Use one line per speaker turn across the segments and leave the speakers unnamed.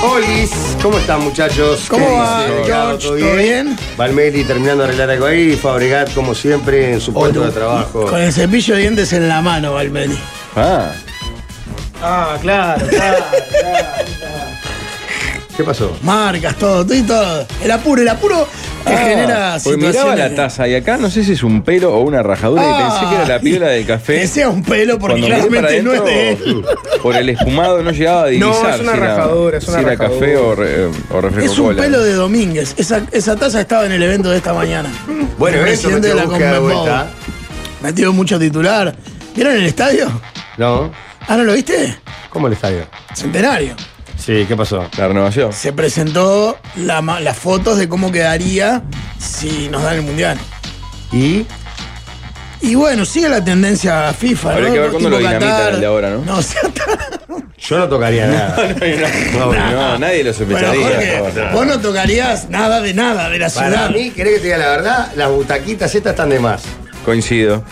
Polis. ¿Cómo están, muchachos?
¿Cómo
¿Qué
va,
dice?
George?
Delgado,
¿Todo bien?
Valmeli terminando de arreglar algo ahí. Fabregat, como siempre, en su puesto de trabajo.
Oh, Con el cepillo de dientes en la mano, Valmeli.
Ah,
Ah, claro, claro.
¿Qué pasó?
Marcas, todo, todo, y todo. El apuro, el apuro
Ah,
que genera
pues
situaciones.
miraba la taza y acá no sé si es un pelo o una rajadura y
Ah.
pensé que era la piola del café.
Que sea un pelo, porque
Cuando miré para
claramente no es de él.
adentro, por el espumado no llegaba a divisar
es una
si era-
rajadura, es una
si era
rajadura.
café o, re- eh, o refresco
Es un
cola.
pelo de Domínguez. Esa, esa taza estaba en el evento de esta mañana.
Bueno,
El
eso me
presidente de la
tengo que buscar de vuelta.
Conmebol. Metido mucho titular. ¿Vieron el estadio?
¿No?
¿Ah, no lo viste?
¿Cómo el estadio?
Centenario.
Sí, ¿qué pasó?
La renovación.
Se presentó la ma- las fotos de cómo quedaría si nos dan el mundial.
¿Y?
Y bueno, sigue la tendencia FIFA,
Habría
¿no?
que ver
Tipo
cuándo lo dinamitan
Qatar.
el de ahora, ¿no?
No, o sea, está-
Yo no tocaría nada.
No, no, nadie lo
Bueno,
sospecharía.
Jorge,
No, no.
vos no tocarías nada de nada de la
Para
ciudad.
mí, ¿querés que te diga la verdad? Las butaquitas estas están de más.
Coincido.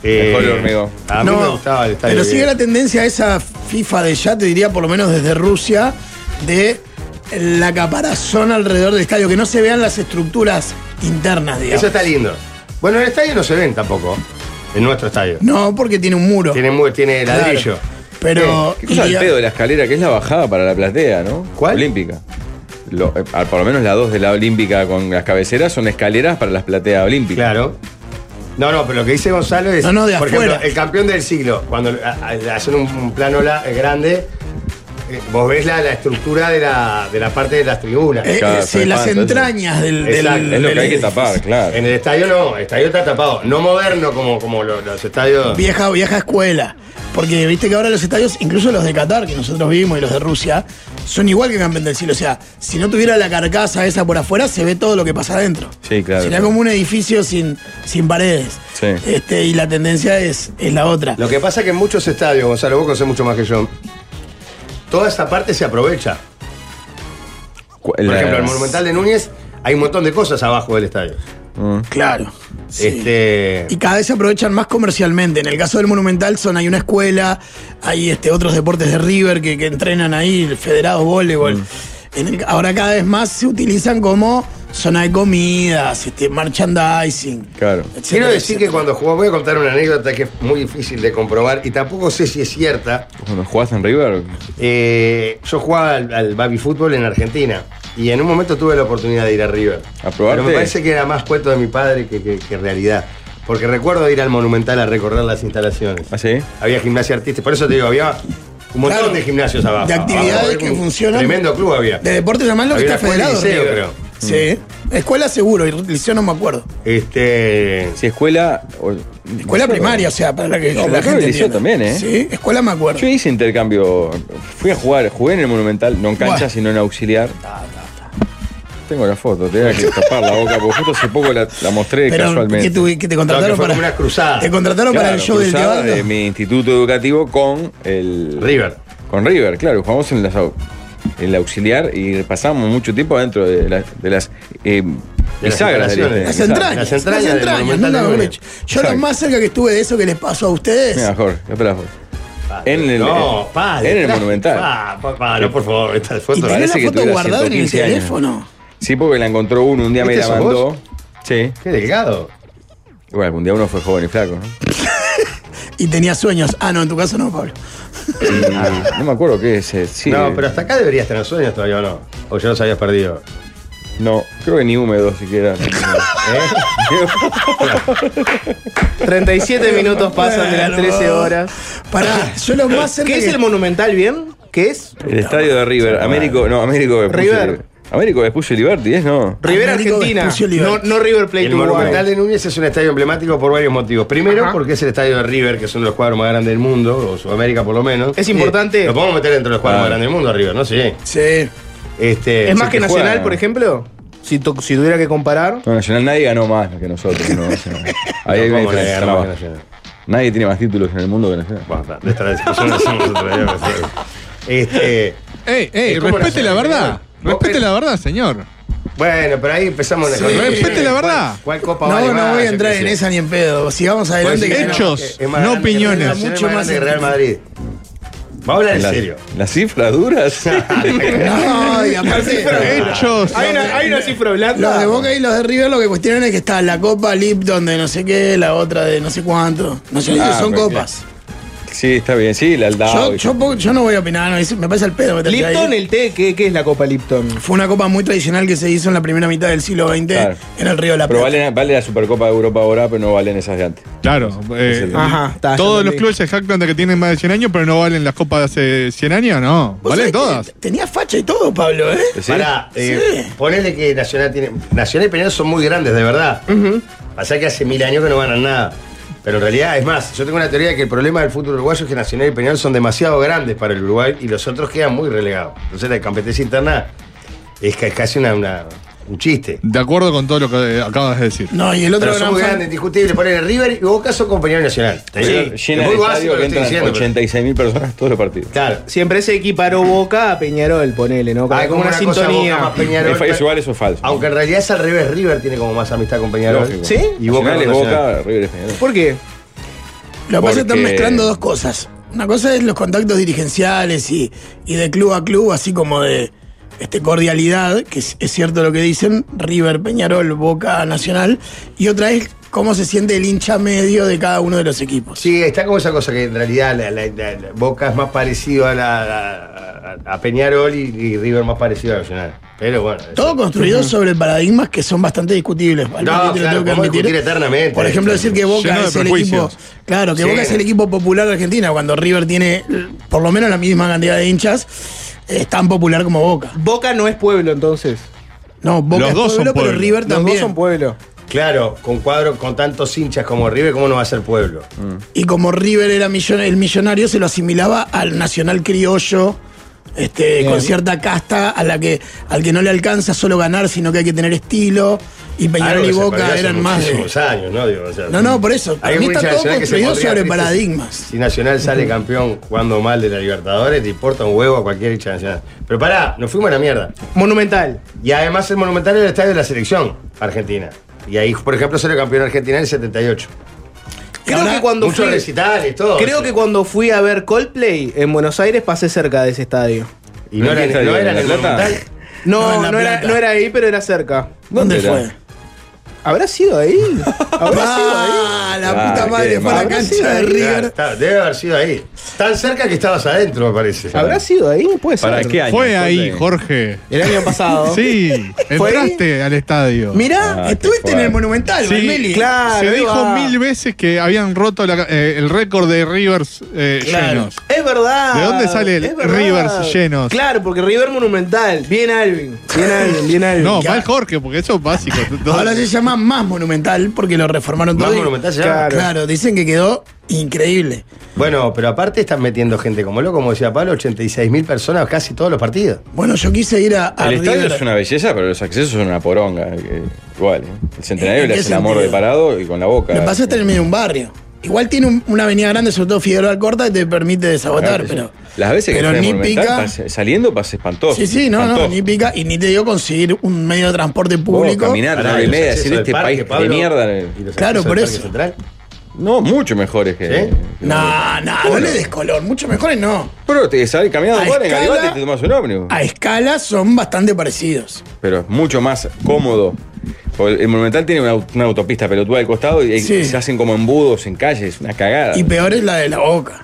Mejor el hormigón.
A mí
Eh, no,
me gustaba el estadio.
pero sigue
bien.
la tendencia esa FIFA de ya, te diría por lo menos desde Rusia, de la caparazón alrededor del estadio, que no se vean las estructuras internas, digamos.
Eso está lindo. Bueno, en el estadio no se ven tampoco. En nuestro estadio.
No, porque tiene un muro.
Tiene, mu- tiene
Claro.
ladrillo.
Pero.
¿Qué cosa
y-
del pedo de la escalera? Que es la bajada para la platea, ¿no?
¿Cuál?
Olímpica. Lo- eh, al- por lo menos las dos de la olímpica con las cabeceras son escaleras para las plateas olímpicas.
Claro. No, no, pero lo que dice Gonzalo es.
No, no, de
por
afuera.
ejemplo, el campeón del siglo, cuando a- a- hacen un, un plano la- grande, eh, vos ves la, la estructura de la, de la parte de las tribunas.
eh,
Claro,
eh,
son
sí, las
espantos,
entrañas del, del-
Exacto,
Es lo
del-
que hay que tapar, claro.
En el estadio no, el estadio está tapado. No moderno como, como lo- los, estadios.
Vieja, vieja escuela. Porque viste que ahora los estadios, incluso los de Qatar, que nosotros vimos, y los de Rusia, son igual que campeón del cielo. O sea, si no tuviera la carcasa esa por afuera, se ve todo lo que pasa adentro.
Sí, claro.
Sería como un edificio sin, sin paredes.
Sí.
Este, y la tendencia es, es la otra.
Lo que pasa es que en muchos estadios, Gonzalo, vos conocés mucho más que yo, toda esa parte se aprovecha.
Cu-
Por
la-
ejemplo, el Monumental de Núñez hay un montón de cosas abajo del estadio.
Claro. sí.
Este,
Y cada vez se aprovechan más comercialmente. En el caso del Monumental son hay una escuela, hay este, otros deportes de River que, que entrenan ahí, el federado voleibol. En el- ahora cada vez más se utilizan como zona de comidas, este, merchandising.
Claro.
etcétera,
Quiero decir que
etcétera.
cuando jugó, voy a contar una anécdota que es muy difícil de comprobar y tampoco sé si es cierta.
Cuando jugás en River,
Eh, yo jugaba al, al baby fútbol en Argentina y en un momento tuve la oportunidad de ir a River.
¿A probarte?
Pero me parece que era más cuento de mi padre que, que- que realidad. Porque recuerdo ir al Monumental a recorrer las instalaciones.
¿Ah, sí?
Había gimnasia artística. Por eso te digo, había un montón
Claro,
de gimnasios abajo.
de actividades
Abajo,
que
un
funcionan.
Tremendo club había.
De deportes además lo que
Había
está
una escuela y
federado.
liceo, Mm.
River. Sí. Escuela seguro, y liceo no me acuerdo.
Este.
si escuela. o-
Escuela
no sé,
primaria, o sea, para la que
No, me
la
acuerdo
gente
del liceo
entienda.
también, ¿eh?
Sí, escuela me acuerdo.
Yo hice intercambio. Fui a jugar, jugué en el Monumental, no en cancha,
Bueno.
sino en auxiliar. Tengo la foto, tenía que tapar la boca, porque justo hace poco la, la mostré
Pero
casualmente.
¿qué, tuvi- qué te
No,
contrataron
que fue
para
como una cruzada.
Te contrataron para el
Claro,
show del
cruzada
diablo.
de mi instituto educativo con el
River.
Con River, claro, jugamos en, las au- en la auxiliar y pasamos mucho tiempo adentro de, la- de las eh,
las
bisagras del
Las
instalaciones.
Liceo.
entrañas.
Las entrañas del Monumental
nunca
de
mejor
Núñez.
dicho. Yo lo
Exacto.
más cerca que estuve de eso que les pasó a ustedes.
Mira, Jorge, espera. En el- eh,
no, padre,
en el
tra-
Monumental.
Pa, pa, pa, no, por favor, esta
y
foto.
te-
tenés
parece
la
que
foto
tuviera
guardada en el
115 años.
teléfono.
Sí, porque la encontró uno, un día me
¿Viste
la
eso
mandó.
¿Este vos?
Sí.
Qué delgado.
Bueno, algún día uno fue joven y flaco, ¿no?
Y tenía sueños. Ah, no, en tu caso no, Pablo.
No me acuerdo qué es. eh, Sí,
No, pero hasta acá deberías tener sueños todavía o no. O ya los habías perdido.
No, creo que ni húmedo siquiera.
¿Eh?
37 minutos pasan de las 13 horas. Ah,
Pará, yo lo más cerca.
¿Qué es
que-
el Monumental, bien? ¿Qué es?
el estadio de River. Américo, no, Américo de
River.
Américo de Puyo Liberty, ¿es? No.
River
Américo
Argentina.
Vespucio
No,
Liberty.
no River Plate
El
Uruguay.
Monumental de Núñez es un estadio emblemático por varios motivos. Primero,
Ajá.
porque es el estadio de River, que es uno de los cuadros más grandes del mundo, o Sudamérica por lo menos.
Es importante-
Eh, Lo podemos meter dentro de los cuadros
Ah.
más grandes del mundo, River, ¿no? Sí.
Sí.
Este,
¿Es más que
que
Nacional,
juega.
por ejemplo? Si, tu- si tuviera que comparar.
No, Nacional nadie ganó más que nosotros. No, O sea, ahí hay
no,
una
¿cómo le
diferencia.
ganamos
No.
a Nacional?
Nadie tiene más títulos en el mundo que Nacional.
Bueno, está, de esta discusión la hacemos otro día, no sé. Este,
Ey, ey,
Es como
respete
la
la verdad.
Vos-
Respete la verdad, señor.
bueno, pero ahí empezamos
Sí.
discusión.
Respete la verdad.
¿Cuál, cuál copa
No,
vale
no
más?
voy a
Yo
entrar
qué
en
sé.
esa ni en pedo. Sigamos
Puede
adelante.
ser
que
Pues que
no.
Hechos.
que es más
no
grande que
opiniones.
Nacional,
Mucho
es más
más
grande que Real Madrid. Vamos a hablar en
La-
serio.
Las cifras duras.
No, y aparte.
Hechos.
Hay una, hay una cifra
Los de
blanda.
Boca y los de River lo que cuestionan es que está la copa Lipton de no sé qué, la otra de no sé cuánto. No sé,
Ah,
son
pues, Ah,
copas.
Sí, está bien, sí, el
Yo,
Aldao.
yo po- yo no voy a opinar, no, es- me parece el pedo. meterte ahí.
Lipton, el té, ¿qué, qué es la copa Lipton?
Fue una copa muy tradicional que se hizo en la primera mitad del siglo XX
Claro.
en el Río de la
Pero
Plata.
vale, vale la Supercopa de Europa ahora, pero no valen esas de antes.
Claro. eh,
Ajá, está, ya
todos los
entendí.
clubes se jactan de que tienen más de 100 años, pero no valen las copas de hace 100 años, no.
¿Vos sabés
Valen
que
todas.
Tenía facha y todo, Pablo, ¿eh?
¿Sí?
Pará, eh,
Sí.
ponele que Nacional tiene. Nacional y Peñarol son muy grandes, de verdad. Pasa que hace mil años que no ganan nada. Pero en realidad, es más, yo tengo una teoría de que el problema del fútbol uruguayo es que Nacional y Peñarol son demasiado grandes para el Uruguay y los otros quedan muy relegados. Entonces la competencia interna es, ca- casi una, una- un chiste.
De acuerdo con todo lo que eh, acabas de decir.
No, y el otro
Pero son
gran
muy
fan-
grandes, indiscutibles. Ponen River y vos caso con Peñarol Nacional. Te digo,
Pero Llena
es
el
muy
estadio
básico lo
que
que estoy
entran
diciendo. pero-
86.000 personas todos los partidos.
Claro.
Siempre se equiparó Boca a Peñarol, ponele, ¿no? Como,
Hay como
una
una
sintonía.
Cosa, Boca más Peñarol,
Es fa- es igual, eso es falso.
Aunque en realidad es al revés, River tiene como más amistad con Peñarol.
Lógico.
¿Sí?
Y Boca
Nacional es
con Nacional.
Boca, River es Peñarol.
¿Por qué?
Lo que pasa es que están
Eh. Porque-
mezclando dos cosas. Una cosa es los contactos dirigenciales y, y de club a club, así como de este, cordialidad, que es, es cierto lo que dicen, River, Peñarol, Boca, Nacional. Y otra es cómo se siente el hincha medio de cada uno de los equipos.
Sí, está como esa cosa que en realidad la, la- la- la- Boca es más parecido a, la, a, a Peñarol y, y River más parecido a Nacional. Pero bueno. eso-
Todo construido sobre paradigmas que son bastante discutibles. Al menos
No,
te lo
claro,
tengo que
podemos
admitir.
discutir eternamente.
Por ejemplo, decir que Boca
Lleno de
es el equipo.
prejuicios.
Claro, que
Sí.
Boca es el equipo popular de Argentina, cuando River tiene eh, por lo menos la misma cantidad de hinchas, es tan popular como Boca.
Boca no es pueblo, entonces.
No, Boca
Los
es
dos son
pueblo, pero
pueblo.
River
Los
también.
dos son pueblo.
Claro, con cuadros con tantos hinchas como River, ¿cómo no va a ser pueblo?
y como River era millon- el millonario, se lo asimilaba al nacional criollo, este,
Bien.
con cierta casta a la que, al que no le alcanza solo ganar, sino que hay que tener estilo. Y Peñarol
Algo
y
que se perdió
Boca
hace
eran más de.
muchísimos años, ¿no? Digo, o sea,
No, no, por eso. Para
hay
mí
un
está
hincha
todo
Nacional que se
construido
podría,
sobre
¿viste?
paradigmas.
Si Nacional sale campeón jugando mal de la Libertadores, te importa un huevo a cualquier hincha de Nacional. Pero pará, nos fuimos a la mierda.
Monumental.
Y además el Monumental era el estadio de la selección argentina. Y ahí, por ejemplo, salió campeón argentina en el 78.
Creo
Ahora,
que cuando
Muchos
fui,
recitales, todo.
creo que cuando fui a ver Coldplay en Buenos Aires pasé cerca de ese estadio.
Y no,
¿En qué
era,
estadio?
no era en
¿En
el
La Plata?
Monumental.
No, en
No,
La
no, era,
Plata.
no era ahí, pero era cerca.
¿Dónde
¿Dónde
fue?
era?
¿Habrá sido ahí? ¿Habrá sido ahí?
Ah, la
Ah,
puta
qué
madre, fue a la
mal.
cancha de
Sí,
Claro,
River.
está- debe haber sido ahí. Tan cerca que estabas adentro, me parece.
¿Habrá sido ahí? Puede ser.
¿Para qué año?
Fue ahí,
de-
Jorge.
El año pasado.
Sí,
¿Fue ahí?
entraste al estadio.
Mirá,
Ah, qué
estuviste en el
fuerte.
Monumental,
Sí,
Valmeli.
Claro,
Se
ahí
dijo
va.
mil veces que habían roto la- eh, el récord de Rivers eh,
Claro. Ah,
llenos.
Es verdad.
¿De dónde sale el
Es verdad.
Rivers llenos?
Claro, porque River Monumental. Bien Alvin. Bien Alvin, bien Alvin.
No,
Ya.
mal Jorge, porque eso es básico.
Ahora se llama más Monumental porque lo reformaron
Más
todo. y-
Monumental se
Claro.
llama.
Claro, dicen que quedó increíble.
Bueno, pero aparte están metiendo gente como loco, como decía Pablo, 86 mil personas casi todos los partidos.
Bueno, yo quise ir a, a
El estadio
Ah, River.
es una belleza, pero los accesos son una poronga. que- igual. ¿eh? El centenario
¿En
le
qué
hace el amor de
sentido?
parado y con la boca.
Lo que pasa es estar en el medio de un barrio. Igual tiene un- una avenida grande, sobre todo Figueroa Corta, que te permite desabotar, pero.
Ah, Las veces que
pero
fue
ni
Monumental,
pica.
pas- saliendo pasa espantoso.
Sí, sí, no, no,
espantoso.
ni pica. Y ni te digo conseguir un medio de transporte
Vos
público.
Caminar una
Pará,
hora y
los
media,
accesos
decir
del
este
parque,
país de
Pablo,
mierda.
y los
Claro,
accesos
por
del
eso.
Parque Central.
No, mucho mejores que.
¿Sí?
que-
No, no, no le des color. Mucho mejores no.
Pero te salís caminando
A
por en
escala-
Garibaldi y te tomás un ómnibus.
A escala son bastante parecidos.
Pero es mucho más cómodo. Porque El Monumental tiene una, aut- una autopista pelotuda al costado y y
Sí.
se hacen como embudos en calles, una cagada.
Y peor es la de la boca.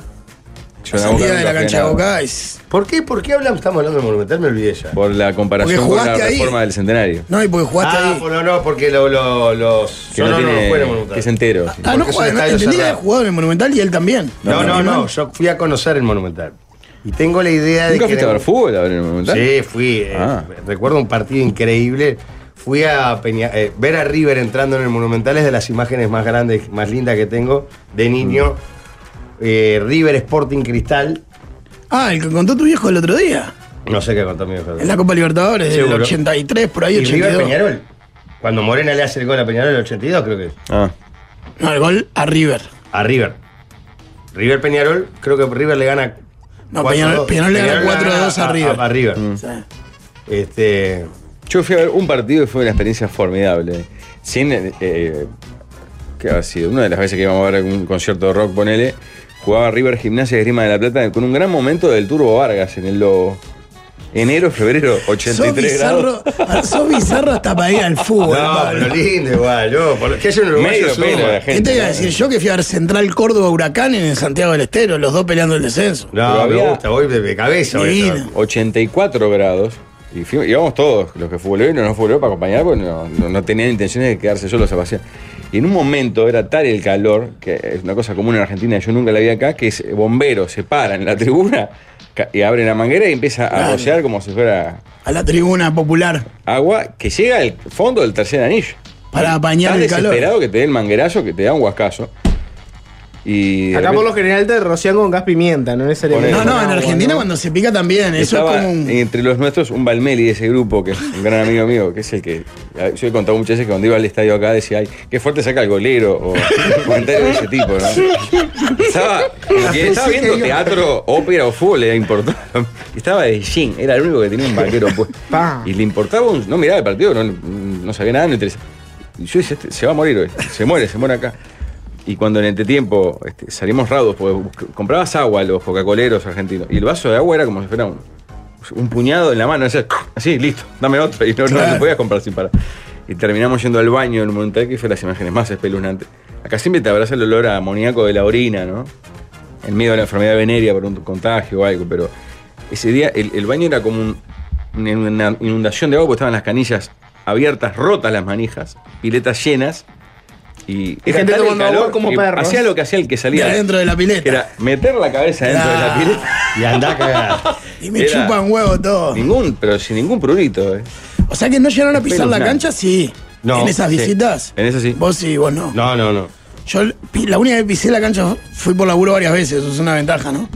Yo
La
en Boca
salida de
nunca
la
fui a
cancha de
nada.
boca es.
¿Por qué? ¿Por qué hablamos? Estamos hablando del Monumental, me olvidé ya.
Por la comparación
Porque
con la
jugaste ahí.
reforma del centenario.
No, y porque jugaste
Ah,
ahí.
por- no, no, porque lo- lo- los.
Que
no,
no,
no, no,
tiene-
no fue en el Monumental.
que es entero. sí.
Ah, no
Porque es un
jugaste. no,
estadio
Entendí que
cerrado.
había jugado en el Monumental y él también.
No, no,
Animal.
no, yo fui a conocer el Monumental. Y tengo la idea de
¿Nunca
que.
fuiste a ver fútbol ahora en el Monumental?
Sí, fui. eh,
Ah.
Recuerdo un partido increíble. Fui a Peña- eh, ver a River entrando en el Monumental es de las imágenes más grandes, más lindas que tengo de niño.
Mm.
Eh, River Sporting Cristal.
Ah, el que contó tu viejo el otro día.
No sé qué contó mi hijo.
En la Copa Libertadores del
Seguro.
83, por ahí,
Y River
82.
Peñarol. Cuando Morena le hace el gol a Peñarol en el 82, creo que es.
Ah.
No, el gol a River.
A River. River Peñarol, creo que River le gana.
No, Peñarol-
4-2.
Peñarol le gana 4-2 a River. Mm.
A, River.
O sea,
Este.
Yo fui a ver un partido y fue una experiencia formidable. Sin. eh, eh, ¿Qué ha sido? Una de las veces que íbamos a ver un concierto de rock, ponele. jugaba River Gimnasia de Grima de la Plata con un gran momento del Turbo Vargas en el Lobo. Enero, febrero,
Sos
83 grados.
bizarro, sos bizarro ah, hasta para ir al fútbol.
No,
Pablo.
pero lindo igual, yo. por lo que haya un uruguayo
Medio
suma.
pelo la
¿Qué te
gente.
iba a decir yo que fui a ver Central Córdoba Huracán en Santiago del Estero, los dos peleando el descenso?
No,
Pero
me
había-
gusta, voy de, de cabeza. voy a
Divino.
estar.
84 grados. Y fuimos- íbamos todos, los que futboleros y los no futboleros, para acompañar, porque no, no- no tenían intenciones de quedarse solos a pasear. Y en un momento era tal el calor, que es una cosa común en Argentina, yo nunca la vi acá, que es bomberos se paran en la tribuna ca- y abren la manguera y empieza a
Claro.
rociar como si fuera
A la tribuna popular
agua que llega al fondo del tercer anillo.
para apañar
Estás
el calor.
desesperado que te dé el manguerazo, que te da un huascazo. Y de
Acá por
repente-
lo general te rocian con gas pimienta, no necesariamente.
No,
Ponele.
no, en
agua,
Argentina
¿no?
cuando se pica también, eso
Estaba
es como un...
entre los nuestros un Balmeli de ese grupo, que es un gran amigo mío, que es el que. ah, Yo he contado muchas veces que cuando iba al estadio acá decía, ay, qué fuerte saca el golero, o comentarios de ese tipo, ¿no? Estaba, como que estaba viendo teatro, ópera o fútbol, le importaba. Y Estaba de jean, era el único que tenía un vaquero puesto.
Pa.
Y le importaba, un- no miraba el partido, no, no sabía nada, no interesa. Y yo decía, "Este se va a morir hoy, se muere, se muere acá. Y cuando en el entretiempo este, salimos raudos, porque busc- comprabas agua a los coca-coleros argentinos, y el vaso de agua era como si fuera un, un puñado en la mano, así, así, listo, dame otro, y no, no,
Claro.
no podías comprar sin parar. Y terminamos yendo al baño en un Monumental, que fue las imágenes más espeluznantes. Acá siempre te abraza el olor a amoníaco de la orina, ¿no? El miedo a la enfermedad venérea por un contagio o algo, pero ese día el, el baño era como un- una inundación de agua, porque estaban las canillas abiertas, rotas las manijas, piletas llenas. Y, era
gente
tal el
tomando agua
calor
como
que
perros.
Hacía lo que hacía el que
de
salía.
adentro de la
que
pileta.
era meter la cabeza dentro de la
Ah.
pileta.
Y andá a cagar.
Y me
era-
chupan huevo todo.
Ningún, pero sin ningún prurito. eh.
O sea que no llegaron a pisar la
Espeluznante.
cancha, sí.
No,
en esas
sí.
visitas.
En eso sí.
Vos sí, vos no.
No, no, no.
Yo pi- la única que pisé la cancha fui por laburo varias veces, eso es una ventaja, ¿no?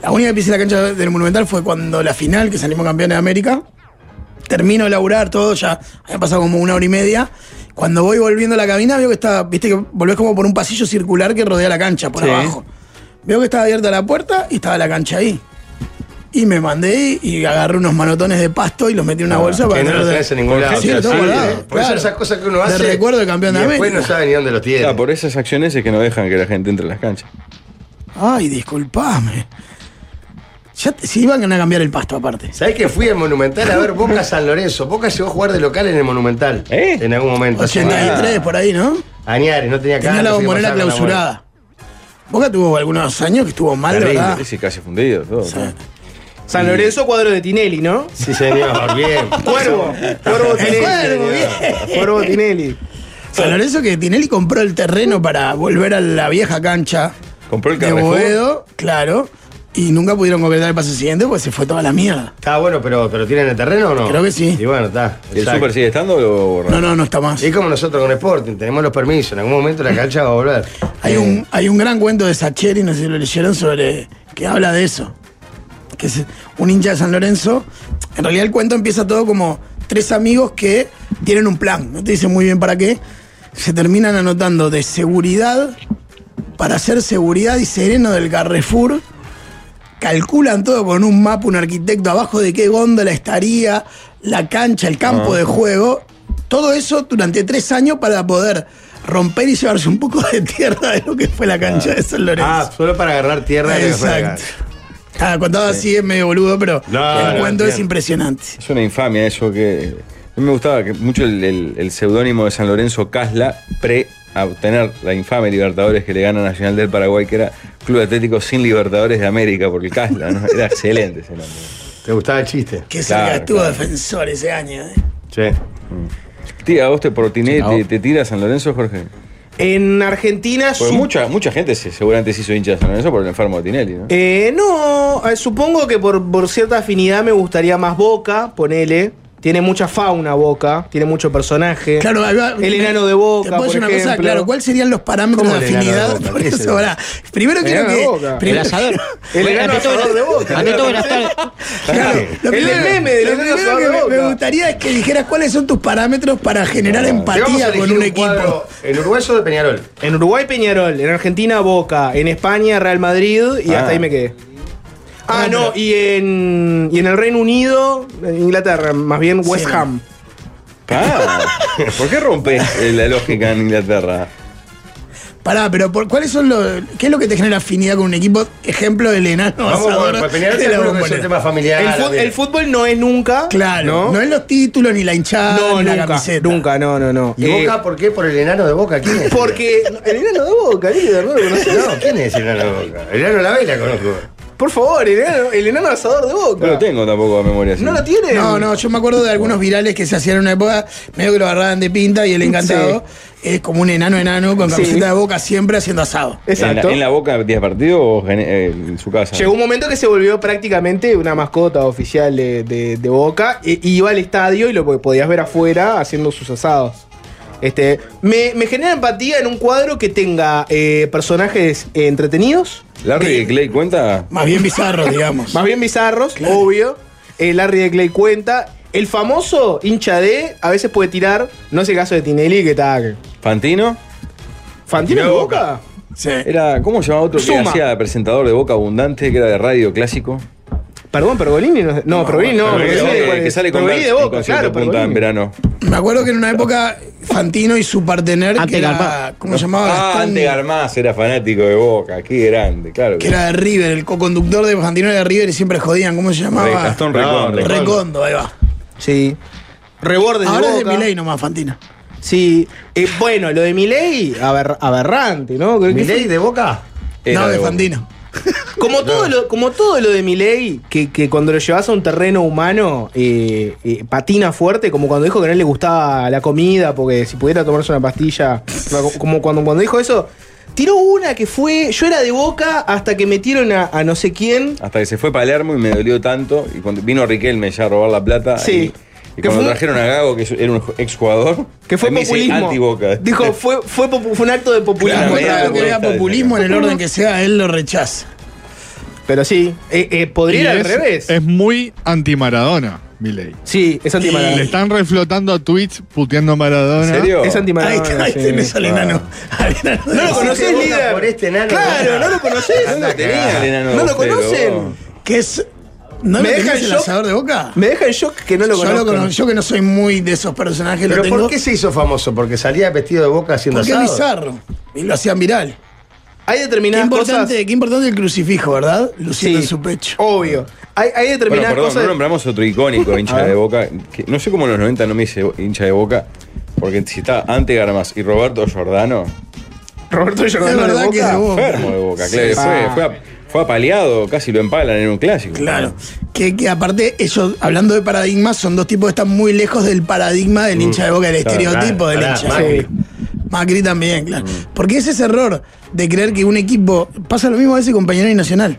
La única que pisé la cancha del Monumental fue cuando la final, que salimos campeones de América, termino de laburar todo, ya había pasado como una hora y media. Cuando voy volviendo a la cabina, veo que está, viste que volvés como por un pasillo circular que rodea la cancha, por
Sí.
abajo. Veo que estaba abierta la puerta y estaba la cancha ahí. Y me mandé ahí y agarré unos manotones de pasto y los metí en una bolsa para
Ah, Que no lo
tener de-
tenés en ningún lado.
Sí,
o sea,
lo tengo
sí,
guardado,
Por eso
claro.
esas cosas que uno
De
hace.
recuerdo de campeón de
y Después
América.
no sabe ni dónde los tiene.
Ah, por esas acciones es que no dejan que la gente entre a las canchas.
Ay, disculpame. Ya te- si iban a cambiar el pasto aparte.
¿Sabés que fui al Monumental a ver Boca San Lorenzo? Boca llegó a jugar de local en el Monumental.
¿Eh?
En algún momento. hace un año.
83 por ahí, ¿no?
Añares, no tenía cara.
Tenía la
no sé qué
bombonera
pasaba con la
clausurada. Boca tuvo algunos años que estuvo mal,
Terrible,
¿verdad?
sí, casi fundido. Todo,
Sí.
¿no?
San Lorenzo, cuadro de Tinelli, ¿no?
bombonera. Sí, señor, bien.
Cuervo. Cuervo Tinelli.
Cuervo,
señor. Cuervo Tinelli.
San Lorenzo que Tinelli compró el terreno para volver a la vieja cancha
Compró el
de
Carrefour.
Boedo, claro. Y nunca pudieron completar el paso siguiente porque se fue toda la mierda.
Está bueno, pero, pero ¿tienen el terreno o no?
Creo que sí.
Y bueno, está.
¿El
exacto.
Super sigue estando o lo borraron?
No, no, no está más.
Es como nosotros con Sporting, tenemos los permisos. En algún momento la cancha va a volver.
Hay un, hay un gran cuento de Sacheri, no sé si lo leyeron, sobre que habla de eso. Que es un hincha de San Lorenzo. En realidad el cuento empieza todo como tres amigos que tienen un plan, no te dicen muy bien para qué. Se terminan anotando de seguridad para hacer seguridad y sereno del Carrefour. Calculan todo con un mapa, un arquitecto abajo de qué góndola estaría, la cancha, el campo de juego. Todo eso durante tres años para poder romper y llevarse un poco de tierra de lo que fue la cancha de San
Ah,
Lorenzo.
solo para agarrar tierra. de la
Exacto. Ah, contado así es medio boludo, pero
No,
el
no,
cuento es
entiendo.
impresionante.
Es una infamia eso que. A mí me gustaba que mucho el, el- el seudónimo de San Lorenzo Casla pre a obtener la infame Libertadores que le gana Nacional del Paraguay, que era Club Atlético sin Libertadores de América, porque Casla, ¿no? Era excelente ese nombre.
¿Te gustaba el chiste?
Que cerca
Claro,
estuvo
claro.
defensor ese año. eh.
Sí. Mm.
Tía, ¿a vos te protiné, te, te tira San Lorenzo, Jorge?
En Argentina,
Pues
su-
mucha, mucha gente se- seguramente se hizo hincha de San Lorenzo por el enfermo de Tinelli, ¿no?
Eh, no, eh, supongo que por, por cierta afinidad me gustaría más Boca, ponele. Tiene mucha fauna Boca, tiene mucho personaje.
Claro, ahí va-
El enano de
¿Te
Boca,
puedo
por
decir una cosa?
ejemplo.
Claro, ¿cuáles serían los parámetros
¿Cómo
de
el enano de
afinidad?
Boca?
Por
¿Qué es
eso,
el-
pará. Primero
El
quiero
enano de
que.
Boca.
primero-
El asador.
El enano
Ante todo,
asador de Boca.
Ante todo, buenas tardes.
Claro, lo
El del
primero-
meme del
lo
enano
primero
asador
que
de
me- me
Boca.
gustaría es que dijeras cuáles son tus parámetros para generar
Te vamos a
empatía
elegir
con un
cuadro
equipo.
¿En Uruguay o de Peñarol?
En Uruguay, Peñarol. En Argentina, Boca. En España, Real Madrid. Y
Ah.
hasta ahí me quedé. Ah,
Ah,
no, y en, y en el Reino Unido, en Inglaterra, más bien West
Sí.
Ham.
Ah, ¿Por qué rompes eh, la lógica en Inglaterra?
Pará, pero por, ¿cuáles son los. ¿Qué es lo que te genera afinidad con un equipo? Ejemplo del enano
Vamos
asador
por, por Peñarol,
de la
seguro que es un
Bombonera.
tema familiar.
el, fu-
también.
el fútbol no es nunca.
Claro,
¿no?
¿no? es los títulos, ni la hinchada,
No,
ni la
nunca,
camiseta.
nunca, no, no, no.
¿Y
Eh,
Boca por qué? ¿Por el enano de Boca? ¿Quién es?
Porque. El enano de boca, líder, no lo conocés.
No, ¿quién es el enano de Boca? El enano de la vela conozco.
Por favor, el enano, el enano asador de boca.
No lo tengo tampoco a memoria. así.
¿No lo tiene?
No, no, yo me acuerdo de algunos virales que se hacían en una época, medio que lo agarraban de pinta y el encantado es como un enano enano con
Sí.
camiseta de boca siempre haciendo asado.
¿En la,
Exacto.
en la boca 10 partidos o gene- eh, en su casa?
Llegó un momento que se volvió prácticamente una mascota oficial de, de- de Boca. E- iba al estadio y lo po- podías ver afuera haciendo sus asados. Este, me, me genera empatía en un cuadro que tenga eh, personajes eh, entretenidos,
¿Larry de Clay cuenta?
Más bien bizarro, digamos.
más bien bizarros, obvio. El Larry de Clay cuenta. El famoso hincha de a veces puede tirar, no es el caso de Tinelli, que tal.
¿Fantino?
¿Fantino de
Tiró
Boca?
Sí.
Era, ¿Cómo se llamaba otro que
Zuma.
hacía presentador de Boca Abundante, que era de radio clásico?
Perdón, Pergolini. No, no, Pergolini no.
Pergolini de
Pergolini
Boca,
de-
que sale con
Pergolini de
Vals en
Boca,
concierto
claro.
punta en
Pergolini.
verano.
Me acuerdo que en una época Fantino y su partener, que
Ante
era,
Garpa-
¿cómo se llamaba?
Ah,
Gastón,
Ante Garmaz era fanático de Boca, qué grande, claro.
que era de River, el co-conductor de Fantino era de River y siempre jodían, ¿cómo se
Re-
llamaba?
Gastón
No,
Recondo.
Recondo.
Recondo, ahí va.
Sí. Rebordes
Ahora
de
es de
Boca.
Milei nomás, Fantino.
Sí. Eh, bueno, lo de Milei, aber- aberrante, ¿no? Creo que
¿Milei de Boca?
Era
No, de,
Boca.
Fantino.
fue- Como todo, lo, como todo lo de Milei, que, que cuando lo llevas a un terreno humano, eh, eh, patina fuerte, como cuando dijo que no le gustaba la comida, porque si pudiera tomarse una pastilla, no, como cuando, cuando dijo eso, tiró una que fue, yo era de boca hasta que metieron a, a no sé quién.
Hasta que se fue Palermo y me dolió tanto. Y cuando vino Riquelme ya a robar la plata.
Sí.
Y, y
Que
cuando
fue-
trajeron a Gago, que era un exjugador.
Que fue
ahí me dice,
populismo.
anti-Boca.
Dijo, fue, fue, popu- fue un acto de populismo.
Claro,
Por
era
algo que vea
populista,
populismo en el orden que sea, él lo rechaza.
Pero sí, eh, eh, podría
Y
ir al
es,
revés.
es muy anti-Maradona, Milei.
sí, es antimaradona.
Le están reflotando a tweets puteando a Maradona.
¿En serio?
Es
Ahí,
antimaradona.
está, ahí
sí.
tenés al enano. Al enano de
No lo
Boca.
conocés,
Sí, Boca
líder.
por este enano,
claro,
Boca.
no lo conocés.
Anda,
Tenía el enano
No lo
Bostero,
conocen.
vos.
Que es. ¿No
Me
lo
deja
tenés
en
el
shock.
asador de boca?
Me deja en shock que no lo
yo, lo
conozcan.
cono- yo que no soy muy de esos personajes,
¿Pero
lo tengo.
por qué se hizo famoso? ¿Porque salía vestido de Boca haciendo
Porque es
asado?
bizarro. Y lo hacían viral.
Hay
Qué
determinadas cosas.
importante, qué importante el crucifijo, ¿verdad?
Sí,
Luciendo en su pecho.
Obvio. Hay, hay
Bueno,
determinadas
perdón,
cosas.
no nombramos otro icónico
A
hincha
ver.
de Boca. que no sé cómo en los 90 no me hice hincha de Boca. Porque si está Ante Garmaz y Roberto Giordano,
Roberto
Es
Giordano
verdad
de
que es de
Boca.
Boca.
enfermo de Boca,
Sí,
claro.
sí. Ah.
fue, fue, ap- fue apaleado, casi lo empalan en un clásico.
Claro. Que, que aparte, ellos, hablando de paradigmas, son dos tipos que están muy lejos del paradigma del hincha de boca, del
claro,
estereotipo
Mm. claro,
del
pará,
hincha.
Macri. Mm.
Sí. Macri también, claro. Porque es ese error de creer que un equipo. Pasa lo mismo a veces con Peñarol y Nacional.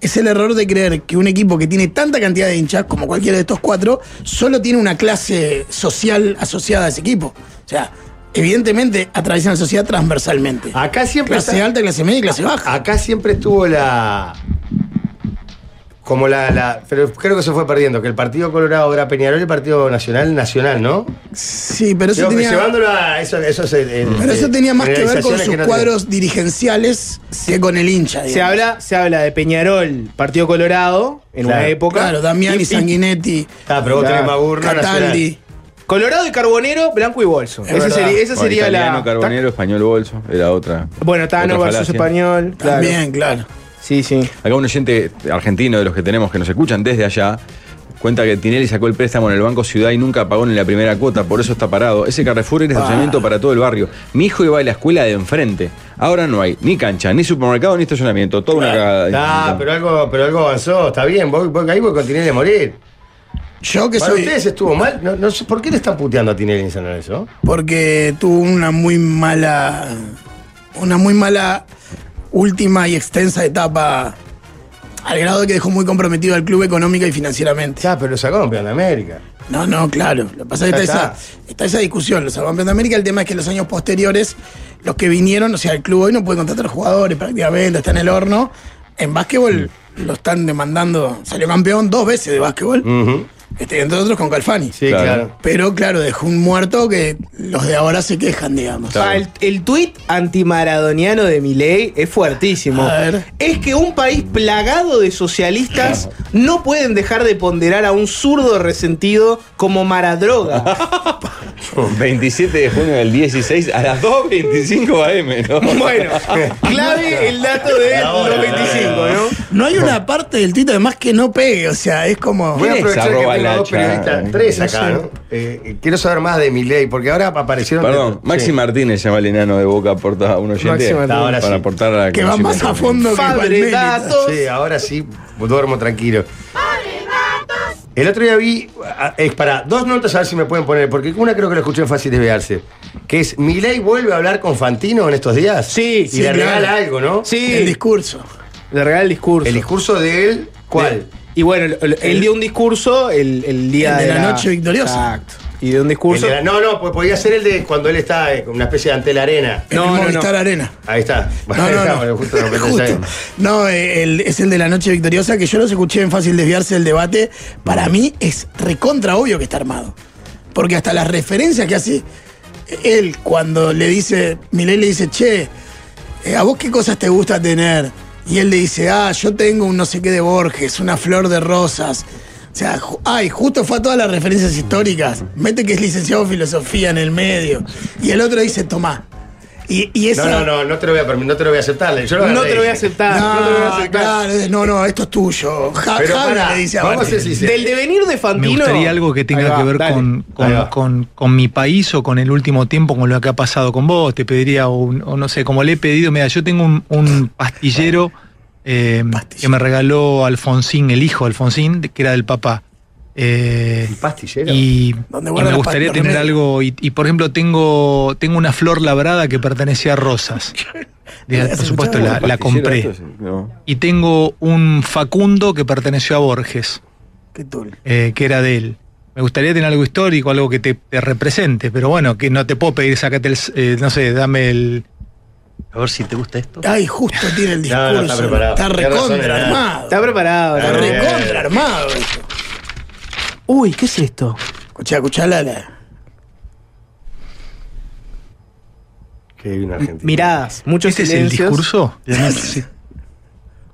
Es el error de creer que un equipo que tiene tanta cantidad de hinchas, como cualquiera de estos cuatro, solo tiene una clase social asociada a ese equipo. O sea, evidentemente atraviesan la sociedad transversalmente.
Acá siempre
Clase
está-
alta, clase media y clase baja.
Acá siempre estuvo la. Como la, la- Pero creo que se fue perdiendo. Que el Partido Colorado era Peñarol y el Partido Nacional, Nacional, ¿no?
Sí, pero eso
Creo que
tenía.
Llevándolo a. Eso, eso es el- el-
Pero eso
eh,
tenía más que ver con
generalizaciones
sus
que no
cuadros dirigenciales que con el hincha.
Se
digamos.
habla, se habla de Peñarol, Partido Colorado, en
Claro.
una época.
Claro, Damiani, Sanguinetti,
tienen. Ah, pero vos
Claro.
tenés más burro,
Cataldi.
Nacional.
Colorado y Carbonero, Blanco y Bolso.
Es
Ese
verdad.
sería- Esa
Bueno,
sería,
italiano,
la.
Carbonero, español, Bolso, era otra.
Bueno, Tano
otra
versus
falacia.
Español. Claro.
También, claro.
Sí, sí.
Acá un oyente argentino de los que tenemos que nos escuchan desde allá cuenta que Tinelli sacó el préstamo en el Banco Ciudad y nunca pagó ni la primera cuota, por eso está parado. Ese Carrefour
Ah.
era estacionamiento para todo el barrio. Mi hijo iba a la escuela de enfrente. Ahora no hay ni cancha, ni supermercado, ni estacionamiento. Toda una cagada.
Ah, pero algo, pero algo avanzó, está bien. Vos, vos- ahí vos con Tinelli a morir.
Yo que
Para
soy.
ustedes estuvo mal. No, no sé, ¿Por qué le están puteando a Tinelli en San Lorenzo?
Porque tuvo una muy mala. Una muy mala última y extensa etapa. Al grado de que dejó muy comprometido al club económica y financieramente.
Ya, pero lo sacó campeón de América.
No, no, claro. Lo que pasa es que está, esa, está esa discusión. Los campeones de América, el tema es que los años posteriores, los que vinieron, o sea, el club hoy no puede contratar jugadores prácticamente, está en el horno. En básquetbol lo están demandando. Salió campeón dos veces de básquetbol, este, entre otros con Calfani.
Sí,
Claro.
claro.
Pero claro, dejó un muerto que los de ahora se quejan, digamos.
Ah, el, el tuit antimaradoniano de Milei es fuertísimo.
A ver.
Es que un país plagado de socialistas no pueden dejar de ponderar a un zurdo resentido como Maradroga.
27 de junio del 16 a las 2.25 AM, ¿no?
Bueno, clave el dato de
La hora,
los 25,
la hora.
¿no?
No hay una parte del tuit además que no pegue, o sea, es como.
Voy a
¿Quién es
aprovechar
arroba
que tengo dos
Lacha?
periodistas, tres acá,
sé.
¿no? Eh, quiero saber más de Milei, porque ahora aparecieron.
Perdón,
Sí.
Maxi Martínez llama al enano de Boca aporta a un oyente
Maxi Martínez.
Ahora sí.
para aportar a la
Que va más a fondo que
Fabre,
Palmeri.
datos.
Sí, ahora sí duermo tranquilo. El otro día vi, ah, es para dos notas a ver si me pueden poner, porque una creo que la escuché en Fácil Desviarse, que es, ¿Milei vuelve a hablar con Fantino en estos días?
Sí,
Y
sí,
le regala
claro.
algo, ¿no?
El
Sí,
discurso.
le regala el discurso.
El discurso de él, ¿cuál?
Y bueno, el- el- él dio un discurso el, el día
El de
de
la noche victoriosa.
Exacto. Y dio un
El
discurso.
de la- no, no, pues podía ser el de cuando él está eh, con una especie de ante la arena.
En
No,
el
no, no.
Movistar Arena.
Ahí está.
No,
Ahí
no,
está,
no.
bueno, justo lo que
Justo.
pensé.
No, eh, el- es el de la noche victoriosa que yo los escuché en fácil desviarse del debate. Para mí es recontra obvio que está armado. Porque hasta las referencias que hace él cuando le dice, Milei le dice, che, eh, ¿a vos qué cosas te gusta tener? Y él le dice, ah, yo tengo un no sé qué de Borges, una flor de rosas. O sea, ju- ay, justo fue a todas las referencias históricas. Mete que es licenciado en filosofía en el medio. Y el otro dice, tomá. Y, y esa-
No, no, no, no te lo voy a permitir, no te lo voy a aceptar. Yo lo
No
agarré.
te lo voy a aceptar. No,
No,
te lo voy a aceptar.
Ah, claro, es- no, no, esto es tuyo. Ja,
Pero
Javi
pará,
le dice a
vamos a ser
Martín.
sinceros.
Del devenir de
Me
Fantino.
gustaría algo que
Ahí
tenga
va,
que ver
dale.
con,
Ahí
con,
va.
con- con mi país o con el último tiempo, con lo que ha pasado con vos. Te pediría, un, o no sé, como le he pedido, mira, yo tengo un, un pastillero eh,
Pastillero.
que me regaló Alfonsín, el hijo de Alfonsín, de- que era del papá. Eh,
¿El pastillero?
y,
¿Dónde
y
guarda
me
la
gustaría
pasta
tener
remedio?
algo, y, y, por ejemplo tengo, tengo una flor labrada que pertenecía a Rosas.
¿Habías
por supuesto
escuchado?
la, la compré.
No.
Y tengo un Facundo que perteneció a Borges
Qué tul.
eh, que era de él. Me gustaría tener algo histórico, algo que te, te represente, pero bueno, que no te puedo pedir, sacate el, s- eh, no sé, dame el... A ver si te gusta esto.
Ay, justo tiene el discurso.
No, no, está preparado.
Está
Tiene razón,
recontra
era.
armado.
Está preparado.
Está
Ah,
¿no?
bien.
recontra armado. eso.
Uy, ¿qué es esto?
Escuchá, escuchá la, la-
Que hay un argentino. ¿Este
Miradas, muchos
¿Ese es el
silencios.
discurso?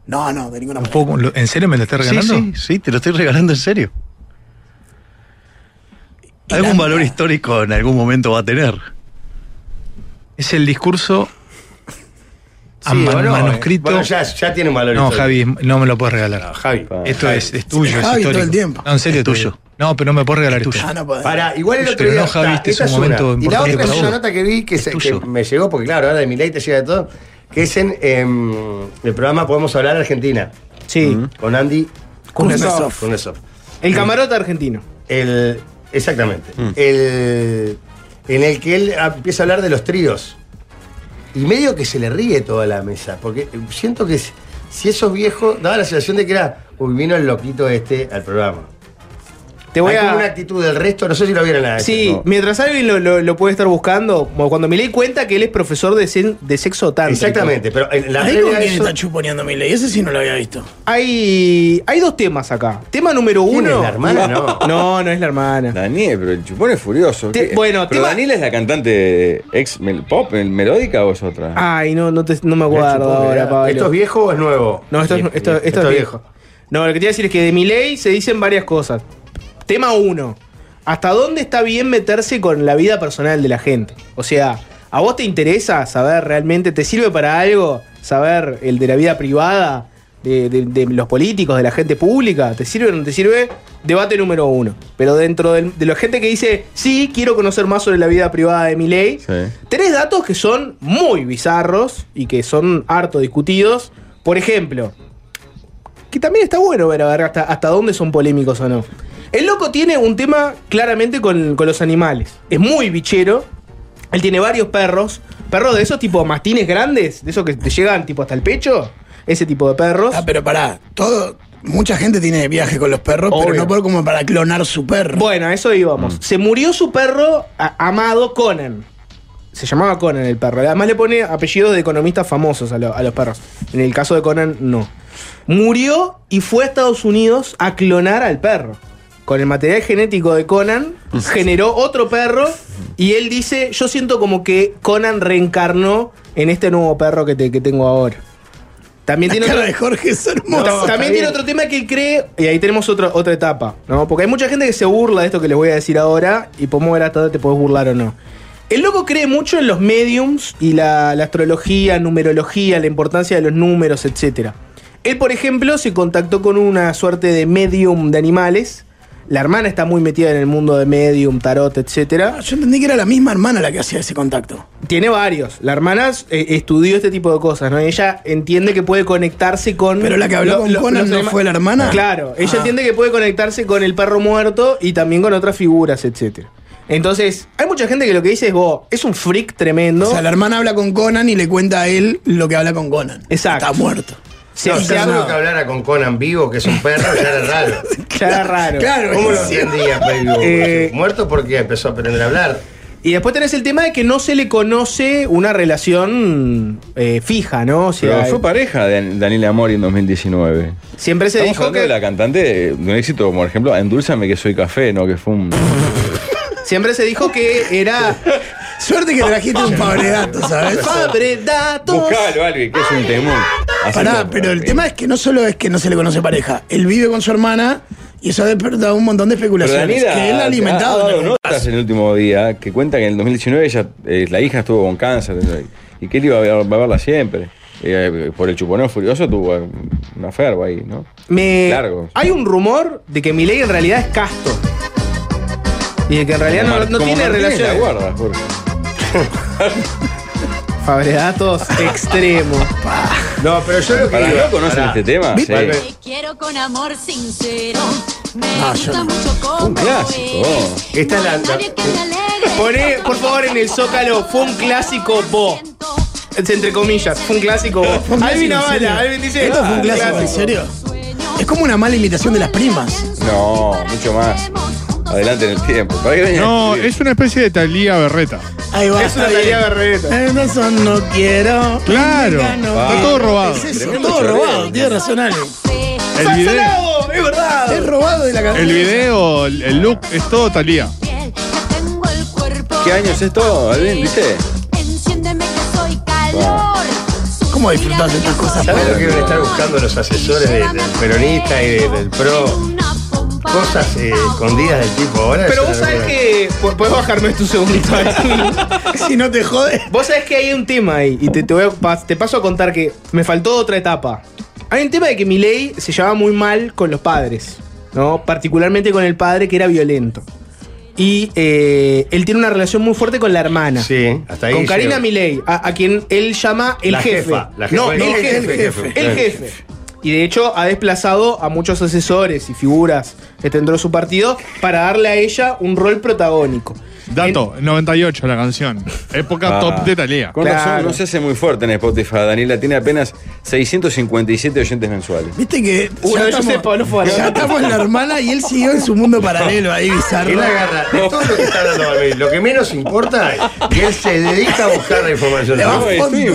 No, no, de ninguna manera.
Tampoco, lo- ¿En serio me lo estás
Sí,
regalando?
sí, sí, te lo estoy regalando en serio.
Y la
Algún valor
mira.
histórico en algún momento va a tener.
Es el discurso a
Sí,
man-
o no,
manuscrito.
eh. Bueno, ya, ya tiene un valor.
no,
histórico.
Javi, no me lo puedes regalar.
No, Javi.
esto es, es tuyo,
Javi
es
todo
histórico.
el tiempo.
No, en serio
Es
te
tuyo.
digo. No, pero no me puedes regalar esto.
Ah, no podés.
Para, igual el
Pero
otro día.
no, Javi,
está,
este es
esta
un
una.
momento
Y la
importante
otra es
para
una
vos.
nota que vi que, se- que
tuyo.
me llegó, porque claro, ahora de Milei te llega de todo, que es en em, el programa Podemos Hablar Argentina,
Sí.
con Andy
Kuznetsov.
Kuznetsov.
El camarote argentino.
El, exactamente.
Mm.
El, en el que él ah, empieza a hablar de los tríos. Y medio que se le ríe toda la mesa. Porque siento que si- si esos viejos. Daba la sensación de que era. Uy, vino el loquito este al programa.
Te voy
Hay como una
a.
actitud del resto, no sé si lo vieron la
Sí,
Ah, no.
mientras alguien lo, lo- lo puede estar buscando, como cuando me leí cuenta que él es profesor de, sen- de sexo tántrico.
Exactamente, pero en la
Ahí con
previa a
quién
eso,
está chuponeando mi ley. Ese sí no lo había visto.
Hay, hay dos temas acá. Tema número
¿Quién
uno.
es la hermana? No.
No, no es la hermana.
Daniel, pero el chupón es furioso.
Te-
¿Qué?
bueno,
pero
tema-
Daniel es la cantante ex mel- pop, mel- melódica o es otra.
Ay, no, no, te- no me acuerdo ahora, Pablo.
¿Esto es viejo o es nuevo?
No, esto, es-
Viejo,
esto-
viejo.
esto es viejo. No, lo que te iba a decir es que de mi ley se dicen varias cosas. Tema uno. ¿Hasta dónde está bien meterse con la vida personal de la gente? O sea, ¿a vos te interesa saber realmente, te sirve para algo saber el de la vida privada, de, de- de los políticos, de la gente pública? ¿Te sirve o no te sirve? Debate número uno. Pero dentro del- de la gente que dice, sí, quiero conocer más sobre la vida privada de mi ley,
Sí.
Tenés datos que son muy bizarros y que son harto discutidos. Por ejemplo, que también está bueno ver, a ver hasta, hasta dónde son polémicos o no. El loco tiene un tema claramente con, con los animales. Es muy bichero. Él tiene varios perros. Perros de esos tipo mastines grandes, de esos que te llegan tipo hasta el pecho. Ese tipo de perros.
Ah, pero pará. Todo, mucha gente tiene viaje con los perros,
Obvio.
pero no por como para clonar su perro.
Bueno, a eso íbamos. Se murió su perro a- amado Conan. Se llamaba Conan el perro. Además le pone apellidos de economistas famosos a, lo- a los perros. En el caso de Conan, no. Murió y fue a Estados Unidos a clonar al perro. Con el material genético de Conan, generó otro perro y él dice, yo siento como que Conan reencarnó en este nuevo perro que, te- que tengo ahora. También
La
tiene
cara
otro-
de Jorge es hermosa.
Ta- también tiene otro tema que él cree, y ahí tenemos otra otra etapa, ¿no? Porque hay mucha gente que se burla de esto que les voy a decir ahora, y podemos ver hasta dónde te podés burlar o no. El loco cree mucho en los mediums y la, la astrología, numerología, la importancia de los números, etc. Él, por ejemplo, se contactó con una suerte de medium de animales. La hermana está muy metida en el mundo de medium, tarot, etc.
Ah, Yo entendí que era la misma hermana la que hacía ese contacto.
Tiene varios. La hermana eh, estudió este tipo de cosas, ¿no? Ella entiende que puede conectarse con.
Pero la que habló con Conan
los
no
anima-
fue la hermana.
Claro, ella
Ah.
entiende que puede conectarse con el perro muerto y también con otras figuras, etcétera. Entonces, hay mucha gente que lo que dice es, vos, es un freak tremendo.
O sea, la hermana habla con Conan y le cuenta a él lo que habla con Conan.
Exacto.
Está muerto.
se,
no,
se
yo
habla-
creo que hablara con Conan vivo, que es un perro, ya era raro.
ya era raro.
Claro,
¿Cómo lo
es-
entendía, Baby Boom?
Eh,
Muerto porque empezó a aprender a hablar.
Y después tenés el tema de que no se le conoce una relación eh, fija, ¿no? O sea,
Pero fue pareja de Daniela Amor en 2019.
siempre se
Estamos
dijo
hablando
que
de la cantante de un éxito, como por ejemplo, Endulzame que soy café, ¿no? Que fue un.
siempre se dijo que era
Suerte que trajiste un pabredato, ¿sabes?
padre datos.
Buscalo, Albi, que es un temón.
Pará, pero el tema es que no solo es que no se le conoce pareja, él vive con su hermana y eso ha despertado un montón de
Pero
especulaciones.
Daniela
que él ha alimentado.
ha dado
¿no?
notas en el último día que cuenta que en el 2019 ella, eh, la hija estuvo con cáncer eh, y que él iba a, ver- va a verla siempre. Eh, por el chuponeo furioso tuvo eh, una ferva ahí, ¿no?
Me-
Largo.
Hay un rumor de que Milei en realidad es Castro. Y de que en realidad
Como
no,
Mar-
no
como
tiene
Martínez
relación.
la guarda, Jorge.
Fabredatos extremo.
No, pero yo lo que
Pará,
digo-
¿no conocen
pará.
este tema?
¿Viste?
Sí.
Vuelve.
Te quiero con amor sincero. Me
Ah, yo
gusta
no.
mucho
Uh,
cómo
Un clásico.
eres.
Esta
No
es la-
hay nadie que me alegre.
Poné, por favor, en el Zócalo, fue un clásico, bo. Es entre comillas, fue un clásico.
Fue un clásico,
Alvin
¿en serio?
Avala, Alvin dice.
Esto fue un
"Ah,
clásico, ¿en serio? Es como una mala imitación de las primas.
No, mucho más. Adelante en el tiempo. Para que vengan a
No,
escribir.
es una especie de Talía Berreta.
Ahí va.
Es una
está bien.
Talía Berreta.
Eh, no son, no quiero.
Claro,
Mexicano,
está
eh.
todo robado.
Es eso,
Tremendo
todo
choreo.
robado, tiene razón Ale.
El video,
¡Salado! Oh, ¡Es verdad!
Es robado de la cabeza.
el video, el el look, es todo Talía.
¿Qué año es esto, Alvin? ¿Viste?
Enciéndeme que soy calor.
¿Cómo disfrutás de estas cosas,
¿Sabes lo que deben estar buscando los asesores de- del peronista y de- del pro? Cosas eh, escondidas del tipo ahora.
Pero
es
vos
una
sabés
locura.
que. po- Podés bajarme tu segundito ahí.
Si no te jode.
Vos sabés que hay un tema ahí, y te, te voy a pas- te paso a contar que me faltó otra etapa. Hay un tema de que Milei se llevaba muy mal con los padres, ¿no? Particularmente con el padre que era violento. Y eh, él tiene una relación muy fuerte con la hermana.
Sí, hasta ahí.
con Karina
llego.
Milei, a, a quien él llama el
La
jefe.
jefa, la jefa.
No, el
No, el
jefe. El jefe.
jefe, jefe.
Y de hecho ha desplazado a muchos asesores y figuras que tendrá su partido para darle a ella un rol protagónico.
Dato, 98 la canción. Época
Ah.
top de Talía.
Con
Claro.
razón, no se hace muy fuerte en Spotify. Daniela tiene apenas 657 oyentes mensuales.
Viste que.
Uno
ya
de ellos
estamos,
es Pablo Fuarón.
Ya estamos en la hermana y él siguió en su mundo paralelo ahí bizarro.
Él agarra de todo lo que está dando Barbie, Lo que menos importa es que él se dedica a buscar la información.
Le va
No,
a
estoy
fondo.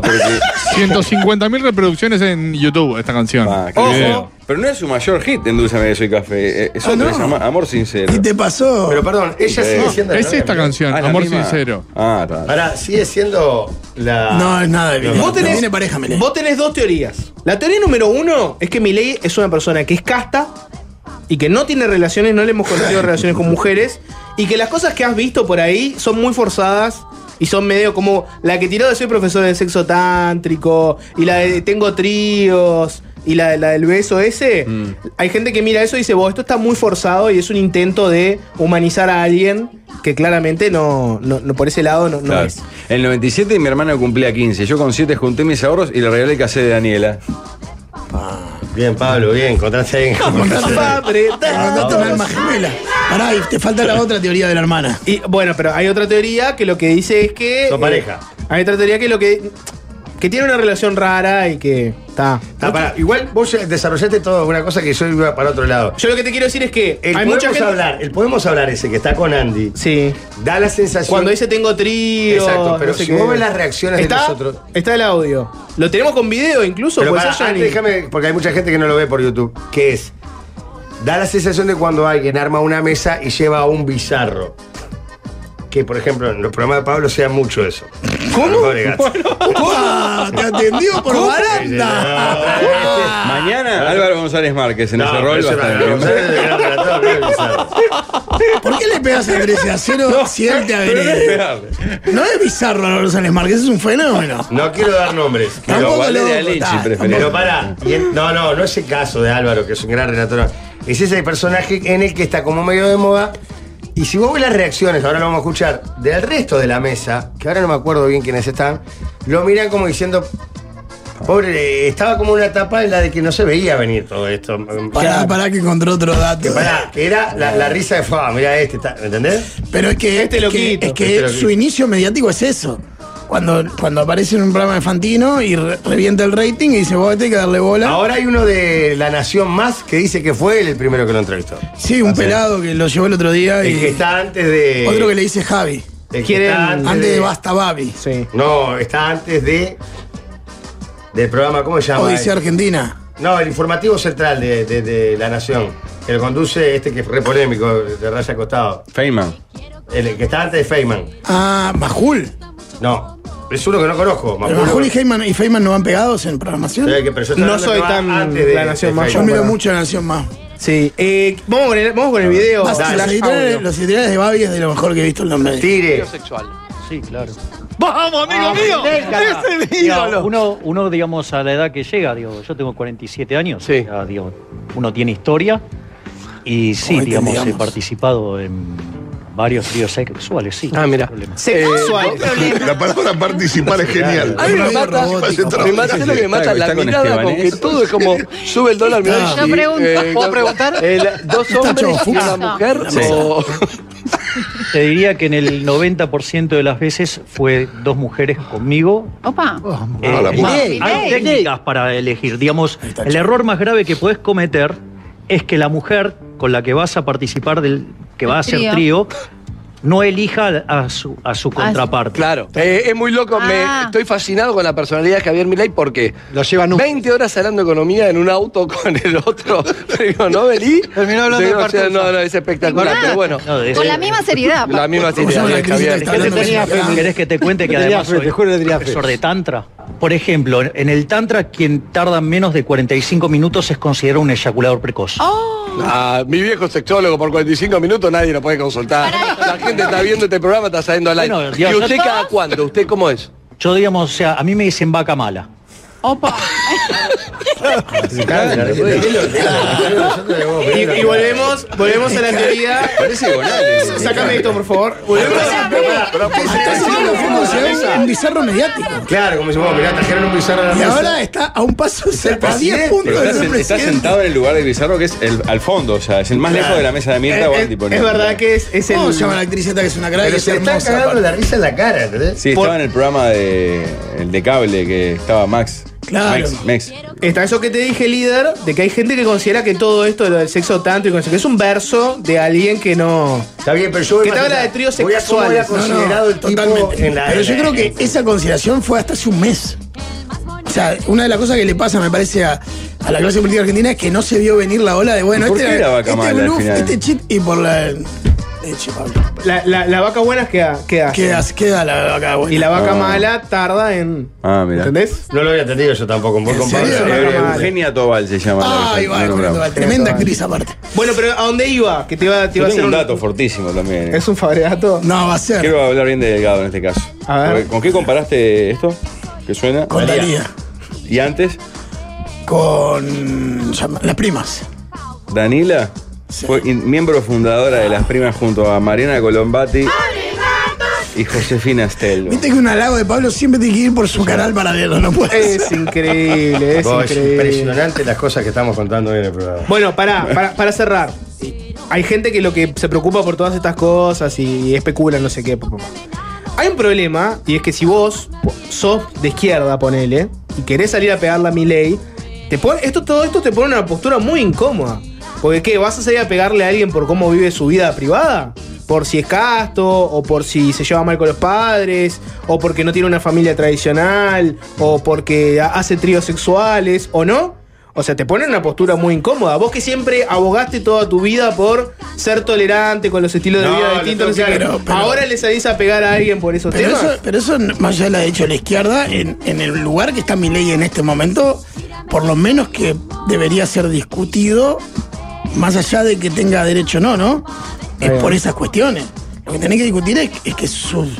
porque.
150.000 reproducciones en YouTube esta canción.
Ah, qué
Ojo.
video. Pero no es su mayor hit en Dulce Medio y Café. Eh, Es
Ah,
otro,
no.
es Ama- Amor Sincero.
¿Qué te pasó?
Pero perdón, ella sigue siendo.
Eh, Es
¿no?
esta canción,
Ah, es la
Amor
misma.
Sincero.
Ah, está.
Ahora, sigue siendo la.
no, es nada de vida.
Vos tenés,
Tiene pareja, Milei.
vos tenés dos teorías. La teoría número uno es que Milei es una persona que es casta y que no tiene relaciones, no le hemos conocido relaciones con mujeres y que las cosas que has visto por ahí son muy forzadas y son medio como la que tiró de soy profesor de sexo tántrico y la de tengo tríos y la, la del beso ese.
Mm.
Hay gente que mira eso y dice, vos, esto está muy forzado y es un intento de humanizar a alguien que claramente no, no- no- por ese lado no, no
Claro.
es.
En el 97 mi hermano cumplía 15. Yo con 7 junté mis ahorros y le regalé el cassette de Daniela.
Bien, Pablo, bien, encontraste ahí.
Padre,
Mandaste un alma gemela. Pará, y te falta la otra teoría de la hermana.
Y bueno, pero hay otra teoría que lo que dice es que.
Son pareja.
eh, hay otra teoría que lo que. que tiene una relación rara y que. Está.
Ah, pará, Igual vos desarrollaste toda una cosa que yo iba para otro lado.
Yo lo que te quiero decir es que
El
hay
podemos
mucha gente.
hablar, el podemos hablar ese que está con Andy,
Sí.
da la sensación.
Cuando dice tengo trío.
Exacto, pero
no sé
si
qué.
vos ves las reacciones de
está,
nosotros-
Está el audio. Lo tenemos con video incluso,
Pero
pues
pará,
eso ya
antes
ni-
déjame, porque hay mucha gente que no lo ve por YouTube, que es. Da la sensación de cuando alguien arma una mesa y lleva a un bizarro. Que, por ejemplo, en los programas de Pablo sea mucho eso. ¿Cómo? Bueno, Ah,
¡Upa! ¡Te atendió por baranda!
Mañana Álvaro González Márquez en ese rol. va a estar bien.
rol.
¿Por qué le pegas a Andrés Acero si él te
Pero no es
agrede?
pegarle.
No es bizarro a González Márquez, es un fenómeno.
No quiero dar nombres.
Tampoco
pero-
Valeria
loco,
Lynch,
ta,
preferente.
Pero para, y en- no, no, no es el caso de Álvaro, que es un gran relator. Es ese personaje en el que está como medio de moda. Y si vos ves las reacciones, ahora lo vamos a escuchar, del resto de la mesa, que ahora no me acuerdo bien quiénes están, lo miran como diciendo. Pobre, eh, estaba como una etapa en la de que no se veía venir todo esto.
Pará, pará que encontré otro
Que
dato.
pará, que era la, la risa de Faba, mira este, está- ¿entendés?
Pero es que,
Este
es
lo
que-
quito.
es que
Este lo quito.
su inicio mediático es eso. Cuando, cuando aparece en un programa de Fantino y re- revienta el rating y dice, vos este hay que darle bola.
Ahora hay uno de La Nación Más que dice que fue él el primero que lo entrevistó.
sí, un pelado que lo llevó el otro día y
El que está antes de.
otro que le dice Javi.
el que
Quieren-
está
Antes de Basta Babi.
Sí.
No, está antes de. Del programa, ¿cómo se llama?
Odisea Argentina.
No, el informativo central de, de- de La Nación. Que lo conduce este que es re polémico, de Raya Costado.
Feynman.
El que está antes de Feynman.
Ah, Majul.
No, es uno que no conozco.
Pero
Mapulo.
Majul y Feynman, y Feynman no van pegados en programación.
Pero el que- pero yo estoy
No
hablando
soy
que va
tan
antes de
La Nación
de
más
Yo
Feynman.
miro
bueno.
mucho a Nación Más.
Sí. Eh, vamos, con el, vamos con el video.
Ah,
slash
los,
audio.
editoriales, los editoriales de Babi es de lo mejor que he visto en los medios.
Tire.
sexual. Sí, claro.
¡Vamos, amigo mío! ¡Ese es mi
Ah, Digo,
ídolo!
uno, uno, digamos, a la edad que llega, digo, yo tengo 47 años,
Sí.
ya, digo, uno tiene historia y sí,
Joder,
digamos,
digamos.
he participado en varios tríos sexuales, sí.
Ah, mira.
no hay problema.
Sexual.
La palabra participar es genial.
Hay una vida robótica.
Concentrado.
Me mata, ¿sabes lo que me mata? La
Está con
mirada con que
¿eh?
Estebanés.
todo es como sube el dólar. mirá,
Yo
sí,
pregunto. ¿Puedo preguntar?
el- dos hombres y
Chofuca.
una mujer.
Sí.
o-
Te diría que en el 90% de las veces fue dos mujeres conmigo.
Opa.
Ah,
Eh,
la
es
puta.
más,
Ley,
hay
ley.
técnicas para elegir. Digamos,
está,
el
chico.
error más grave que puedes cometer es que la mujer con la que vas a participar del que va a hacer
trío.
trío no elija a su, a su contraparte.
Claro. Eh, es muy loco. me-
Ah.
estoy fascinado con la personalidad de Javier Milei porque lo lleva 20 horas hablando economía en un auto con el otro premio Nobel y.
Terminó hablando
Digo,
de
o sea,
Partenza.
no, no, es espectacular.
Ah.
Pero bueno.
No, de-
Con la misma seriedad.
La misma
¿Cómo se
idea,
llama este? la actriz
Javier.
que está hablando
¿Querés-
con ella?
¿Querés que te cuente que
Le tenía
además
fe,
soy
te juro que le tenía fe.
profesor de tantra? Por ejemplo, en- en el tantra quien tarda menos de 45 minutos es considerado un eyaculador precoz.
Ah, mi viejo sexólogo por 45 minutos nadie lo puede consultar. La gente está viendo este programa, está saliendo al aire.
Bueno, Dios,
¿Y usted
¿no?
cada cuándo? ¿Usted cómo es?
Yo digamos, o sea, a mí me dicen vaca mala.
Opa.
Eh,
Y, y volvemos, volvemos a la teoría.
Parece Gonales.
Sácame esto, por favor. Volvemos a
Está haciendo fútbol, se ve un bizarro mediático.
Claro, como si vos, mirá, trajeron un bizarro a la
Y
mesa.
ahora está a un paso, a 10
presidente,
puntos
Pero
de
está,
ser
sen- está
presidente.
sentado en el lugar de Bizarro que es el, al fondo, o sea, es el más lejos de la mesa de mierda.
Es,
Wandy,
es
ponele.
verdad que es, es el.
¿Cómo se llama la actriz esta que es una crack y
Pero
es
se está
hermosa?
cagando
aparte?
la risa en la cara, ¿entendés?
Sí,
Por-
estaba en el programa de, el de cable que estaba Max.
Claro.
Max, Max.
Está eso que te dije, líder, de que hay gente que considera que todo esto de lo del sexo tanto y con eso, que es un verso de alguien que no.
Está bien, pero yo voy
¿Qué tal
más
la
allá.
de tríos
Voy a cómo
sexuales?
era considerado el tipo
Totalmente.
en la-
Pero yo
en-
creo que esa consideración fue hasta hace un mes. O sea, una de las cosas que le pasa, me parece, a, a la clase política argentina es que no se vio venir la ola de, bueno,
¿Y por
este,
qué era vaca
este
mala al
bluff,
final?
este cheat, y por la... De hecho, Pablo,
La, la, la vaca buena queda, queda.
queda, queda la vaca buena.
Y la vaca
Ah.
mala tarda en.
Ah, mira.
¿Entendés?
No lo había entendido yo tampoco, muy compadre.
serio?
Eh,
Vaca mala.
Eugenia Tobal se llama. la
Ay,
que
va,
está en el programa.
tremenda actriz aparte.
Bueno, pero ¿a dónde iba? Que te iba, te
Yo
iba a
tengo
hacer
un dato fortísimo también. eh.
¿Es un fabregato?
No, va a ser.
Quiero hablar bien de Delgado en este caso.
A ver.
Porque, ¿Con qué comparaste esto? ¿Que suena?
Con Daría.
Y antes,
Con llama- las primas.
Danila fue in- miembro fundadora de Las Primas junto a Mariana Colombati
Ah.
y Josefina Stello.
Viste que un halago de Pablo siempre tiene que ir por su canal paralelo, no puede ser.
Es increíble, es
vos, es
increíble.
impresionante las cosas que estamos contando hoy en el programa.
Bueno, pará, para, para cerrar. Hay gente que lo que se preocupa por todas estas cosas y especula no sé qué. pa, pa, pa. Hay un problema, y es que si vos po- sos de izquierda, ponele, y querés salir a pegarla a Milei, te pon- esto, todo esto te pone en una postura muy incómoda. Porque qué, ¿vas a salir a pegarle a alguien por cómo vive su vida privada? Por si es casto, o por si se lleva mal con los padres, o porque no tiene una familia tradicional, o porque ha- hace tríos sexuales, o no. O sea, te ponen en una postura muy incómoda. Vos que siempre abogaste toda tu vida por ser tolerante con los estilos de
No,
vida
lo
distintos.
tengo
no sé qué.
claro, pero-
Ahora le salís a pegar a alguien por esos
Pero
temas.
eso, pero eso, más allá de la ha hecho la izquierda, en, en el lugar que está mi ley en este momento, por lo menos que debería ser discutido, más allá de que tenga derecho o no, ¿no? Es
bien.
por esas cuestiones. Lo que tenés que discutir es, es que, sus-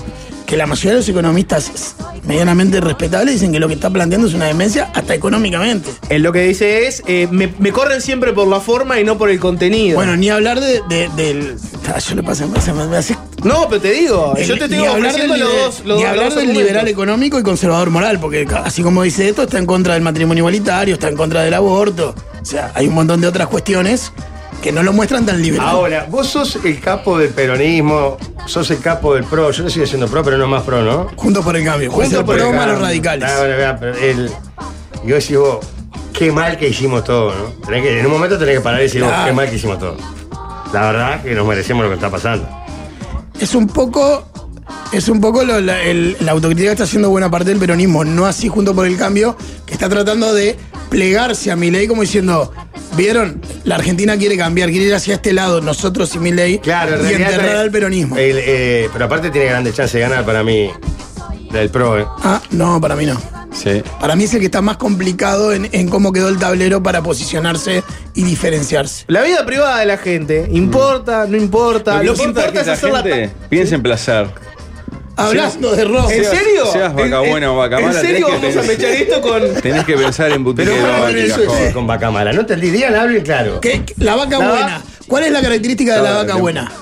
que la mayoría de los economistas s- medianamente respetables dicen que lo que está planteando es una demencia hasta económicamente.
Él lo que dice es, eh, me, me corren siempre por la forma y no por el contenido.
Bueno, ni hablar de, de- del... Ah, Yo le pasé, se me- me hace-
No, pero te digo, yo te
Ni
tengo
hablar
ofreciendo
del
los
liber-
dos. Los
ni
dos-
hablar
los
del
argumentos.
liberal económico y conservador moral, porque ca- así como dice esto, está en contra del matrimonio igualitario, está en contra del aborto. O sea, hay un montón de otras cuestiones que no lo muestran tan liberal.
Ahora, vos sos el capo del peronismo, sos el capo del pro. Yo no sigo siendo pro, pero no más pro, ¿no?
Juntos por el cambio. puede ser pro o malos radicales.
Ah, bueno, vea, pero el- y vos decís vos, qué mal que hicimos todo, ¿no? Tenés que, en un momento tenés que parar y decir, vos,
Claro.
qué mal que hicimos todo. La verdad que nos merecemos lo que está pasando.
Es un poco. Es un poco lo- la, el- la autocrítica que está haciendo buena parte del peronismo, no así junto por el cambio, que está tratando de plegarse a Milei como diciendo, ¿vieron? La Argentina quiere cambiar, quiere ir hacia este lado, nosotros y Milei,
Claro, en
y
realidad
enterrar
trae-
al peronismo.
El, eh, pero aparte tiene grandes chances de ganar para mí la del pro, ¿eh?
Ah, no, para mí no.
Sí.
Para mí es el que está más complicado en, en cómo quedó el tablero para posicionarse y diferenciarse.
La vida privada de la gente, ¿importa? ¿No importa? Lo que importa es hacer la...
gente piensa en plazar.
Hablando de rock.
¿En
Seas-
serio?
Seas vaca
¿En-
buena o vaca
¿En
mala.
serio
tenés que
vamos a
pensar-
mechar esto con...?
Tenés que pensar en
Pero
butiquero.
bueno, eso es con vaca mala. No entendí, digan, hablen claro.
¿Qué- qué- La vaca buena. ¿Cuál es la característica de la vaca buena?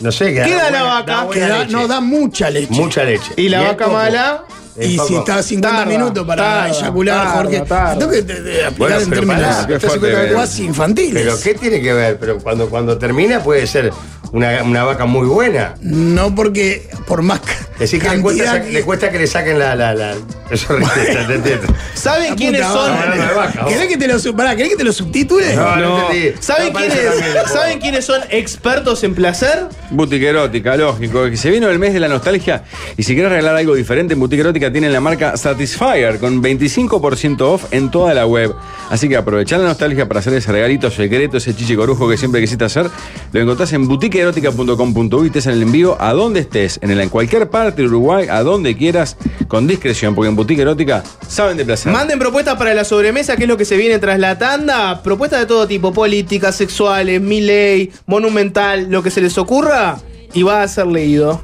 No sé, que da
¿Qué da
buena-
la vaca?
buena
Que da-
leche.
no, da mucha leche.
Mucha leche.
¿Y la
es
vaca
poco.
mala?
Es
y
poco.
si está 50
Tarda,
minutos para
tarda,
eyacular,
tarda,
Jorge.
tarda.
Tengo que te- te aplicar
Bueno,
en
pero
términos
pará,
Qué fuerte,
pero-
cuasi infantiles.
Pero ¿qué tiene que ver? Pero cuando, cuando termina puede ser una, una vaca muy buena.
No porque por más ca-
Decir que le cuesta,
cantidad
sa- le cuesta que le saquen la. la, la eso es horrible, ¿te entiendes?
¿Saben
La
quiénes
puta
son?
vaca.
No, no, no, vaca, vos.
¿Querés que te lo, su- pará, ¿querés que te lo subtitule?
No, no,
No.
entendí.
¿Saben,
No, para eso
quiénes,
también le puedo.
¿Saben quiénes son expertos en placer?
Boutique erótica, lógico. Que se vino el mes de la nostalgia y si quieres regalar algo diferente, en Boutique erótica tienen la marca Satisfyer con 25% off en toda la web. Así que aprovechar la nostalgia para hacer ese regalito secreto, ese chichi corujo que siempre quisiste hacer. Lo encontrás en boutiqueerótica.com.uy, estés en el envío a donde estés, en, el, en cualquier parte de Uruguay, a donde quieras, con discreción, porque en Boutique erótica saben de placer.
Manden propuestas para la sobremesa, que es lo que se viene tras la tanda. Propuestas de todo tipo, políticas, sexuales, mi ley, monumental, lo que se les ocurra, y va a ser leído.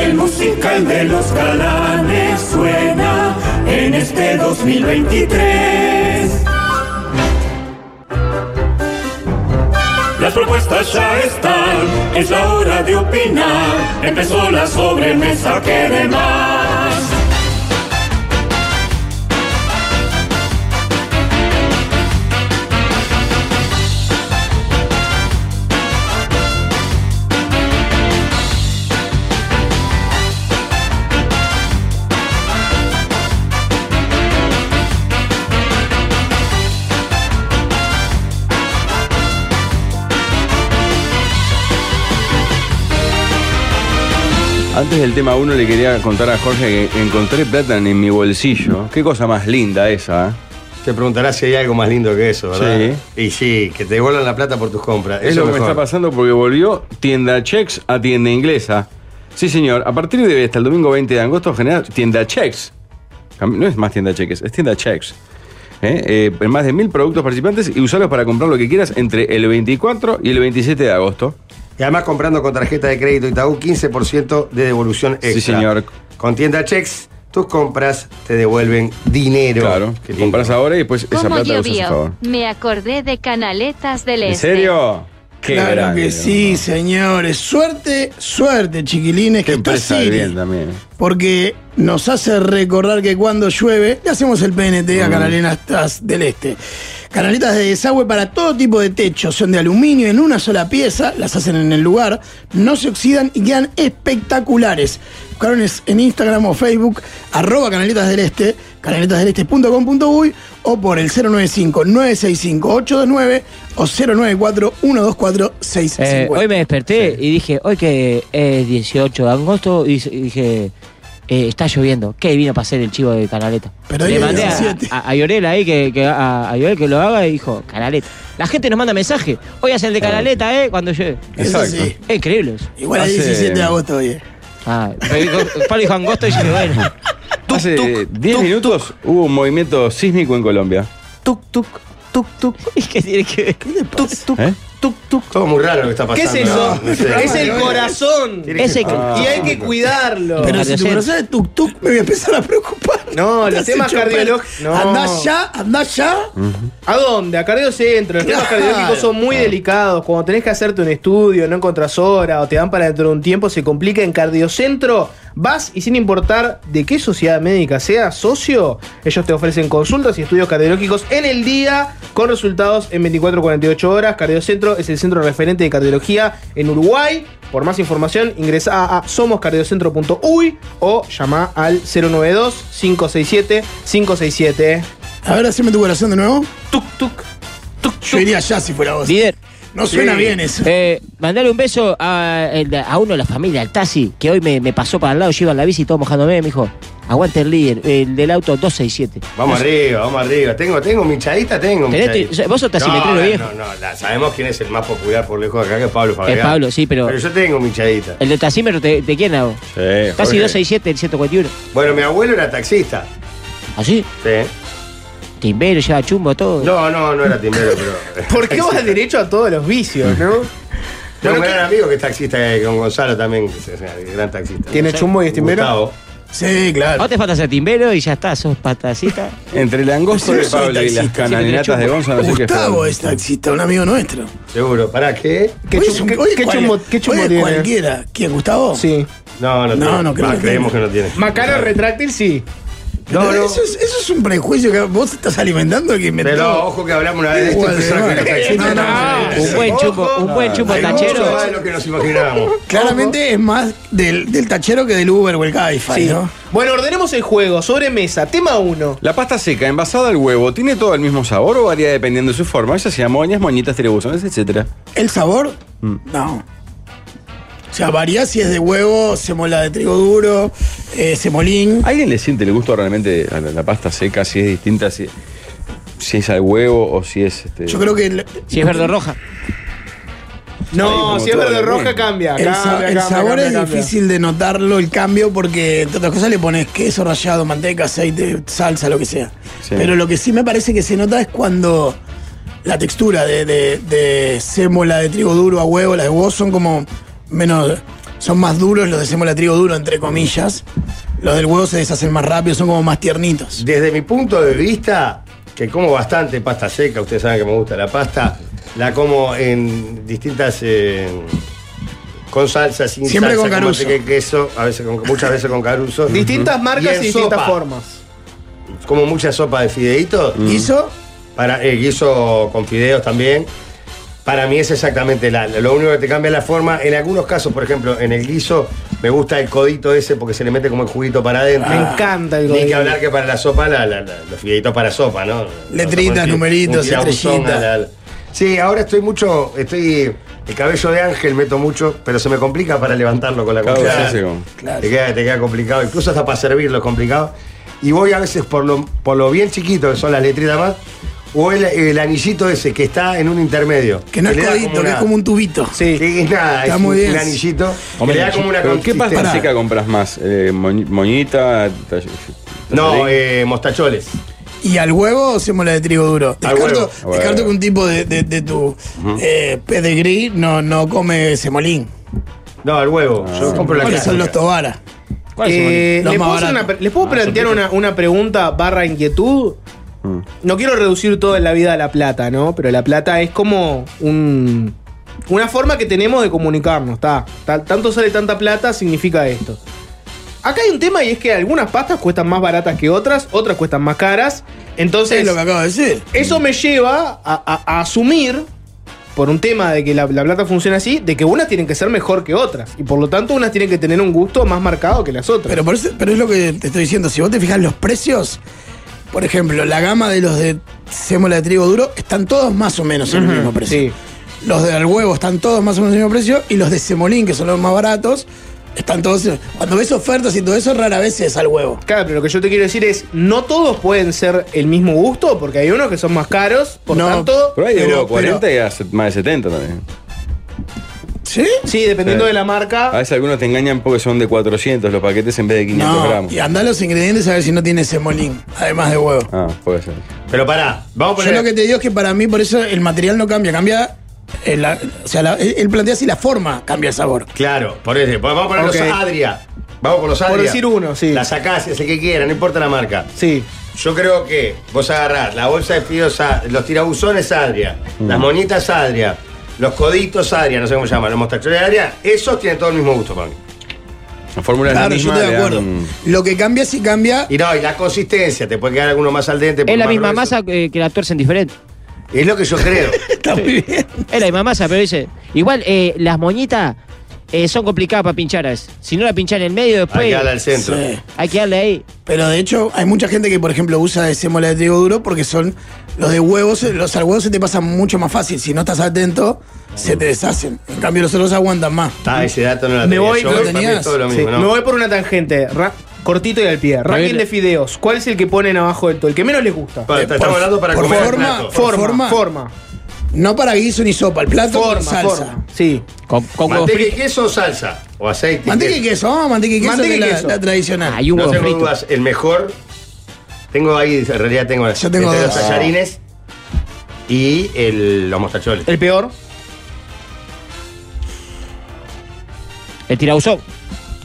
El musical de los galanes suena en este 2023. Las propuestas ya están, es la hora de opinar. Empezó la sobremesa que de más.
Antes del tema 1 le quería contar a Jorge que encontré plátano en mi bolsillo. Qué cosa más linda esa, ¿eh?
Te preguntarás si hay algo más lindo que eso, ¿verdad? Y sí, que te devuelvan la plata por tus compras.
Es
Eso
lo que me está pasando porque volvió tienda checks a tienda inglesa. Sí, señor. A partir de hoy hasta el domingo 20 de agosto genera tienda checks. Cam- No es más tienda cheques, es tienda checks. ¿Eh? Eh, en más de mil productos participantes y usarlos para comprar lo que quieras entre el 24 y el 27 de agosto.
Y además comprando con tarjeta de crédito Itaú, 15% de devolución extra.
Sí, señor.
Con tienda checks, tus compras te devuelven dinero.
Claro, que compras ahora y después esa
Como
plata la usas a favor.
llovió, me acordé de Canaletas del
¿En
Este.
serio? Qué
claro
grande,
que sí, señores. Suerte, suerte, chiquilines, que está
Empresa
Siri,
bien también.
Porque nos hace recordar que cuando llueve, le hacemos el PNT a Canaletas del Este. Canaletas de desagüe para todo tipo de techos, son de aluminio en una sola pieza, las hacen en el lugar, no se oxidan y quedan espectaculares. Buscaron es- en Instagram o Facebook, arroba Canaletas del Este, canaletasdeleste.com.uy o por el 095-965-829 o 094-124-650.
Eh, hoy me desperté y dije, hoy que es 18 de agosto, y s- y dije, eh, está lloviendo. ¿Qué vino para hacer el chivo de Canaleta?
Pero
Le
ahí
mandé a,
17.
a- a Llorel ahí que, que- a, a Llorel que lo haga y dijo, Canaleta. La gente nos manda mensaje. Hoy hacen el de Canaleta, ¿eh? Cuando llegue.
Eso Exacto. sí.
Es increíble eso.
Igual el
Eh, Hace-
17 de agosto, oye.
Ah, pero dijo- Pablo dijo angosto y yo digo, bueno.
Hace 10 minutos hubo un movimiento sísmico en Colombia.
¿Y qué tiene que ver? Tuc, tuc.
¿Eh?
Todo muy raro lo que está
¿Qué es
pasando.
eso?
No, no sé.
Es el corazón.
Tiene que- Es el-
y hay que cuidarlo.
Ah, Pero si tu corazón es tuk tuk, me voy a empezar a preocupar.
No,
Te
los
hace
temas
chopar.
cardiológicos. No.
Andá ya, ¿ah? andá ya.
¿A dónde? A cardiocentro. Los temas
Claro.
cardiológicos son muy delicados. Cuando tenés que hacerte un estudio, no encontrás hora o te dan para dentro de un tiempo, se complica. En cardiocentro vas y sin importar de qué sociedad médica seas socio, ellos te ofrecen consultas y estudios cardiológicos en el día con resultados en 24 48 horas. Cardiocentro es el centro referente de cardiología en Uruguay. Por más información, ingresa a somoscardiocentro.uy o llama al 092 567 567.
A ver, haceme tu corazón de nuevo. Tuk, tuk, tuk. Yo iría ya si fuera vos.
Líder.
No suena bien eso.
Eh, mandale un beso a, el- a uno de la familia, al Tasi, que hoy me, me pasó para el lado, yo iba en la bici y todo mojándome, me dijo, aguante el líder, el del auto 267.
Vamos
No sé.
arriba, vamos arriba. Tengo, tengo mi chadita, tengo mi
Tenés
chadita.
tu- so- vos sos taximetrero
no,
viejo.
No, no, la- sabemos quién es el más popular por lejos acá que es Pablo Fabregat.
Es Pablo, sí, pero-
Pero yo tengo mi chadita.
El de Tasímetro, ¿de, de quién hago?
Sí,
Tasi 267, el 141.
Bueno, mi abuelo era taxista.
¿Así?
Sí.
¿Ah, Timbero, lleva chumbo, todo.
No, no, no era timbrero, pero.
¿Por qué vas derecho a todos los vicios, no?
Tengo un gran amigo que es taxista eh, con Gonzalo también, que es, eh, gran taxista.
¿Tiene chumbo y es timbero?
Gustavo.
Sí, claro.
Vos te falta ser timbero y ya está, sos patacita.
Entre el angosto de
Yo soy
Pablo y las
taxista,
canalinatas de Gonzalo, no sé qué
Gustavo
fue.
es taxista, un amigo nuestro.
Seguro. ¿Para qué?
Hoy es un- hoy
qué
cual-
chumbo- qué chumbo
hoy es
tiene?
cualquiera. ¿Quién, Gustavo?
Sí.
No, no,
No,
tiene.
no creo
Va,
que
Ah, creemos que no tiene.
Macano retráctil, sí.
No, no. Eso, es, eso es un prejuicio que vos estás alimentando que inventó.
Pero ojo que hablamos una vez de este esto,
Igual,
empezaron
igual.
con los
No,
taxistas.
no,
Ojo.
Un buen chumbo, un buen chumbo
Hay
tachero.
mucho más de lo que nos imaginábamos.
Claramente es más del, del tachero que del Uber o el Cabify,
Sí.
¿no?
Bueno, ordenemos el juego. Sobre mesa, tema 1.
La pasta seca envasada al huevo, ¿tiene todo el mismo sabor o varía dependiendo de su forma? Ya sea moñas, moñitas, trebuzones, etc.
¿El sabor?
Mm.
No. O sea, varía si es de huevo, semola de trigo duro, eh, semolín.
¿Alguien le siente el gusto realmente a la, la pasta seca? Si es distinta, si, si es al huevo o si es... Este,
Yo creo que. el-
Si es verde o roja.
No,
como
si es
todo
verde
lo
roja,
mismo.
cambia.
El, sa-
cambia,
el
cambia,
sabor
cambia,
es
cambia.
difícil de notarlo, el cambio, porque entre otras cosas le pones queso rallado, manteca, aceite, salsa, lo que sea.
Sí.
Pero lo que sí me parece que se nota es cuando la textura de, de, de sémola de trigo duro a huevo, las de huevo son como menos. Son más duros los de sémola de trigo duro, entre comillas. Los del huevo se deshacen más rápido, son como más tiernitos.
Desde mi punto de vista, que como bastante pasta seca, ustedes saben que me gusta la pasta, la como en distintas. eh, con salsa, sin
Siempre
salsa,
con Caruso.
manteca y queso, a veces con- muchas veces con caruso.
Distintas
Ujú.
marcas
en
y distintas
sopa,
formas.
Como mucha sopa de fideitos.
Mm.
¿Guiso?
Para, eh, guiso con fideos también. Para mí es exactamente la, lo único que te cambia es la forma. En algunos casos, por ejemplo, en el guiso me gusta el codito ese porque se le mete como el juguito para adentro.
Me encanta el
Ni que
godín.
hablar que para la sopa, la- la- la- los fideitos para sopa, ¿no?
Letritas,
Un
numeritos,
tirabuzón
estrellitas.
a la- Sí, ahora estoy mucho, estoy, el cabello de ángel meto mucho, pero se me complica para levantarlo con la
Claro,
cuchara.
sí, sí, como-
Claro.
Te, queda, te queda complicado, incluso hasta para servirlo es complicado. Y voy a veces por lo, por lo bien chiquito que son las letritas más, o el, el anillito ese que está en un intermedio.
Que no es
le da
codito,
como
que es
una-
como un tubito.
Sí.
que es nada,
Está
es
muy
un,
bien.
un anillito. que
Hombre,
le da como una
¿pero ¿Qué pasta
consistencia.
seca compras más? Eh, moñ- ¿Moñita? tall-
No,
tallarín?
eh, mostacholes.
¿Y al huevo o sémola de trigo duro?
Al
Descarto,
huevo.
Al
descarto
huevo.
que un tipo de, de- de tu eh, pedigrí no, no come semolín.
No, al huevo. Yo compro la
¿Cuáles son
clásica.
los tobara?
¿Cuál es el moñito?
Eh,
Los
¿les,
más
puedo hacer
baratos.
una- les puedo plantear una, una pregunta barra inquietud? No quiero reducir todo en la vida a la plata, ¿no? Pero la plata es como un, una forma que tenemos de comunicarnos, ¿está? Ta- Tanto sale tanta plata, significa esto. Acá hay un tema y es que algunas pastas cuestan más baratas que otras, otras cuestan más caras. Entonces,
Es lo que acabo de decir.
eso me lleva a, a- a asumir, por un tema de que la, la plata funciona así, de que unas tienen que ser mejor que otras. Y por lo tanto, unas tienen que tener un gusto más marcado que las otras.
Pero, por eso- pero es lo que te estoy diciendo. Si vos te fijas los precios, por ejemplo, la gama de los de sémola de trigo duro están todos más o menos en el mismo precio.
Sí.
Los de al huevo están todos más o menos en el mismo precio. Y los de semolín, que son los más baratos, Están todos. Cuando ves ofertas y todo eso, rara vez es al huevo.
Claro, pero lo que yo te quiero decir es, no todos pueden ser el mismo gusto, porque hay unos que son más caros, por tanto...
Pero hay de 40 y a se- más de 70 también.
¿Sí?
Sí, dependiendo
Sí.
de la marca.
A veces algunos te engañan porque son de 400 los paquetes en vez de 500
No,
gramos.
y anda a los ingredientes a ver si no tiene semolín, además de huevo.
Ah, puede ser.
Pero pará, vamos a
Yo
poner.
lo que te digo es que para mí, por eso el material no cambia, cambia. eh, la- o sea, la- él él plantea si la forma cambia el sabor.
Claro, por eso. Vamos a poner
Ok.
los Adria. Vamos con los
Por
Adria.
decir
uno, sí.
La sacás, es el que quiera, no importa la marca.
Sí.
Yo creo que vos agarrás la bolsa de fideos, a- los tirabuzones Adria,
Mm.
las moñitas Adria, los coditos Adria, no sé cómo se llaman, los mostachones Adria, esos tienen todo el mismo gusto para mí.
La fórmula
es la
Claro, yo
misma,
estoy de
le
acuerdo.
eh,
dan
Lo que cambia si cambia.
Y no, y la consistencia, te puede quedar alguno más al dente.
Es la misma
masa.
masa eh, que la tuercen diferente.
Es lo que yo creo.
Está muy bien. Es la misma masa, pero dice. Igual, eh, las moñitas eh, son complicadas para pinchar a veces. Si no la pinchan en el medio, después.
Hay que darle al centro. Sí.
Hay que darle ahí.
Pero de hecho, hay mucha gente que, por ejemplo, usa de sémola de trigo duro porque son los de huevos, los al huevo se te pasan mucho más fácil. Si no estás atento, se te deshacen. En cambio, los otros aguantan más.
Ah, ese dato no lo
Me
tenía.
voy,
Yo
me-
para mí es todo lo mismo,
Sí,
¿no?
me voy por una tangente, ra- cortito y al pie. Ranking
ver.
de fideos. ¿Cuál es el que ponen abajo del todo? El que menos les gusta.
Pa- estamos hablando para comer
forma,
plato. Por
forma,
Eh, forma.
forma,
No para guiso ni sopa, el plato
Forma,
con salsa.
forma. Sí.
Con,
Manteca y queso o salsa. O aceite.
Manteca y queso, vamos, manteca y queso,
Manteca
que es
y
la-
queso.
La, tradicional.
no tengo dudas, el mejor. Tengo ahí, en realidad tengo,
Yo tengo
entre
dos.
Este, los tallarines y el, los mostacholes.
El peor.
El tirabuzón.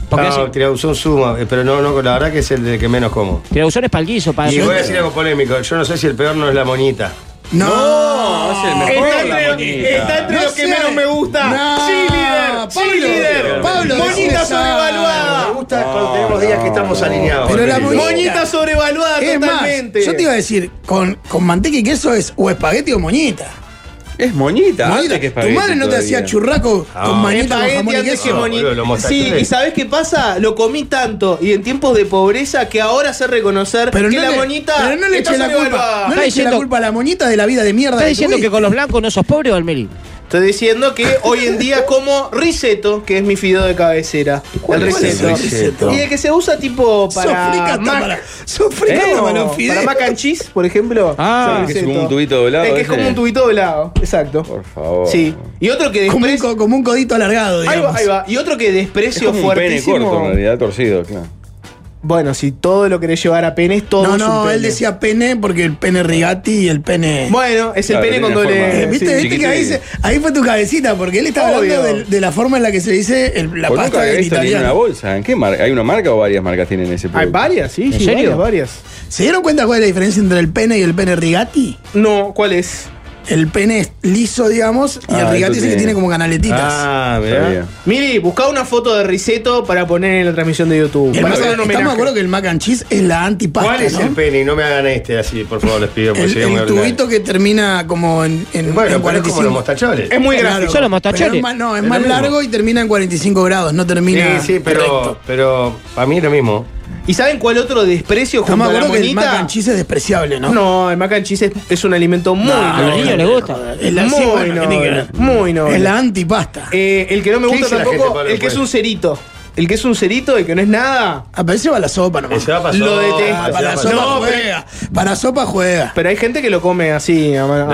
Porque
No,
así-
tirabuzón suma, eh, pero no, no, la verdad que es el del que menos como.
Tirabuzón es para el guiso, para
Y voy a decir algo polémico, yo no sé si el peor no es la moñita.
No,
Oh, es el mejor.
Está
la
entre-
moñita.
está entre los que menos me gusta.
No,
sí, líder. sí,
Pablo,
líder.
Pablo,
Moñita
decime,
sobrevaluada.
Me gusta cuando tenemos días que estamos alineados.
Pero la moñita,
Moñita sobrevaluada
Es más,
totalmente.
yo te iba a decir, con, con manteca y queso es o espagueti o moñita.
Es moñita.
Moñita.
antes que
tu
espagueti
madre no te
todavía. Ah.
hacía churraco con manita con jamón
Espagueti
y
antes que
queso.
moñita.
Ah. boludo, lo
Sí,
mostacholes.
y ¿sabés qué pasa? Lo comí tanto y en tiempos de pobreza que ahora sé reconocer
Pero
que
no,
la
le,
moñita.
pero no le
está
eché la culpa.
sobrevaluada.
No le eché la culpa a la moñita de la vida de mierda.
¿Estás
que
diciendo que
tuviste.
con los blancos no sos pobre o Almeri?
Estoy diciendo que hoy en día como riseto, que es mi fideo de cabecera. El
es
riseto.
el risotto?
Y el que se usa tipo para
Sofricata
mac,
para- sofricata
¿Eh?
para los
No,
fideos.
para mac and cheese, por ejemplo.
Ah,
es el
que es
risotto.
como un tubito doblado.
El que es
ese.
como un tubito doblado, exacto.
Por favor.
Sí. Y otro que
Como un,
desprecio.
co- como un codito alargado,
Ahí
digamos.
va, ahí va. Y otro que
Es
desprecio
como un pene
fuertísimo.
corto, en realidad, torcido, claro.
Bueno, si todo lo querés llevar a pene, es todo.
No,
es un
no,
pene.
él decía pene porque el pene rigati y el pene.
Bueno, es el
Claro,
pene
tiene
con
una forma.
doble.
Eh, ¿Viste,
sí.
viste que ahí, se- ahí fue tu cabecita, porque él estaba
Obvio.
hablando del- de, la forma en la que se dice el- la pasta
Porque Pues nunca había
en
visto ni en una
italiano.
bolsa. ¿En qué marca? ¿Hay una marca o varias marcas tienen ese
Hay
producto?
varias, sí,
¿En
sí, varias,
serio?
varias.
¿Se dieron cuenta cuál es la diferencia entre el pene y el pene rigati?
No, ¿cuál es?
El pene es liso, digamos, y
Ah,
el rigati
esto
es el que
tiene-
tiene como canaletitas.
Ah,
Sabía.
mirá.
Miri, buscá una foto de Riseto para poner en la transmisión de YouTube.
El
Para
mac-
hacer un
estamos de
homenaje.
acuerdo que el mac and cheese es la antipasta,
¿Cuál es
¿no?
el pene? Y No me hagan este así, por favor, les pido,
pues,
porque
El-
sería
el
muy ordinario.
tubito que termina como en, en,
Bueno,
en
pero es como
45.
los mostacholes.
Es muy grande.
Claro,
Son los mostacholes.
pero es más- no, es
Es
más
lo mismo.
largo y termina en 45 grados, no termina.
Sí, sí, pero,
recto.
pero para mí es lo mismo.
¿Y saben cuál otro desprecio junto
Estamos
a
de
la
acuerdo que el mac
monita?
and cheese es despreciable, ¿no?
No, el mac and cheese es, es un alimento muy
A los niños les gusta.
Es la,
Muy
sí, bueno, ¿qué tiene que ver?
noble, muy noble.
Es la antipasta.
Eh, el que no me
¿Qué
gusta
dice la
tampoco,
gente, Pablo,
el que es
pues?
un
después?
cerito. El que es un cerito, el que no es nada.
Aparece para la sopa
Eh,
nomás.
Se va a pasar.
Lo detesto.
Ah, para
se va
la
pa'
sopa
sopa.
No,
juega. Para sopa juega.
Pero hay gente que lo come así. a ma- a-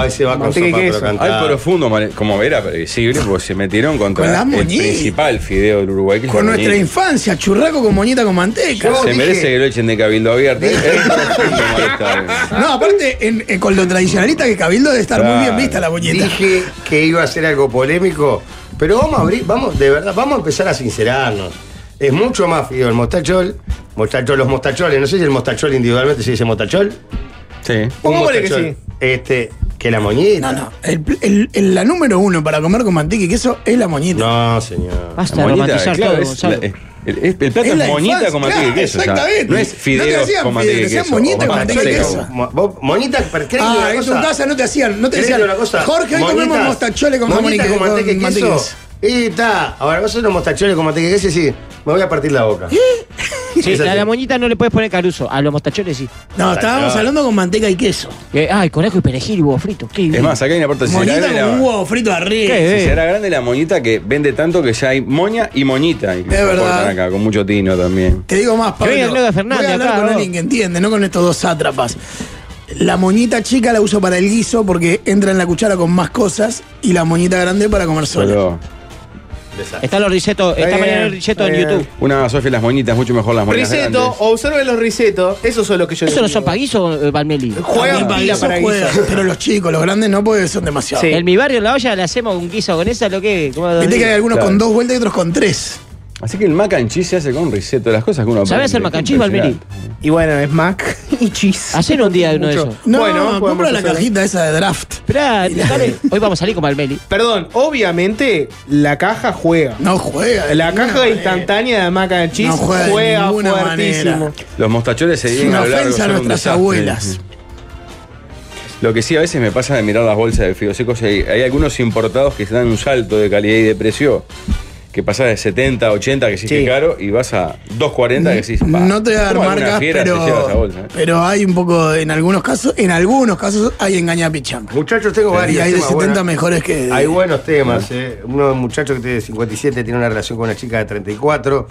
No, ese va con
manteca y
sopa, pero
queso.
cantar.
Hay profundo, mare- como era previsible, porque se metieron
Con
contra
las
el
moñitas.
principal fideo del Uruguay. Que es
Con
la
nuestra
moñita.
infancia, churraco con moñita con manteca.
Yo
Se
dije-
merece que lo echen de cabildo abierto. ¿eh? Es profundo, malestar.
No, aparte, en- en- con lo tradicionalista que Cabildo debe estar muy bien
Claro.
vista la moñita.
Dije que iba a ser algo polémico, pero vamos a abrir, vamos, de verdad, vamos a empezar a sincerarnos. Es mucho más fideo el mostachol, mostachol, los mostacholes, no sé si el mostachol individualmente se dice mostachol.
Sí.
un
Pongámosle que
mostachol,
sí.
Este, que la moñita.
No, no. el- el- el- la número uno para comer con manteca y queso es la moñita.
No, señor.
Basta
La
de
moñita,
romantizar
claro,
todo,
es la-
Gonzalo.
es- el, es- el plato
Es la
es moñita
infancia,
con manteca y
claro,
queso. o sea,
exactamente.
no es
No te
fideo
hacían
con manteca y
fideos,
queso.
hacían moñita
o
con manteca y
manteca.
queso.
Mo- vos- Moñita, pero ¿querés que
Ah,
diga
en tu
una cosa?
casa no te hacían, no te
¿Querés que
decían.
diga una cosa?
Jorge, hoy comemos
Moñitas,
mostacholes con jamón y
moñitas
que-
con manteca y queso. Y está. Ahora vas a hacer unos mostacholes con manteca y queso y sí, me voy a partir la boca.
Sí,
Es
a
así.
la moñita no le puedes poner caruso, a los mostachones sí.
No, estábamos hablando con manteca y queso.
ay, conejo y perejil, huevo frito. qué
Es
divino.
más, acá hay una puerta de
Moñita
grande.
con
la-
un huevo frito arriba.
Si será grande la moñita que vende tanto que ya hay moña y moñita. incluso,
Es verdad.
cortan acá, con mucho tino también.
Te digo más,
Que
Pablo.
venga el Noga Fernández
voy a hablar
acá,
con
vos.
alguien que entiende, no con estos dos sátrapas. La moñita chica la uso para el guiso porque entra en la cuchara con más cosas y la moñita grande para comer sola.
Están los risetos, está mañana el riseto en YouTube.
Una Sofía las moñitas, mucho mejor las moñitas.
Riseto,
grandes.
observen los risetos. Esos son los que yo
¿Eso no
digo.
son paguisos, eh, Valmeli?
Juegan
Para
pila
guiso
para guiso.
juega, pero los chicos, los grandes no porque son demasiados.
En mi barrio, en la olla, le hacemos un guiso con esa, lo que. como dos
Viste que hay
días.
algunos con dos vueltas y otros con tres.
Así que el mac and cheese se hace con riseto, las cosas que uno
¿Sabés
aprende,
hacer mac and cheese,
impresionante.
Y bueno, es Mac y cheese.
Hacer un día uno de esos.
No,
Bueno,
bueno,
podemos
compra la
hacer.
cajita esa de draft.
Esperá, dale, hoy vamos a salir con Valmeli.
Perdón, obviamente la caja juega.
No juega. de
La
ninguna
caja
manera.
instantánea de mac and cheese
No juega
juega,
de ninguna
fuertísimo.
manera.
Los mostachones se
Es
vienen
una
a lo largo,
ofensa a
son un
nuestras
desastre.
abuelas.
Lo que sí a veces me pasa de mirar las bolsas de fideos secos, hay, hay algunos importados que se dan un salto de calidad y de precio, que pasa de 70 a 80, que sí que es caro, y vas a 2.40, que decís, pa,
No te voy a dar
¿cómo alguna
marcas,
fiera se lleva esa
pero,
bolsa, eh?
pero hay un poco, en algunos casos, en algunos casos hay engaña pichanga.
Muchachos, tengo varios.
Y hay de
temas
70
buenos.
mejores que.
Hay buenos temas. eh. Uno de un muchacho que tiene 57 tiene una relación con una chica de 34.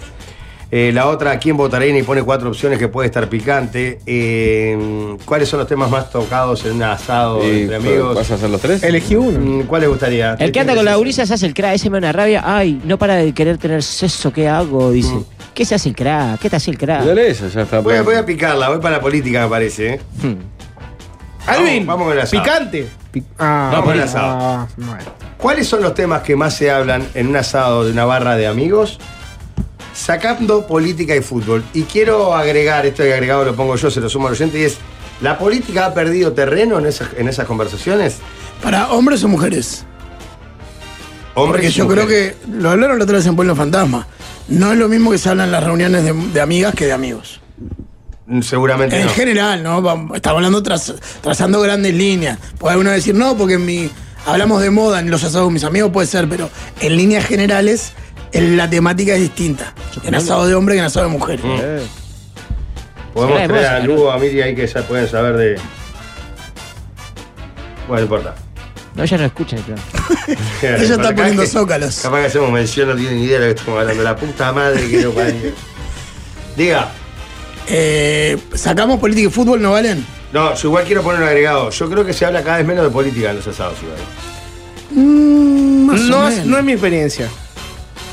Eh, la otra, ¿a quién votaré? Y pone cuatro opciones que puede estar picante. Eh, ¿Cuáles son los temas más tocados en un asado
Y,
entre amigos?
¿Vas a hacer los tres?
Elegí
uno. ¿Cuál les gustaría?
El que anda con la gurisa se hace el cra, ese me da una rabia. Ay, no para de querer tener sexo, ¿qué hago? Dice. ¿Qué se hace el cra? ¿Qué te hace el cra?
Dale esa, ya está. pues.
Voy a, voy a picarla, voy para la política, me parece. eh.
Hmm. Alvin,
vamos con el asado.
picante. Pic- ah,
Vamos con el
ah,
asado.
bueno.
¿Cuáles son los temas que más se hablan en un asado de una barra de amigos? Sacando política y fútbol. Y quiero agregar, esto de agregado lo pongo yo, se lo sumo al oyente, y es, ¿la política ha perdido terreno en esas, en esas conversaciones?
¿Para hombres o mujeres?
Hombres
Porque
y
yo
mujeres.
creo que lo hablaron la otra vez en Pueblo Fantasma. No es lo mismo que se hablan en las reuniones de, de amigas que de amigos.
Mm, Seguramente
En
no.
general, ¿no? Vam- Estamos hablando tras- trazando grandes líneas. Puede alguno decir, no, porque en mi, hablamos de moda en los asados de mis amigos, puede ser, pero en líneas generales el- la temática es distinta. En asado de hombre que en asado de mujer.
Mm.
Mm.
Podemos
Eh. Sí,
traer
vos,
a Lugo, a Miri ahí que ya pueden saber de... Bueno, no importa.
No, ya no escuchan el cra.
Ella
está poniendo zócalos.
Capaz que hacemos mención, no tienen idea de lo que estamos hablando. La puta madre que no parió. Diga.
Eh, ¿Sacamos política y fútbol? ¿No valen?
No, yo igual quiero poner un agregado. Yo creo que se habla cada vez menos de política en los asados igual.
Mm.
más o
no, es,
menos.
no es mi experiencia.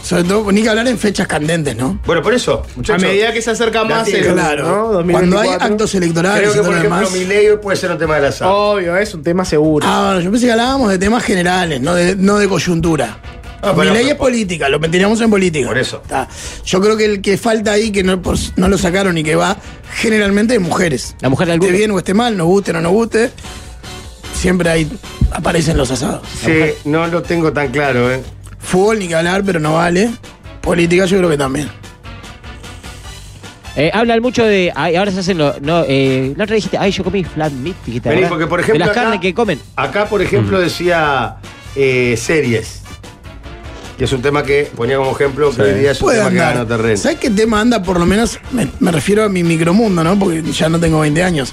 Sobre todo, ni que hablar en fechas candentes, ¿no?
Bueno, por eso,
A
muchachos.
medida que se acerca
la
más
tiene,
el
claro.
¿no? 2024.
Cuando hay actos electorales
Creo que,
y todo
por
lo
ejemplo,
demás.
mi ley hoy puede ser un tema del asado.
Obvio, es un tema seguro.
Ah, bueno, yo pensé que hablábamos de temas generales, no de, no de coyuntura.
Ah,
mi
pero-
ley es política, lo meteríamos en política.
Por eso.
Está. Yo creo que el que falta ahí, que no, por- no lo sacaron y que va generalmente es mujeres.
La mujer de
Esté
alguno.
bien o esté mal, nos guste o no nos guste, siempre ahí aparecen los asados.
Sí, no lo tengo tan claro, ¿eh?
Fútbol ni que hablar, pero no vale. Política yo creo que también.
Eh, hablan mucho de. ay, ahora se hacen lo. No, eh, la otra dijiste, ay, yo comí flat meat, dijiste.
Vení,
¿verdad?
porque, por
De
ejemplo,
las
acá-
carnes que comen. Mm.
Acá, por ejemplo, decía eh, series. Que es un tema que ponía como ejemplo que hoy día es un
Puede
tema que
andar.
gana terreno.
¿Sabes qué tema anda? Por lo menos me, me refiero a mi micromundo, ¿no? Porque ya no tengo 20 años.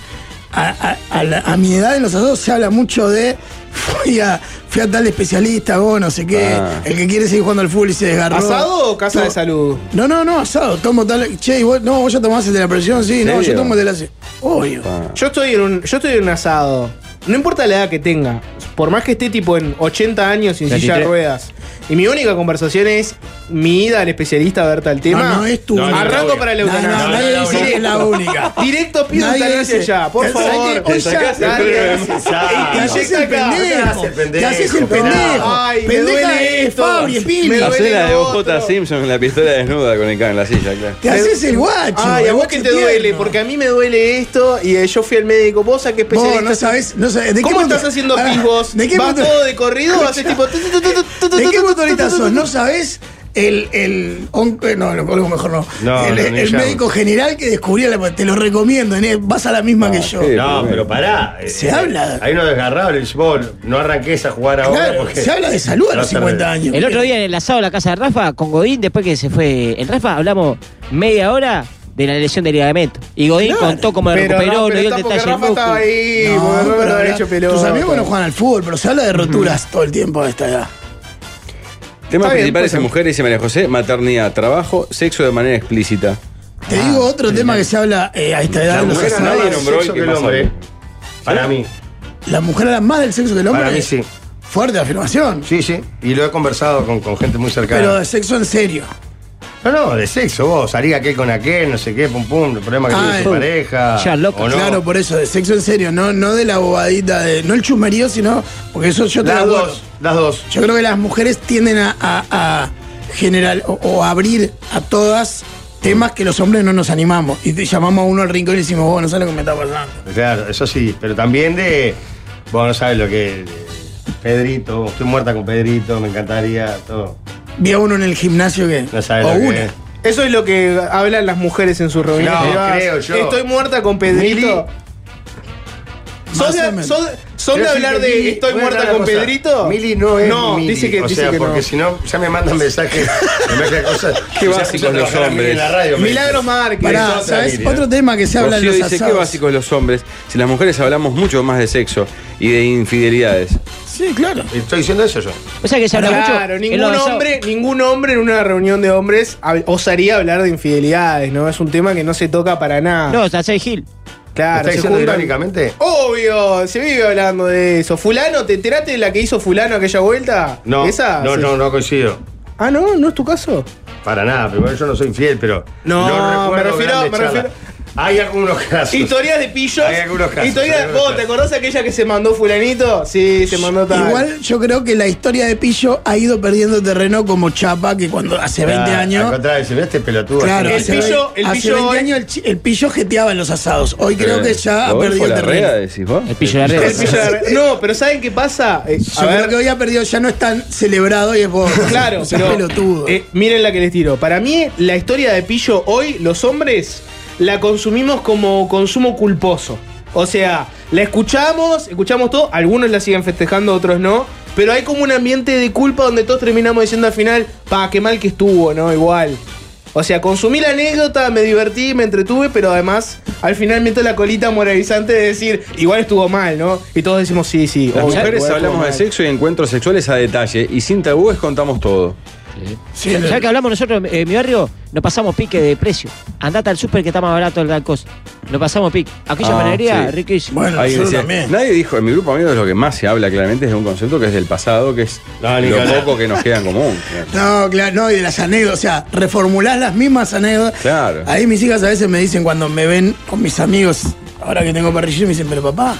A, a- a la- a mi edad en los asados se habla mucho de fui a, fui a tal especialista, vos no sé qué,
Ah.
el que quiere seguir jugando al fútbol y se desgarró.
¿Asado o casa
No,
de salud?
No, no, no, asado. Tomo tal. Che, y vos, no, vos ya tomás el de la presión, sí,
¿En
no, yo
serio?
tomo el de la. Obvio.
Ah.
Yo estoy en un, yo estoy en un asado. No importa la edad que tenga, por más que esté tipo en 80 años sin silla de
33.
ruedas. Y mi única conversación es mi ida al especialista a ver tal tema.
No, no es tu única.
Arranco para la
No, no,
eutanasia.
nadie
Directo.
dice que es la única.
Directo pido
Nadie
eutanasia
dice-
ya, por
Te
favor.
sacaste- hoy ya- dale, Te haces el pendejo. Te haces el pendejo.
Ay, me
Pendeja
duele
es
esto.
Fabri, es Pili.
Hacé la de OJ Simpson con la pistola desnuda con el can en la silla, claro.
Te haces el guacho.
Ay, a
el
vos
guacho
que te
tierno.
duele, porque a mí me duele esto y eh, yo fui al médico. ¿Vos a qué especialista?
Vos no sabés, no sabés. ¿de qué
¿Cómo
motor-
estás haciendo
Pará,
pis vos?
¿De qué
¿Vas
motor-
todo de corrido o haces tipo... tu, tu, tu, tu, tu, tu,
¿De qué
tu, tu,
motorista
tu, tu, tu,
sos?
tu?
¿No sabés el, el onco- no, el oncólogo mejor no.
No,
el
no, ni
el
llamo.
médico general que descubrió la te lo recomiendo, Ené, vas a la misma que yo.
No, pero pará. eh,
Se habla.
Hay uno desgarrado, le dice, vos no arranques a jugar ahora.
Claro,
porque
se habla de salud a los
vas
50
perder.
años.
El otro día en el asado de la casa de Rafa, con Godín, después que se fue el Rafa, hablamos media hora de la lesión del ligamento. Y Godín
Claro.
contó cómo lo
Pero
recuperó,
Rafa
no dio el
está porque
detalle.
Rafa estaba
ahí,
No,
porque Roberto
pero
había
ahora
hecho pelota.
Tus amigos no juegan al fútbol, pero se habla de roturas todo el tiempo a esta edad.
Temas
Está bien,
principales
pues,
en mujeres, dice María José, maternidad, trabajo, sexo de manera explícita.
Ah,
Te digo otro tema que se habla eh, a esta edad.
La
de los
mujer a nadie
asesinos.
nombró hoy que pasa.
Para mí.
La mujer habla más del sexo que el hombre.
Para mí sí.
Fuerte afirmación.
Sí, sí. Y lo he conversado con, con gente muy cercana.
Pero de sexo en serio.
No, no, de sexo, vos. Salí aquel con aquel, no sé qué, pum, pum. El problema que
Ah,
tiene tu
eh.
pareja. ¿o no?
Claro, pues, por eso, de sexo en serio, no, no de la bobadita, de, no el chumerío, sino. Porque eso yo te
Las
lo digo.
dos, las dos.
Yo creo que las mujeres tienden a, a- a general o, o abrir a todas temas que los hombres no nos animamos. Y te llamamos a uno al rincón y decimos, vos no sabes lo que me está pasando.
Claro, eso sí. Pero también de. Vos no sabes lo que. es, eh, Pedrito, estoy muerta con Pedrito, me encantaría, todo.
Vi a uno en el gimnasio que.
No sabes
o
lo que
una.
es.
Eso es lo que hablan las mujeres en sus reuniones.
No,
privadas.
creo yo.
Estoy muerta con Pedrito. ¿Sos
Más o
de,
menos.
sos- son de
Pero
hablar
sí que
de
Mili-
estoy
voy a
muerta
hablar
con
una cosa.
Pedrito?
Mili no es.
No,
Mili,
dice que,
o
dice
sea,
que no.
porque si no, ya me mandan mensajes. me mezclan cosas.
Qué
Ya
básicos
puse a
los
trabajar a Mili
hombres.
en la radio, me
Milagros
dicen.
Márquez.
Pará,
Eso,
¿sabes?
Mili, ¿no?
Otro tema que se habla en
Rocío
los
dice, qué
asados.
básicos los hombres. Si las mujeres hablamos mucho más de sexo y de infidelidades.
Sí, claro.
Estoy diciendo eso yo.
O sea que se habla
Claro,
mucho. en los
ningún
asados.
hombre, ningún hombre en una reunión de hombres hab- osaría hablar de infidelidades, ¿no? Es un tema que no se toca para nada.
No, está Gil.
claro,
¿Estás
se
diciendo
juntan-
irónicamente?
Obvio, se vive hablando de eso. Fulano, ¿te enteraste de la que hizo fulano aquella vuelta?
No,
¿Esa?
no,
Sí.
no, no coincido.
Ah, no, no es tu caso.
Para nada, pero bueno, yo no soy infiel, pero.
No, me
recuerdo
refiero-
grandes
me
charlas.
refiero-
Hay algunos casos.
Historias de pillos.
Hay algunos casos.
Historias
hay
de.
algunos
¿Vos te
casos.
acordás aquella que se mandó fulanito? Sí, se mandó tal.
Igual yo creo que la historia de Pillo ha ido perdiendo terreno como chapa que cuando hace 20
Ah, Al
años.
contrario, si este pelotudo.
Claro,
así.
hace
El pillo-
20
el
hace
pillo
20
hoy-
años el, chi- el pillo jeteaba en los asados. Hoy creo que ya ha
Rodolfo
perdido terreno.
Larrea, decís vos?
El pillo de la red.
El pillo de la red. No, pero ¿saben qué pasa? Eh,
Yo creo que hoy ha perdido, ya no es tan celebrado y es por.
Claro,
o sea,
pero,
pelotudo.
eh, miren la que les tiro. Para mí, la historia de Pillo hoy, los hombres la consumimos como consumo culposo. O sea, la escuchamos, escuchamos todo, algunos la siguen festejando, otros no. Pero hay como un ambiente de culpa donde todos terminamos diciendo al final, pa, qué mal que estuvo, ¿no? Igual. O sea, consumí la anécdota, me divertí, me entretuve, pero además al final meto la colita moralizante de decir, igual estuvo mal, ¿no? Y todos decimos, sí, sí.
Las
obvio,
mujeres
igual estuvo
hablamos de
mal".
sexo y encuentros sexuales a detalle y sin tabúes contamos todo.
Sí,
¿Sabes que hablamos nosotros eh, en mi barrio? Nos pasamos pique de precio. Andate al súper que está más barato el tal cosa. Nos pasamos pique. Aquella
Ah,
panadería,
sí.
riquísimo.
Bueno,
Ahí
nosotros
decía-
también.
nadie dijo, en mi grupo amigos lo que más se habla claramente es de un concepto que es del pasado, que es
No, ni
lo
que hablar.
poco que nos queda en común.
No, claro, no, y de las anécdotas, o sea, reformulás las mismas anécdotas.
Claro.
Ahí mis hijas a veces me dicen cuando me ven con mis amigos, ahora que tengo parrillero, me dicen, pero papá,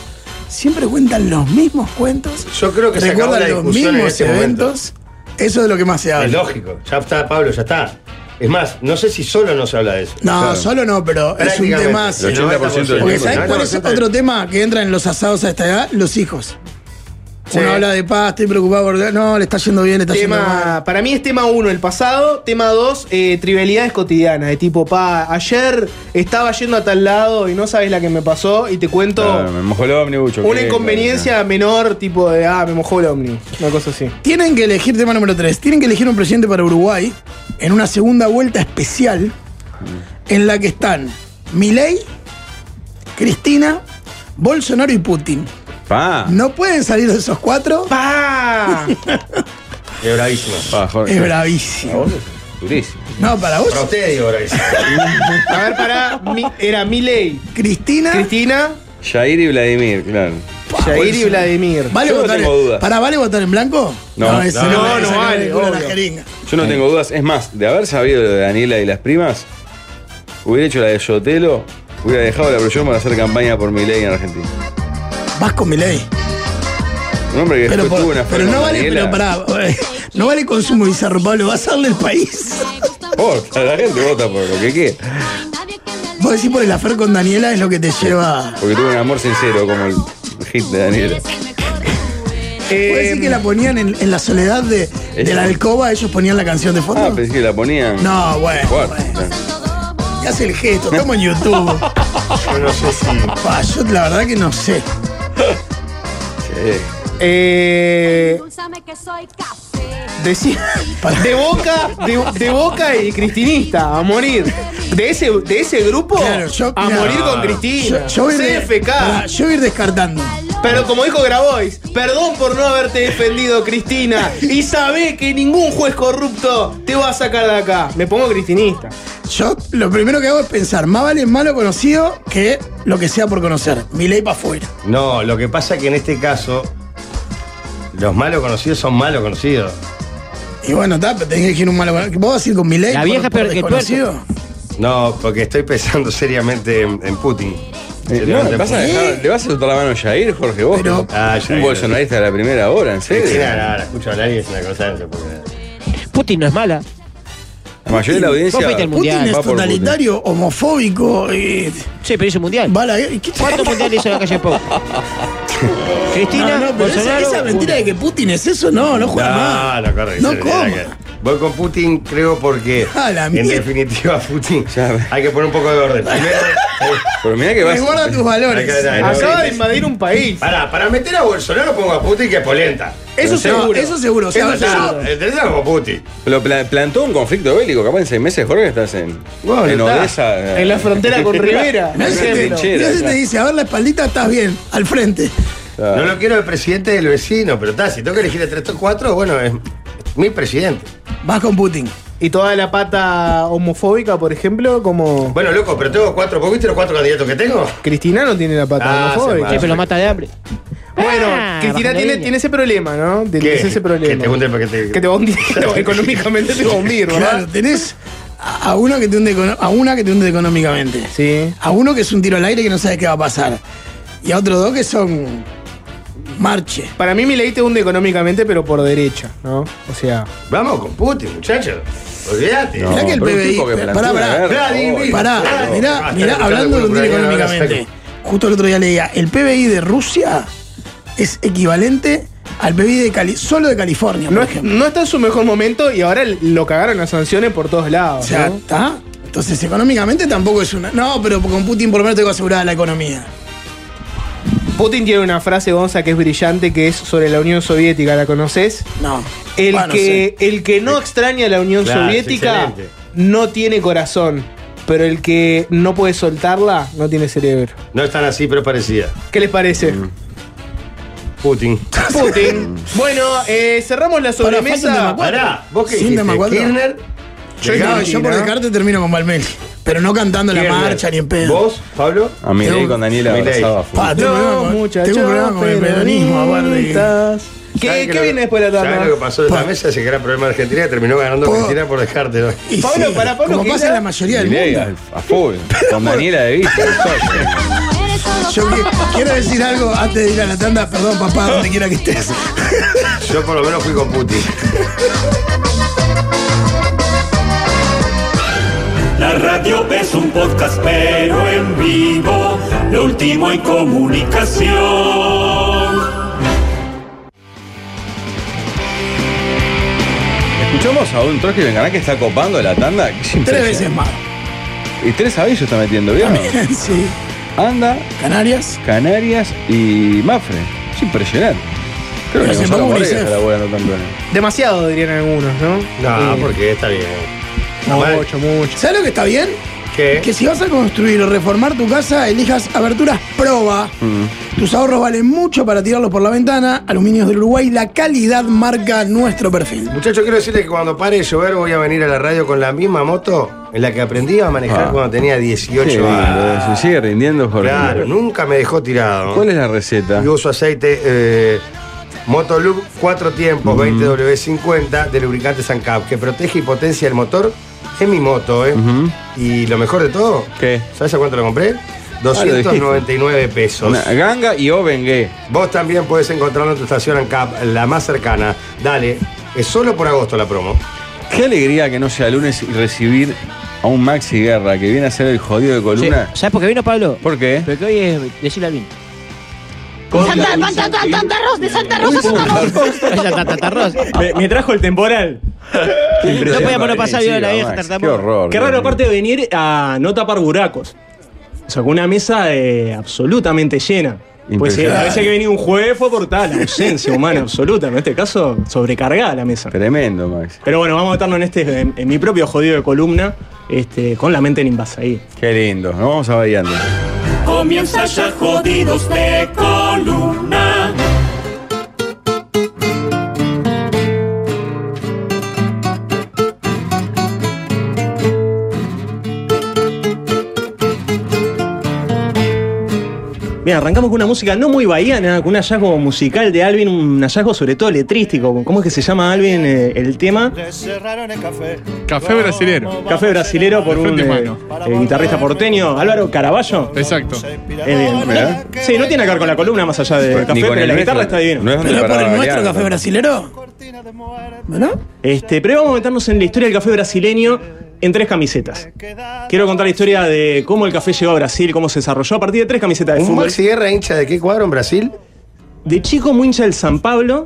siempre cuentan los mismos cuentos.
Yo creo que se acabó
recuerdan
la
los
discusión en
mismos
este
eventos. Eso es lo que más se habla.
Es lógico. Ya está, Pablo, ya está. Es más, no sé si solo no se habla de eso.
No,
Claro.
solo no, pero es un
Prácticamente.
tema.
El 80% del
Porque
tiempo,
¿sabes
¿no?
cuál es
90%
otro tema que entra en los asados a esta edad? Los hijos. Uno habla de paz, estoy preocupado por. No, le está yendo bien, le está yendo mal.
Tema, para mí es tema uno el pasado, tema dos eh, trivialidades cotidianas, de tipo, pa, ayer estaba yendo a tal lado y no sabes la que me pasó y te cuento
Claro, me mojó el ómnibus, choqué,
una inconveniencia menor, tipo de, ah, me mojó el ovni, una cosa así.
Tienen que elegir, tema número 3, tienen que elegir un presidente para Uruguay en una segunda vuelta especial en la que están Milei, Cristina, Bolsonaro y Putin.
Pa.
No pueden salir de esos cuatro.
¡Pa!
Es bravísimo.
Pa, Jorge.
Es bravísimo.
Durísimo.
No, para vos.
Para usted digo bravísimo.
A ver, pará, mi- era Milei,
Cristina.
Cristina,
Jair y Vladimir, claro.
Jair y Vladimir.
Ah, ¿Vale
Yo no
votar,
tengo dudas.
¿Para vale votar en blanco?
No,
ese
no,
me-
no
ese me
vale,
le cura la
obvio.
jeringa.
Yo no tengo dudas. Es más, de haber sabido lo de Daniela y las primas, hubiera hecho la de Sotelo, hubiera dejado la presión para hacer campaña por mi ley en Argentina.
Vas con Milei.
Un hombre que
Pero, por-
después tuvo una
pero
forma
no
con
vale,
Daniela.
pero pará. eh, No vale consumo bizarro, Pablo. Vas a darle el país.
Vota, la gente vota por lo que quiera.
Vos decís por el afer con Daniela es lo que te lleva.
Porque tuvo un amor sincero como el hit de Daniela.
Puede
Eh,
decir que la ponían en, en la soledad de,
Eh.
de la alcoba, ellos ponían la canción de
Ah,
fondo.
pues.
pensé que la ponían.
No, bueno.
Fuerte.
¿Qué hace el gesto? Estamos en YouTube.
Yo no sé si.
Pa, yo la verdad que no sé.
Sí.
Eh, decí- de boca, de, de boca y cristinista, a morir. De ese, de ese grupo, a
Mirá,
morir con
Yo,
Cristina.
yo voy a ir de-
CFK.
pará, yo voy a ir descartando.
Pero como dijo Grabois, perdón por no haberte defendido, Cristina. Y sabé que ningún juez corrupto te va a sacar de acá. Me pongo cristinista.
Yo lo primero que hago es pensar, más vale malo conocido que lo que sea por conocer. Mi ley para afuera.
No, lo que pasa es que en este caso, los malos conocidos son malos conocidos.
Y bueno, está, pero tenés que elegir un malo conocido. ¿Vos vas a ir con mi ley?
La vieja
por- por
peor que el
desconocido?
No, porque estoy pensando seriamente en, en Putin.
Eh,
No, ¿le vas a dejar- ¿Le vas a soltar la mano a Jair, Jorge? Vos,
Ah,
un
Jair.
bolsonarista de la primera hora, ¿en serio?
Sí, nada, nada, la escucho hablar y es una cosa. no se puede creer.
Putin no es mala.
La mayoría de la audiencia
Vos fuiste al mundial.
va
Putin es
por Putin.
totalitario, homofóbico. eh,
Sí, pero hizo mundial. ¿Cuántos mundiales hizo la calle Pau?
no,
Cristina,
no, pero esa,
Bolsonaro,
esa mentira de que Putin es eso, no, no juega más.
No, no, corre.
No
se le da
coma.
que- Voy con Putin, creo, porque
A la
en
mierda.
definitiva Putin hay que poner un poco de orden. Primero, eh,
pero mira
que vas- Resguarda tus valores. Acaba de
invadir un país.
Para, para meter a Bolsonaro pongo a Putin que es polenta.
Eso seguro, eso seguro, o sea, yo-
Eso está, ¿Entendés como Putin?
Pero pla- plantó un conflicto bélico, capaz en seis meses, Jorge, estás en,
Bueno,
en
está.
Odessa.
En la
frontera
con Rivera.
En
Mirá si te-
trinchera,
mirá si te
claro.
dice, a ver la espaldita, estás bien, al frente.
No lo quiero el presidente del vecino, pero está, si tengo que elegir entre estos cuatro, bueno, es mi presidente.
Vas con Putin.
Y toda la pata homofóbica, por ejemplo, como.
Bueno, loco, pero tengo cuatro. ¿Vos viste los cuatro candidatos que tengo?
Cristina no tiene la pata
Ah,
homofóbica.
se Sí, pero lo
mata de hambre.
Bueno,
Ah, bajo
Cristina
la
tiene,
línea.
tiene ese problema, ¿no? De-
¿Qué?
Es ese
Que te
problema.
junten para que te.
Que te va a hundir, económicamente te va a hundir, ¿verdad?
Claro, tenés a a uno que te hunde, econo- a una que te hunde económicamente.
Sí.
A uno que es un tiro al aire que no sabes qué va a pasar. Y a otros dos que son marche.
Para mí mi ley te hunde económicamente, pero por derecha, ¿no? O sea.
Vamos con Putin, muchachos. Olvídate.
No, Mirá que el pero un PBI tipo que
Pará, pará. Pará, mirá, mirá, hablando de hundir económicamente. Justo el otro día leía, el PBI de Rusia es equivalente al PBI de Cali, solo de California, por
No, es-
ejemplo.
no está en su mejor momento y ahora lo cagaron las sanciones por todos lados.
O sea,
¿no?
¿está? Entonces, económicamente tampoco es una. No, pero con Putin por lo menos tengo asegurada la economía.
Putin tiene una frase, Gonza, que es brillante, que es sobre la Unión Soviética. ¿La conoces?
No.
El,
Bueno,
que, el que no extraña a la Unión
Claro, es
Soviética
excelente.
no tiene corazón. Pero el que no puede soltarla no tiene cerebro.
No están así, pero es parecida.
¿Qué les parece?
Mm.
Putin.
Putin. bueno, eh, cerramos la
Pará,
sobremesa.
faltan Damacuatro. Sin Damacuatro. Yo, no,
Llegaba
yo por
Cristina.
descarte termino con Balmeli. Pero no cantando la
Kirchner.
marcha ni en pedo.
¿Vos, Pablo?
A mí
Tengo-
ahí con Daniela
Milei.
abrazado a full.
Pa, tengo, un
No,
programa con-
muchachos,
tengo un programa con el peronismo, aparte.
peronistas. ¿Qué,
¿Saben
qué
lo-
viene después de la
¿Saben
tanda?
lo que pasó de la mesa? Ese gran problema de Argentina que terminó ganando Argentina por dejarte. ¿no?
Y
Pablo,
sí,
para Pablo,
como
¿qué
pasa
era?
en la mayoría del
Milei
mundo.
a, a full. Con Daniela de Vista.
Yo que- quiero decir algo antes de ir a la tanda. Perdón, papá, donde quiera que estés.
Yo por lo menos fui con Putin.
La radio es un podcast, pero en vivo, lo último en comunicación.
Escuchamos a un troje de Benganá que está copando la tanda. que es
Tres
impresionante.
veces más.
Y tres avisos está metiendo, ¿vieron?
También, sí.
Anda,
Canarias.
Canarias y Mafre. Es impresionante. Creo que
Pero se
Gonzalo
pagó
Moreira
Unicef.
está laburando tanto en-
Demasiado, dirían algunos, ¿no?
No,
Eh,
porque está bien.
no,
Mal.
mucho, mucho.
¿Sabes lo que está bien?
¿Qué?
Que si vas a construir o reformar tu casa, elijas aberturas proba.
Mm.
Tus ahorros valen mucho para tirarlos por la ventana. Aluminios del Uruguay, la calidad marca nuestro perfil.
Muchachos, quiero decirles que cuando pare de llover voy a venir a la radio con la misma moto en la que aprendí a manejar
Ah.
cuando tenía
Qué
18
lindo,
años.
Se sigue rindiendo, Jorge.
Claro, nunca me dejó tirado.
¿Cuál es la receta?
Yo uso aceite eh, Motoloop 4 tiempos 20W50 de lubricante Sancap que protege y potencia el motor en mi moto. ¿eh? Y lo mejor de todo, ¿sabes a cuánto lo compré?
lo
Ah,
dijiste.
299 pesos.
Una eh, ganga y Obengue.
Vos también puedes encontrarlo en tu estación ANCAP, la más cercana. Dale, es solo por agosto la promo.
Qué alegría que no sea lunes y recibir a un Maxi Guerra que viene a ser el jodido de columna.
¿Sabes por qué vino Pablo?
¿Por qué?
Porque hoy es decirle al
Santa, Santa, Santa Rosa, de Santa Rosa, Santa Rosa.
Me, me trajo el temporal.
No podíamos no pasar video de la vieja tartamuda.
Qué raro, aparte de venir a no tapar buracos. Sacó una mesa eh, absolutamente llena. Pues sí, la vez que venía un jueves fue por tal, ausencia humana absoluta. En este caso, sobrecargada la mesa.
Tremendo, Max.
Pero bueno, vamos a meternos en este, en, en mi propio jodido de columna, este, con la mente en invasa ahí.
Qué lindo. Nos vamos a variando.
Comienza ya jodidos de columna.
Bien, arrancamos con una música no muy bahiana, con un hallazgo musical de Alvin, un hallazgo sobre todo letrístico. ¿Cómo es que se llama Alvin eh, el tema?
Café brasilero.
Café brasilero por un eh, eh, guitarrista porteño, Álvaro Caraballo.
Exacto.
Mirá.
Sí, no tiene que ver con la columna más allá de
Ni con
café, pero
el
la
nuestro.
guitarra está divina.
No es donde Pero por paraba el nuestro,
variando, café ¿no? brasilero.
Este, pero vamos a meternos en la historia del café brasileño en tres camisetas. Quiero contar la historia de cómo el café llegó a Brasil, cómo se desarrolló a partir de tres camisetas de
¿Un
fútbol.
Maxi Guerra hincha de qué cuadro en Brasil?
De chico muy hincha del San Pablo.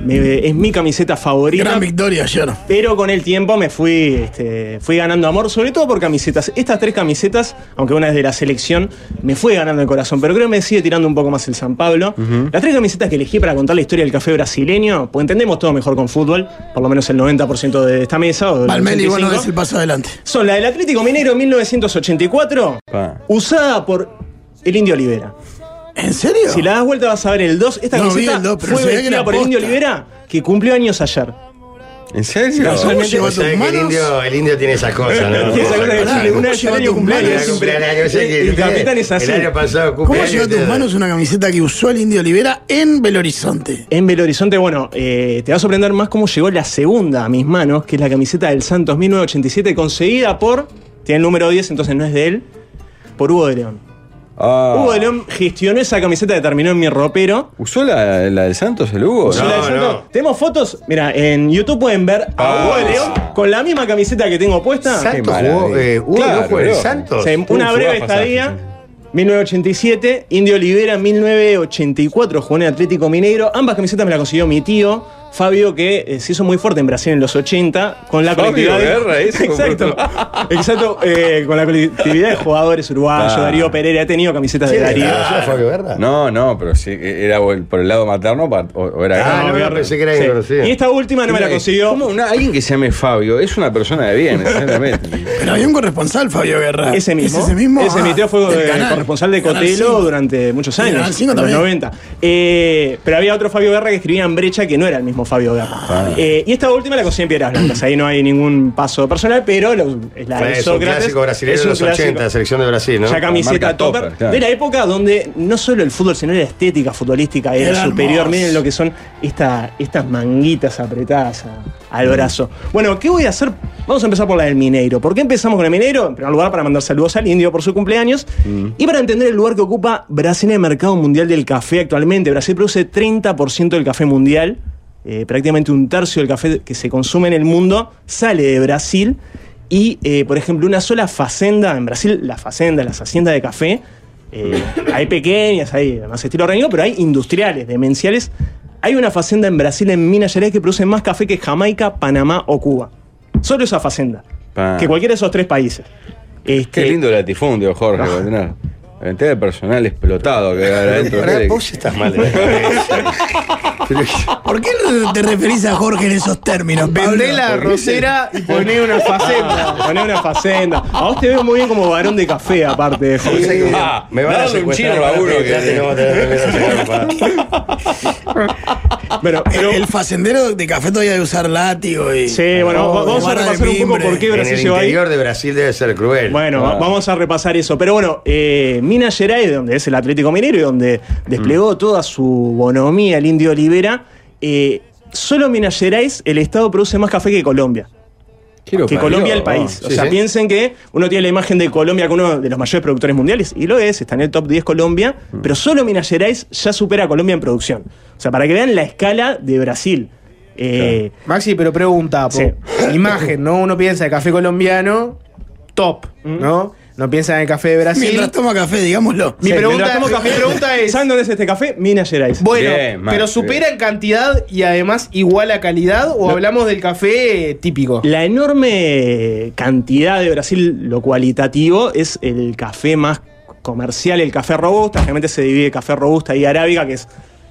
Me- es mi camiseta favorita.
Gran victoria ayer.
Pero con el tiempo me fui, este, fui ganando amor, sobre todo por camisetas. Estas tres camisetas, aunque una es de la selección, me fue ganando el corazón. Pero creo que me sigue tirando un poco más el San Pablo. Las tres camisetas que elegí para contar la historia del café brasileño, pues entendemos todo mejor con fútbol, por lo menos el 90% de esta mesa. O del
Palmeli, vos no
85.
des el paso adelante.
Son la del Atlético Minero en 1984, usada Ah. por el Indio Olivera.
¿En serio?
Si la das vuelta vas a ver el 2. Esta
No, vi
camiseta
el 2, pero
fue
sabía que
vestida
era
por el Indio
posta.
Olivera, que cumplió años ayer.
¿En serio?
Casualmente,
Vos sabés que el indio, el indio tiene esas cosas, ¿no?
Tiene esas cosas de decirle, una vez al año cumpleaños, siempre-
cumpleaños, sé que
El
usted,
capitán es así.
El año pasado
¿Cómo
cumpleaños.
llegó a tus
usted-
manos una camiseta que usó el Indio Olivera en Belo Horizonte?
En Belo Horizonte, bueno, eh, te va a sorprender más cómo llegó la segunda a mis manos, que es la camiseta del Santos 1987, conseguida por. Tiene el número 10, entonces no es de él. Por Hugo de León.
Ah.
Hugo de León gestionó esa camiseta que terminó en mi ropero.
¿Usó la, la del Santos, el Hugo?
Yo la de Santos- Tenemos fotos. Mira, en YouTube pueden ver a Hugo de León con la misma camiseta que tengo puesta.
Ah. Santos jugó, eh, Hugo de León jugó en el
bro.
Santos.
O sea, en
Uy,
una
jugaba
breve
pasaje,
estadía. 1987, Indio Olivera 1984, jugó en el Atlético Mineiro. Ambas camisetas me las consiguió mi tío, Fabio, que eh, se hizo muy fuerte en Brasil en los 80, con la
Fabio
colectividad. de-
Guerra, ese
exacto. exacto, eh, con la colectividad de jugadores uruguayos,
Ah.
Darío Pereira, he tenido camisetas de Darío.
No, no, pero sí, ¿era o el- por el lado materno pa- o, o era
Ah, no,
Guerra.
no, pensé que era Guerra, sí. Y esta última no me la consiguió.
¿Cómo una- alguien que se llame Fabio es una persona de bien, exactamente.
Pero había un corresponsal, Fabio Guerra.
Ese mismo.
¿Es ese mismo? Ah,
Ese mi tío fue
del
eh,
canal.
corresponsal de
Canal
Cotelo
cinco.
durante muchos
Y
años.
Canal cinco
en los
también.
90. Eh, pero había otro Fabio Guerra que escribía en brecha que no era el mismo Fabio
Ah,
Guerra. Eh, y esta última la conseguí en Piedras Blancas. Ahí no hay ningún paso personal, pero lo- es la
Fue
de
eso, un
Sócrates.
clásico brasileño
Es
de
un
los
clásico.
80, la selección de Brasil, ¿no?
Ya camiseta topper, eh, de la época donde no solo el fútbol, sino la estética futbolística era,
Era
superior.
hermoso.
Miren lo que son esta- estas manguitas apretadas a- al brazo. Bueno, ¿qué voy a hacer? Vamos a empezar por la del Mineiro. ¿Por qué empezamos con el Mineiro? En primer lugar, para mandar saludos al indio por su cumpleaños
Mm,
y para entender el lugar que ocupa Brasil en el mercado mundial del café actualmente. Brasil produce 30% del café mundial. Eh, prácticamente un tercio del café que se consume en el mundo sale de Brasil. Y, eh, por ejemplo, una sola facenda, en Brasil, las facendas, las haciendas de café, eh, hay pequeñas, hay más estilo reino, pero hay industriales, demenciales. Hay una facenda en Brasil, en Minas Gerais, que produce más café que Jamaica, Panamá o Cuba. Solo esa facenda,
Pa.
que cualquiera de esos tres países. Este,
Qué lindo el latifundio, Jorge.
Ah.
va a tener La cantidad de personal explotado que hay adentro.
Pará, vos estás mal. de la
eh. ¿Por qué no te referís a Jorge en esos términos?
Vendé la
rosera
rosera y poné una facenda. poné una facenda. A Ah, vos te veo muy bien como varón de café, aparte. Jorge.
Ah, me van a
Dale eh, un
secuestrar
chino a
ahora,
uno
pero
que-
ya te no va a tener que sacar, pa.
el facendero de café todavía debe usar látigo y.
Sí, Eh, bueno, va- vamos a
barra de
repasar un poco
mimbre.
por qué Brasil
En el
llegó ahí.
interior de Brasil debe ser cruel.
Bueno, va- vamos a repasar eso. Pero bueno, eh, Minas Gerais, donde es el Atlético Minero y donde desplegó toda su bonomía el indio Olivera, eh, solo en Minas Gerais el Estado produce más café que Colombia. que Colombia el país. o sea, piensen que uno tiene la imagen de Colombia como uno de los mayores productores mundiales, y lo es, está en el top 10 Colombia, pero solo Minas Gerais ya supera a Colombia en producción. O sea, para que vean la escala de Brasil. Eh,
Maxi, pero pregunta, po.
Sí.
imagen, ¿no? Uno piensa de café colombiano, top, ¿no? No piensa en el café de Brasil.
Mientras toma café, digámoslo.
Mi
Sí,
pregunta-
mientras tomo café,
mi pregunta es-
¿Saben dónde es este café? Minas Gerais.
Bueno, pero supera en cantidad y además igual a calidad o hablamos del café típico.
La enorme cantidad de Brasil, lo cualitativo, es el café más comercial el café robusta. Generalmente se divide café robusta y arábica, que es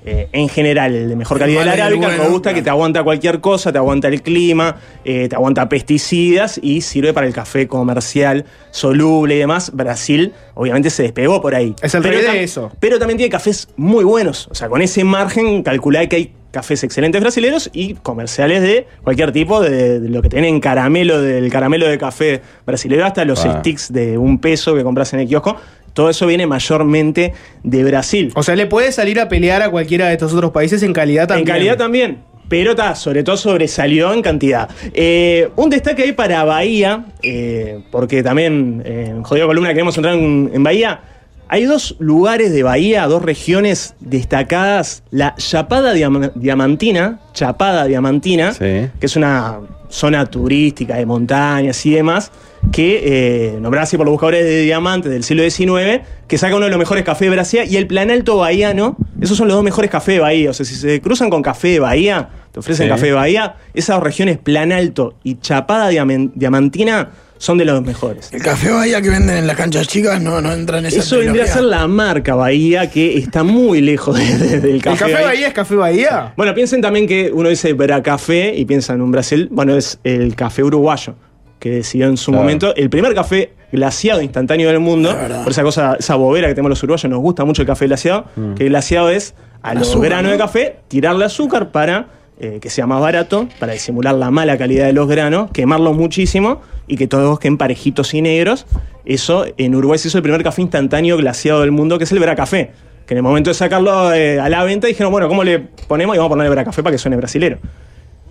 eh, en general el de mejor
El
calidad. El
malo y el
arábica, el
bueno,
robusta, que te aguanta cualquier cosa, te aguanta el clima, eh, te aguanta pesticidas y sirve para el café comercial, soluble y demás. Brasil, obviamente, se despegó por ahí.
Es el
Pero
rey de
tam-
eso.
Pero también tiene cafés muy buenos. O sea, con ese margen calculá que hay cafés excelentes brasileños y comerciales de cualquier tipo, de, de lo que tienen caramelo, del caramelo de café brasileño hasta los
Ah.
sticks de un peso que compras en el kiosco. Todo eso viene mayormente de Brasil.
O sea, le puede salir a pelear a cualquiera de estos otros países en calidad también.
En calidad también. Pero está, sobre todo sobresalió en cantidad. Eh, un destaque ahí para Bahía, eh, porque también, eh, en Jodido Columna, queremos entrar en, en Bahía. Hay dos lugares de Bahía, dos regiones destacadas. La Chapada Diam- Diamantina, Chapada Diamantina, que es una zona turística de montañas y demás, que eh, nombrada así por los buscadores de diamantes del siglo XIX, que saca uno de los mejores cafés de Brasil, y el Planalto Bahiano, esos son los dos mejores cafés de Bahía. O sea, si se cruzan con café de Bahía, te ofrecen
Sí.
café de Bahía, esas regiones Planalto y Chapada Diamen- Diamantina son de los mejores.
El café Bahía que venden en las canchas chicas no, no entra en esa
Eso vendría a
trilogía.
ser la marca Bahía, que está muy lejos de- de- del
¿El
café.
café Bahía es café Bahía?
Bueno, piensen también que uno dice Bracafé y piensan en un Brasil. Bueno, es el café uruguayo, que decidió en su
Claro.
momento el primer café glaciado instantáneo del mundo. Por esa cosa, esa bobera que tenemos los uruguayos, nos gusta mucho el café glaciado. Que el glaciado es a
El
los
azúcar,
granos
¿no?
de café tirarle azúcar para eh, que sea más barato, para disimular la mala calidad de los granos, quemarlos muchísimo y que todos queden parejitos y negros. Eso en Uruguay se hizo el primer café instantáneo glaciado del mundo, que es el Bracafé. Que en el momento de sacarlo eh, a la venta dijeron, bueno, ¿cómo le ponemos? Y vamos a ponerle Bracafé para que suene brasilero.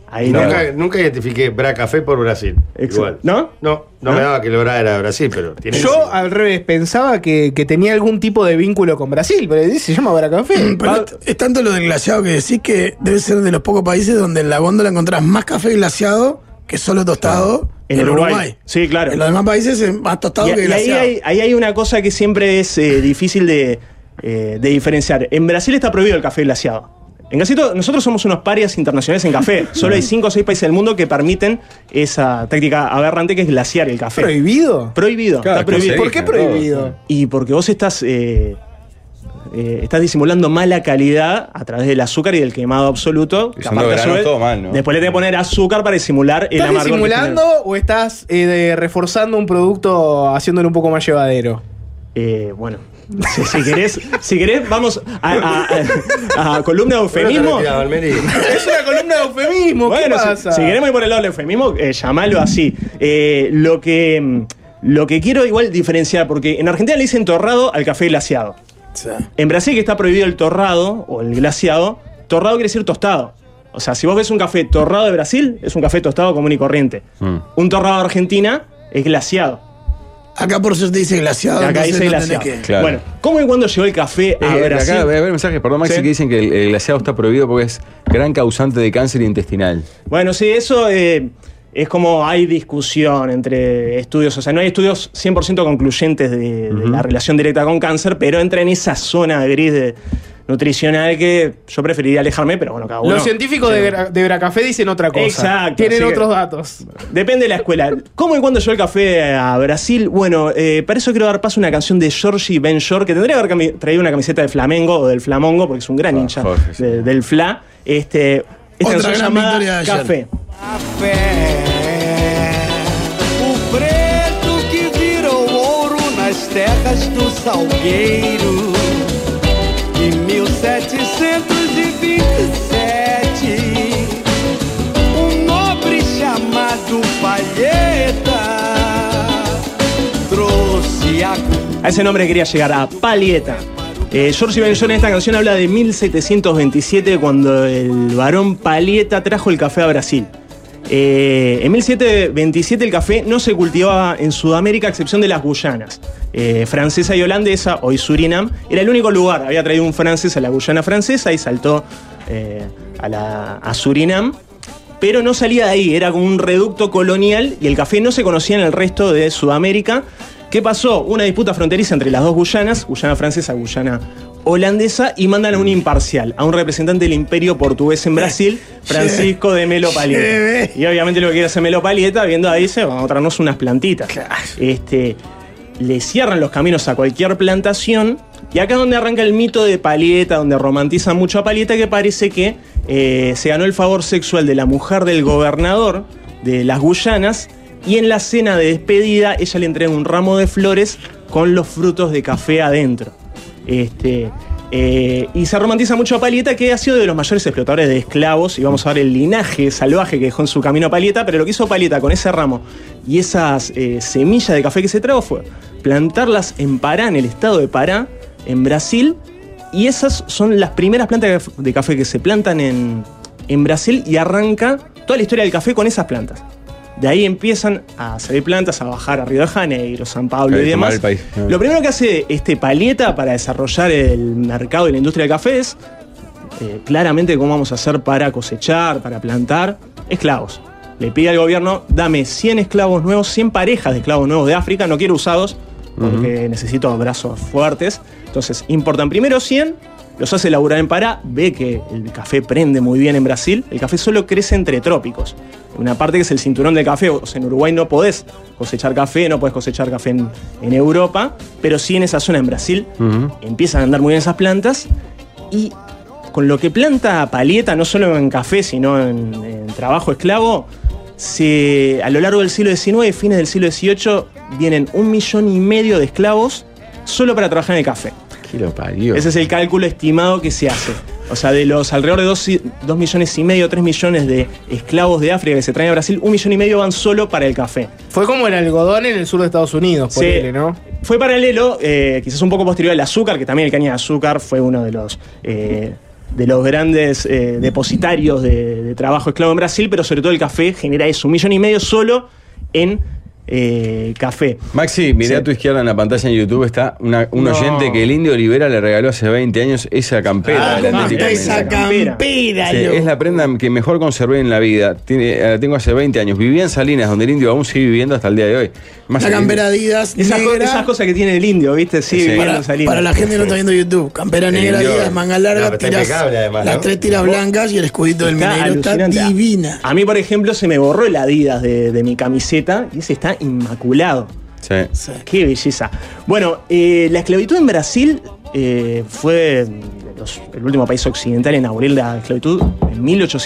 Ahí
Nunca,
tengo.
nunca identifiqué Bra Café por Brasil. Igual.
¿No?
No, no me daba que el Bra era Brasil, pero tiene.
Yo al revés pensaba que, que tenía algún tipo de vínculo con Brasil, pero dice, se llama
Mm,
Baracafé.
Pero
Ah,
es- es tanto lo del glaciado que decís que debe ser de los pocos países donde en la góndola encontrás más café glaciado que solo tostado
Ah, En
que
Uruguay. Sí, claro.
En los demás países es más tostado
Y,
que
y ahí,
glaciado.
hay, ahí hay una cosa que siempre es eh, difícil de, eh, de diferenciar. En Brasil está prohibido el café glaciado. En casi todo- nosotros somos unos parias internacionales en café. Solo hay 5 o 6 países del mundo que permiten esa táctica aberrante que es glaciar el café.
¿Prohibido?
Prohibido.
Claro,
está prohibido.
es que se ¿Por qué dice, prohibido? todo.
Y porque vos estás, eh, eh, estás disimulando mala calidad a través del azúcar y del quemado absoluto. que
son dos
aparte a su
granos
vez,
todo mal, ¿no?
Después le tenés que poner azúcar para disimular el
¿Estás
amargor. que
disimulando
tiene.
o estás eh, de- reforzando un producto haciéndolo un poco más llevadero?
Eh, bueno, si, si querés, si querés, vamos a, a- a- a columna de eufemismo.
es una columna de eufemismo, ¿qué
Bueno, si-
pasa?
si, queremos ir por el lado del eufemismo, eh, llamalo así. Eh, lo que. mm, Lo que quiero igual diferenciar, porque en Argentina le dicen torrado al café glaciado. En Brasil, que está prohibido el torrado o el glaciado, torrado quiere decir tostado. O sea, si vos ves un café torrado de Brasil, es un café tostado común y corriente.
mm.
Un torrado de Argentina es glaciado.
Acá por suerte dice glaciado.
Acá
entonces
dice
no
glaciado.
tenés que-
Claro.
Bueno, ¿cómo y cuándo llegó el café a
Eh,
Brasil?
acá voy a ver mensajes, perdón Maxi,
Sí.
que dicen que el, el glaseado está prohibido porque es gran causante de cáncer intestinal.
Bueno, sí, eso eh, es como hay discusión entre estudios, o sea, no hay estudios 100% concluyentes de, de la relación directa con cáncer, pero entra en esa zona gris de- nutricional que yo preferiría alejarme, pero
Ah,
bueno, cada uno.
Los científicos de, Gra- de Bracafé dicen otra cosa.
Exacto,
Tienen
así que-
otros datos.
Depende de la escuela. ¿Cómo y cuándo llegó el café a Brasil? Bueno, eh, para eso quiero dar paso a una canción de Georgie Ben Shore, que tendría que haber cami- traído una camiseta de Flamengo o del Flamongo, porque es un gran hincha de- del Fla. Este, esta
Otra
canción
gran
llamada
victoria de ayer.
Café.
O preto que virou ouro nas terras do Salgueiro. Em 1727, um nobre chamado Palheta trouxe a
A ese nombre quería llegar, a Palieta. Eh, George Benson en esta canción habla de 1727, cuando el varón Palieta trajo el café a Brasil. Eh, en 1727 el café no se cultivaba en Sudamérica a excepción de las Guyanas. Eh, francesa y holandesa, hoy Surinam, era el único lugar. Había traído un francés a la Guyana francesa y saltó eh, a, la- a Surinam. Pero no salía de ahí, era como un reducto colonial y el café no se conocía en el resto de Sudamérica. ¿Qué pasó? Una disputa fronteriza entre las dos Guyanas, Guyana francesa, Guyana holandesa, y mandan a un imparcial, a un representante del imperio portugués en Brasil, Francisco de Melo Palieta. Y obviamente lo que quiere hacer Melo Palieta, viendo ahí, dice, vamos a traernos unas plantitas. Este, le cierran los caminos a cualquier plantación. Y acá es donde arranca el mito de Palieta, donde romantizan mucho a Palieta, que parece que eh, se ganó el favor sexual de la mujer del gobernador de las Guyanas. Y en la cena de despedida, ella le entrega un ramo de flores con los frutos de café adentro. Este, eh, y se romantiza mucho a Palieta, que ha sido de los mayores explotadores de esclavos. Y vamos a ver el linaje salvaje que dejó en su camino Palieta. Pero lo que hizo Palieta con ese ramo y esas eh, semillas de café que se trajo fue plantarlas en Pará, en el estado de Pará, en Brasil. Y esas son las primeras plantas de café que se plantan en, en Brasil. Y arranca toda la historia del café con esas plantas. De ahí empiezan a salir plantas, a bajar a Río de Janeiro, San Pablo y
Para tomar
demás.
el país.
Lo primero que hace este Palieta para desarrollar el mercado y la industria del café es eh, claramente cómo vamos a hacer para cosechar, para plantar esclavos. Le pide al gobierno, dame 100 esclavos nuevos, 100 parejas de esclavos nuevos de África, no quiero usados porque necesito brazos fuertes. Entonces importan primero 100, los hace laburar en Pará, ve que el café prende muy bien en Brasil, el café solo crece entre trópicos. Una parte que es el cinturón de café, o sea, en Uruguay no podés cosechar café, no podés cosechar café en, en Europa, pero sí en esa zona en Brasil empiezan a andar muy bien esas plantas y con lo que planta Palieta, no solo en café, sino en, en trabajo esclavo, se, a lo largo del siglo XIX y fines del siglo XVIII vienen un millón y medio de esclavos solo para trabajar en el café. Ese es el cálculo estimado que se hace. O sea, de los alrededor de 2 millones y medio, 3 millones de esclavos de África que se traen a Brasil, un millón y medio van solo para el café.
Fue como el algodón en el sur de Estados Unidos,
Sí.
ponele,
Oh,
¿no?
Fue paralelo, eh, quizás un poco posterior al azúcar, que también el caña de azúcar fue uno de los, eh, de los grandes eh, depositarios de, de trabajo esclavo en Brasil, pero sobre todo el café genera eso, un millón y medio solo en eh, café.
Maxi, miré a tu izquierda en la pantalla en YouTube, está una- un
No.
oyente que el Indio Olivera le regaló hace 20 años esa
Ah,
campera. del Atlético
está
de
esa
Mineiro.
campera,
Sí,
loco.
es la prenda que mejor conservé en la vida. Tiene- eh, la tengo hace 20 años. Vivía en Salinas, donde el indio aún sigue viviendo hasta el día de hoy.
La
allá-
campera Adidas
Esas, co-
negra.
esas cosas que tiene el indio, ¿viste?
Sí.
Sí, viviendo
Para-
en Salinas.
Para la gente que no está viendo YouTube, campera
El
negra,
indio-
Adidas, manga
No,
larga,
pero está
tiras-
impecable, además,
las
¿no?
tres tiras blancas y el escudito del
Está
minero está
alucinante.
divina.
A mí, por ejemplo, se me borró el Adidas de, de mi camiseta y ese está inmaculado.
Sí.
Qué belleza. Bueno, eh, la esclavitud en Brasil eh, fue mm, los- el último país occidental en abolir la esclavitud en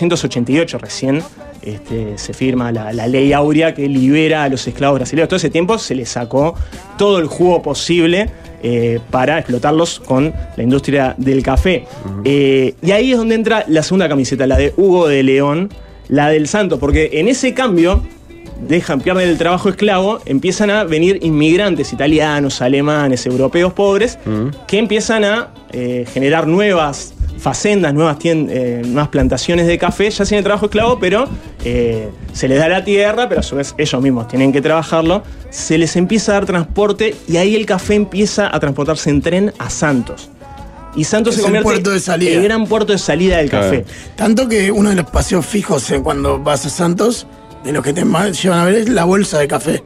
1888 recién. este, se firma la, la ley áurea que libera a los esclavos brasileños. Todo ese tiempo se les sacó todo el jugo posible eh, para explotarlos con la industria del café. Eh, y ahí es donde entra la segunda camiseta, la de Hugo de León, la del Santo, porque en ese cambio dejan, pierden el trabajo esclavo, empiezan a venir inmigrantes italianos, alemanes, europeos pobres, que empiezan a eh, generar nuevas facendas, nuevas, tien- eh, nuevas plantaciones de café, ya sin el trabajo esclavo, pero eh, se les da la tierra, pero a su vez ellos mismos tienen que trabajarlo, se les empieza a dar transporte y ahí el café empieza a transportarse en tren a Santos. Y Santos
Es
se
el
convierte
puerto de salida.
el gran puerto de salida del café.
Tanto que uno de los paseos fijos eh, cuando vas a Santos, de los que te más llevan a ver, es la bolsa de café.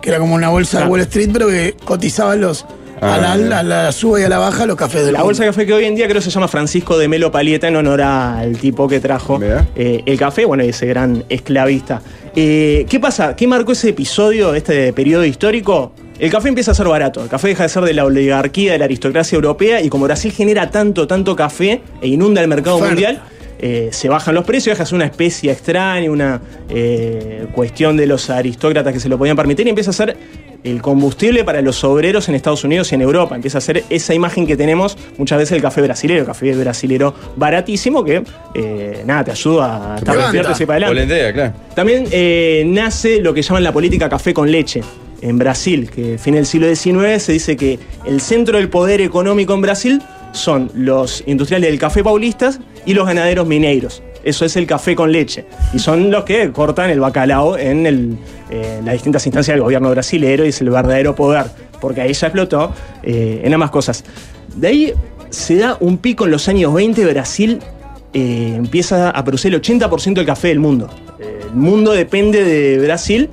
Que era como una bolsa
Ah.
de Wall Street, pero que cotizaba los, a,
Ah,
la, a la suba y a la baja los cafés de
La bolsa de café que hoy en día creo se llama Francisco de Melo Palieta en honor al tipo que trajo eh, el café, bueno, ese gran esclavista. Eh, ¿Qué pasa? ¿Qué marcó ese episodio, este periodo histórico? El café empieza a ser barato, el café deja de ser de la oligarquía, de la aristocracia europea, y como Brasil genera tanto, tanto café e inunda el mercado
Oferta.
mundial, eh, se bajan los precios, deja de ser una especie extraña, una eh, cuestión de los aristócratas que se lo podían permitir, y empieza a ser el combustible para los obreros en Estados Unidos y en Europa. Empieza a ser esa imagen que tenemos muchas veces el café brasilero, el café brasilero baratísimo que, eh, nada, te ayuda a estar despierto y para adelante.
Volantea, claro.
También eh, nace lo que llaman la política café con leche en Brasil, que a fin del siglo XIX se dice que el centro del poder económico en Brasil son los industriales del café paulistas y los ganaderos mineiros. Eso es el café con leche. Y son los que cortan el bacalao en el, eh, las distintas instancias del gobierno brasilero y es el verdadero poder, porque ahí ya explotó eh, en ambas cosas. De ahí se da un pico en los años 20, Brasil eh, empieza a producir el 80% del café del mundo. Eh, El mundo depende de Brasil,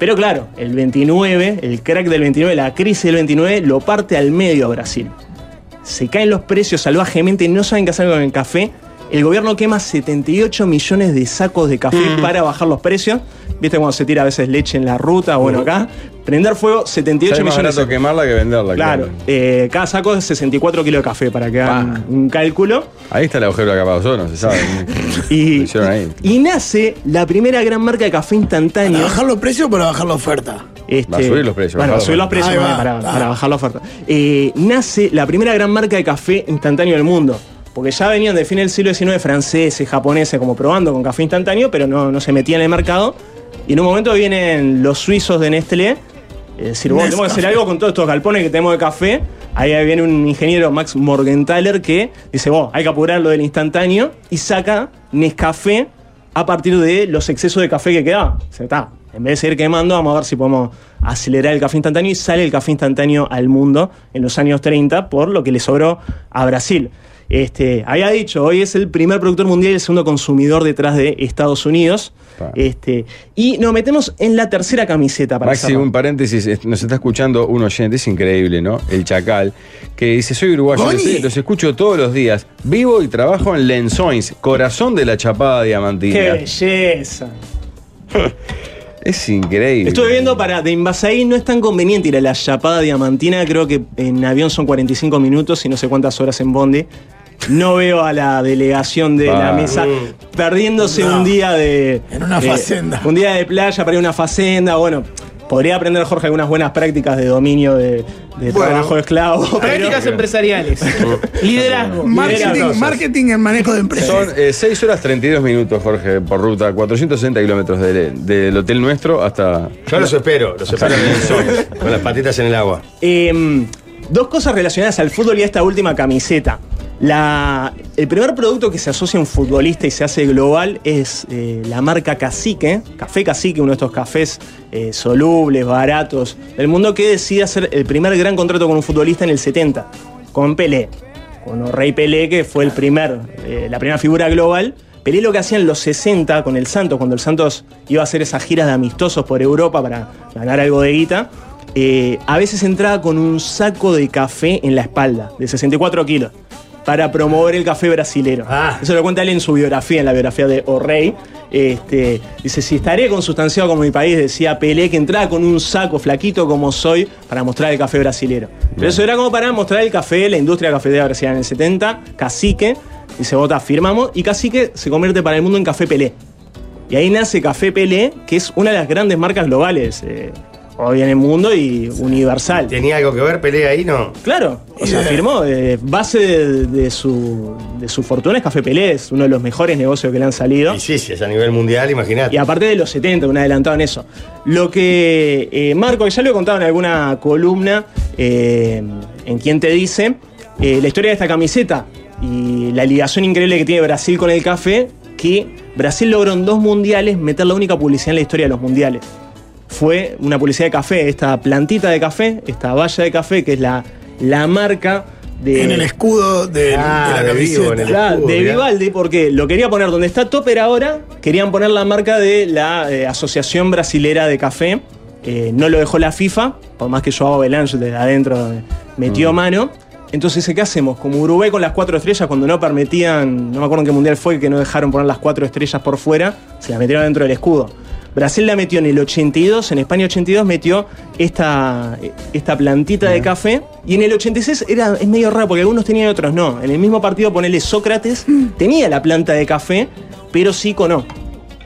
pero claro, el 29, el crack del 29, la crisis del 29 lo parte al medio a Brasil. Se caen los precios salvajemente, no saben qué hacer con el café. El gobierno quema 78
Mm.
millones de sacos de café para bajar los precios. ¿Viste cuando se tira a veces leche en la ruta? Bueno, acá Prender fuego 78
Mm. Sale más
millones
barato
de
quemarla que venderla.
Claro, eh, cada saco es 64 kilos de café para que hagan un cálculo.
Ahí está el agujero de la capa de ozono, se sabe.
y,
Lo hicieron ahí.
Y nace la primera gran marca de café instantáneo. ¿Para bajar los precios o para bajar la oferta?
Va a subir los precios, bajar
Bueno, va a
la
subir los
oferta.
precios
Ahí va,
para,
ah.
para bajar la oferta. Eh, nace la primera gran marca de café instantáneo del mundo. Porque ya venían de fin del siglo XIX franceses, japoneses, como probando con café instantáneo, pero no, no se metían en el mercado. Y en un momento vienen los suizos de Nestlé. Es decir, bueno, tenemos que hacer
Nescafé.
algo con todos estos galpones que tenemos de café. Ahí viene un ingeniero, Max Morgenthaler, que dice, bueno, hay que apurar lo del instantáneo. Y saca Nescafé a partir de los excesos de café que quedaba. O sea, está, en vez de seguir quemando, vamos a ver si podemos acelerar el café instantáneo. Y sale el café instantáneo al mundo en los años 30 por lo que le sobró a Brasil. Este, había dicho, hoy es el primer productor mundial y el segundo consumidor detrás de Estados Unidos. Este, y nos metemos en la tercera camiseta para
Maxi,
cerrar.
un paréntesis, es- nos está escuchando un oyente, es increíble, ¿no? El Chacal, que dice, soy uruguayo,
Goni.
los, los escucho todos los días, vivo y trabajo en Lenzoins, corazón de la chapada diamantina.
¡Qué belleza!
Es increíble.
Estuve viendo para de Invasaí, no es tan conveniente ir a la Chapada Diamantina, creo que en avión son 45 minutos y no sé cuántas horas en Bondi. No veo a la delegación de la
Ah.
mesa perdiéndose un día de. En
una facenda.
Un día de playa para ir a una facenda, bueno. Podría aprender, Jorge, algunas buenas prácticas de dominio de, de
Bueno.
trabajo de esclavo. pero-
Prácticas empresariales. Liderazgo.
Marketing, marketing en manejo de
Son
empresas.
6 horas 32 minutos, Jorge, por ruta, 460 kilómetros del, del hotel nuestro hasta...
Yo los espero, los espero en Lenzoins, con las patitas en el agua.
Eh, dos cosas relacionadas al fútbol y a esta última camiseta. La- el primer producto que se asocia a un futbolista y se hace global es eh, la marca Cacique, Café Cacique, uno de estos cafés eh, solubles, baratos del mundo, que decide hacer el primer gran contrato con un futbolista en el 70, con Pelé. Con Rey Pelé, que fue el primer, eh, la primera figura global. Pelé lo que hacía en los 60 con el Santos, cuando el Santos iba a hacer esas giras de amistosos por Europa para ganar algo de guita, eh, a veces entraba con un saco de café en la espalda, de 64 kilos, para promover el café brasilero. Eso lo cuenta él en su biografía, en la biografía de O'Reilly. Este, dice, si estaré consustanciado con mi país, decía Pelé, que entraba con un saco flaquito como soy para mostrar el café brasilero. Pero eso era como para mostrar el café, la industria cafetera brasileña en el 70, Cacique, y se vota, firmamos, y Cacique se convierte para el mundo en Café Pelé. Y ahí nace Café Pelé, que es una de las grandes marcas globales eh, hoy en el mundo y universal.
¿Tenía algo que ver Pelé ahí? No.
Claro, o sea, firmó. eh, base de, de su, de su fortuna es Café Pelé, es uno de los mejores negocios que le han salido.
Y sí, sí, es a nivel mundial, imagínate.
Y aparte de los 70, un adelantado en eso. Lo que eh, Marco, que ya lo he contado en alguna columna, eh, en Quién te dice, eh, la historia de esta camiseta y la ligación increíble que tiene Brasil con el café, que Brasil logró en dos mundiales meter la única publicidad en la historia de los mundiales. Fue una publicidad de café, esta plantita de café, esta valla de café, que es la, la marca de...
En el escudo de,
Ah,
de la
de
camiseta.
Vivo, en el escudo, de Vivaldi, porque lo quería poner donde está Topper ahora, querían poner la marca de la eh, Asociación Brasilera de Café. Eh, no lo dejó la FIFA, por más que Joao Belange desde adentro eh, metió mano. Entonces, ¿qué hacemos? Como Uruguay con las cuatro estrellas, cuando no permitían, no me acuerdo en qué mundial fue, que no dejaron poner las cuatro estrellas por fuera, se las metieron dentro del escudo. Brasil la metió en el 82, en España 82 metió esta, esta plantita de café. Y en el 86 era, es medio raro porque algunos tenían y otros no. En el mismo partido, ponele Sócrates, tenía la planta de café, pero sí no.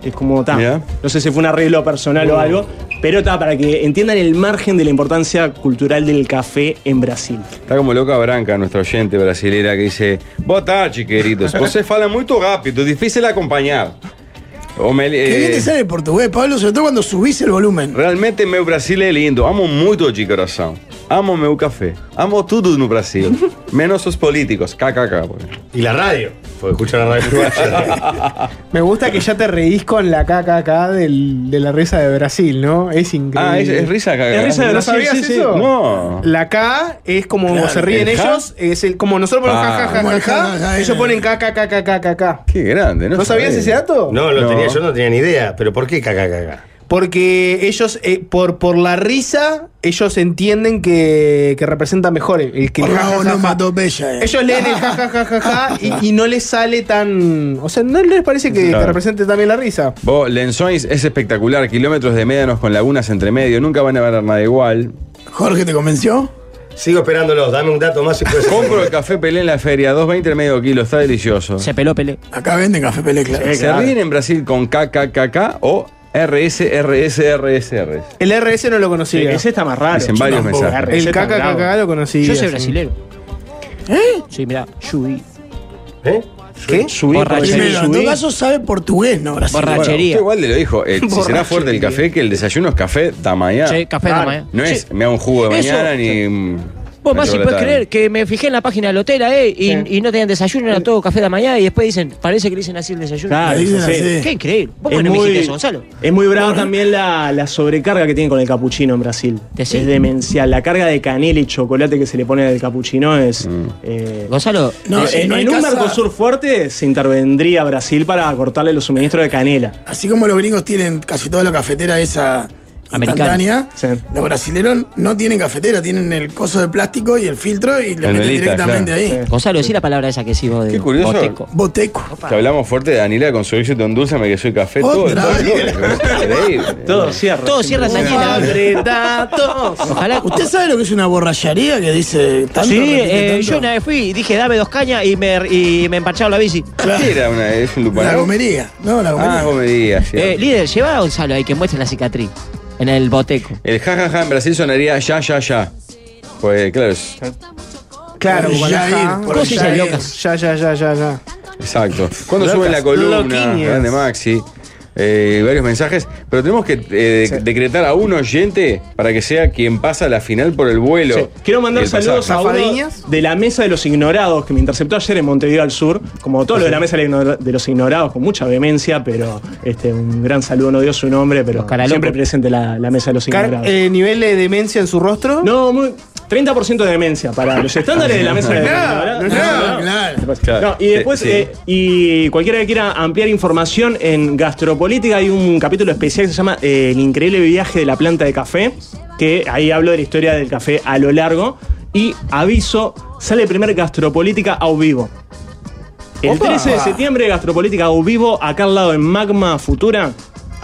Es como ta.
Mirá.
No sé si fue un arreglo personal o algo, pero ta, para que entiendan el margen de la importancia cultural del café en Brasil.
Está como loca Branca, nuestra oyente brasilera, que dice: Boa tarde, queridos. Vocês falam muito rápido, difícil acompanhar. O me-
Qué bien
eh,
te sale el portugués, Pablo, sobre todo cuando subís el volumen.
Realmente meu Brasil é lindo. Amo muito de coração. Amo meu café. Amo tudo no Brasil. Menos os políticos. KKK.
Y la radio. Porque escuchan la radio uruguaya.
Me gusta que ya te reís con la caca acá del- de la risa de Brasil, ¿no? Es increíble.
Ah, es, es risa KKK.
Es risa de
¿No
Brasil,
sabías
sí, sí.
eso? No.
La K es como
Claro.
se ríen
¿El ja?
ellos, es el, como nosotros ponemos
Ah.
ja, ja,
Como
ja,
el
ja, ja, ellos ponen K, K, K, K, K, K.
Qué grande, ¿no?
¿No sabías
sabía.
ese dato?
No, lo
No.
tenía, yo no tenía ni idea. ¿Pero por qué caca, caca?
Porque ellos, eh, por, por la risa, ellos entienden que, que representa mejor el, el que
Por
el
la
ja, ja, ja, ja.
onomatopeya, eh.
Ellos leen el jajajajaja y, y no les sale tan. O sea, no les parece que,
Claro.
que represente también la risa.
Vos, Lensois Oh, es espectacular, kilómetros de médanos con lagunas entre medio, nunca van a ver nada igual.
Jorge, ¿te convenció?
Sigo esperándolos, dame un dato más y puede ser.
Compro el café Pelé en la feria, 2.20 el medio kilo, está delicioso. Se
peló Pelé.
Acá venden café Pelé, claro.
¿Se ríen en Brasil con KKKK o RSRSRSR?
El RS no lo conocía.
Sí, ese está más raro.
Dicen varios
Yo tampoco.
mensajes.
El KKKK lo conocí.
Yo soy
así.
brasilero. ¿Eh? Sí, mirá, Yui.
¿Eh?
¿Qué?
Primero, en todo caso sabe portugués, ¿no? Brasil.
Bueno, usted igual le lo dijo. eh, si será
Borrachería.
fuerte el café, que el desayuno es café tamaya.
Sí, café
Claro.
tamaya.
No es, me da un jugo de
Eso.
mañana ni. mm,
Vos,
una
más si puedes
chocolatada.
creer que me fijé en la página del hotel, eh, y, y no tenían desayuno, era todo café de la mañana, y después dicen, parece que le dicen así el desayuno.
Eh. Claro, Le dicen sí. así.
Qué increíble. Vos,
Es
bueno, me
muy,
dijiste eso, Gonzalo.
es muy bravo también la, la sobrecarga que tienen con el capuchino en Brasil. Es demencial. La carga de canela y chocolate que se le pone al capuchino es. eh,
Gonzalo,
No,
eh,
en,
no hay
en un
casa-
Mercosur fuerte se intervendría Brasil para cortarle los suministros de canela.
Así como los gringos tienen casi toda la cafetera esa
Americana.
instantánea, los brasileros no tienen cafetera, tienen el coso de plástico y el filtro y le
El
meten
velita,
directamente
claro.
ahí.
Gonzalo, decí la palabra esa que sí vos de
Qué curioso.
boteco.
Boteco.
Que hablamos fuerte de Daniela con su éxito en Dulce, me que soy café. Todo,
Otra
todo,
vez.
todo, increíble.
Todo cierra.
Todo cierra en Daniela. Ojalá.
¿Usted sabe lo que es una borrachería que dice tanto?
sí,
repite
eh,
tanto?
yo una vez fui y dije, dame dos cañas y me, y me emparcharon la bici.
¿Qué era una, es un lupanar?
La gomería. No, la gomería.
Ah, gomería, sí.
Eh, líder, lleva a Gonzalo ahí que muestre la cicatriz en el boteco.
El jajaja en Brasil sonaría ya, ya, ya. Pues claro, es-
Claro,
Por
con la
Jair,
ja.
por
Cosas
Jair.
locas. Ya, ya, ya, ya, ya.
exacto. Cuando
Locas,
sube la columna,
loquiñas.
grande Maxi. Eh, varios mensajes, pero tenemos que eh, decretar a un oyente para que sea quien pasa la final por el vuelo.
Sí. Quiero mandar
El pasaje.
saludos a uno
¿Zafadiñas?
de la mesa de los ignorados que me interceptó ayer en Montevideo al Sur, como todo lo de la mesa de la ignora- de los ignorados, con mucha vehemencia, pero este, un gran saludo, no dio su nombre, pero
caralocos.
siempre presente la, la mesa de los
Car-
ignorados.
eh, ¿Nivel de demencia en su rostro?
No, muy- 30% de demencia para los estándares de la mesa de los
Nada,
ignorados.
Claro, claro.
Claro.
No, y después,
Sí.
eh, y cualquiera que quiera ampliar información en Gastropolítica, hay un capítulo especial que se llama eh, El increíble viaje de la planta de café, que ahí hablo de la historia del café a lo largo. Y aviso, sale el primer Gastropolítica a vivo. El
Opa.
13 de septiembre, Gastropolítica a vivo, acá al lado en Magma Futura.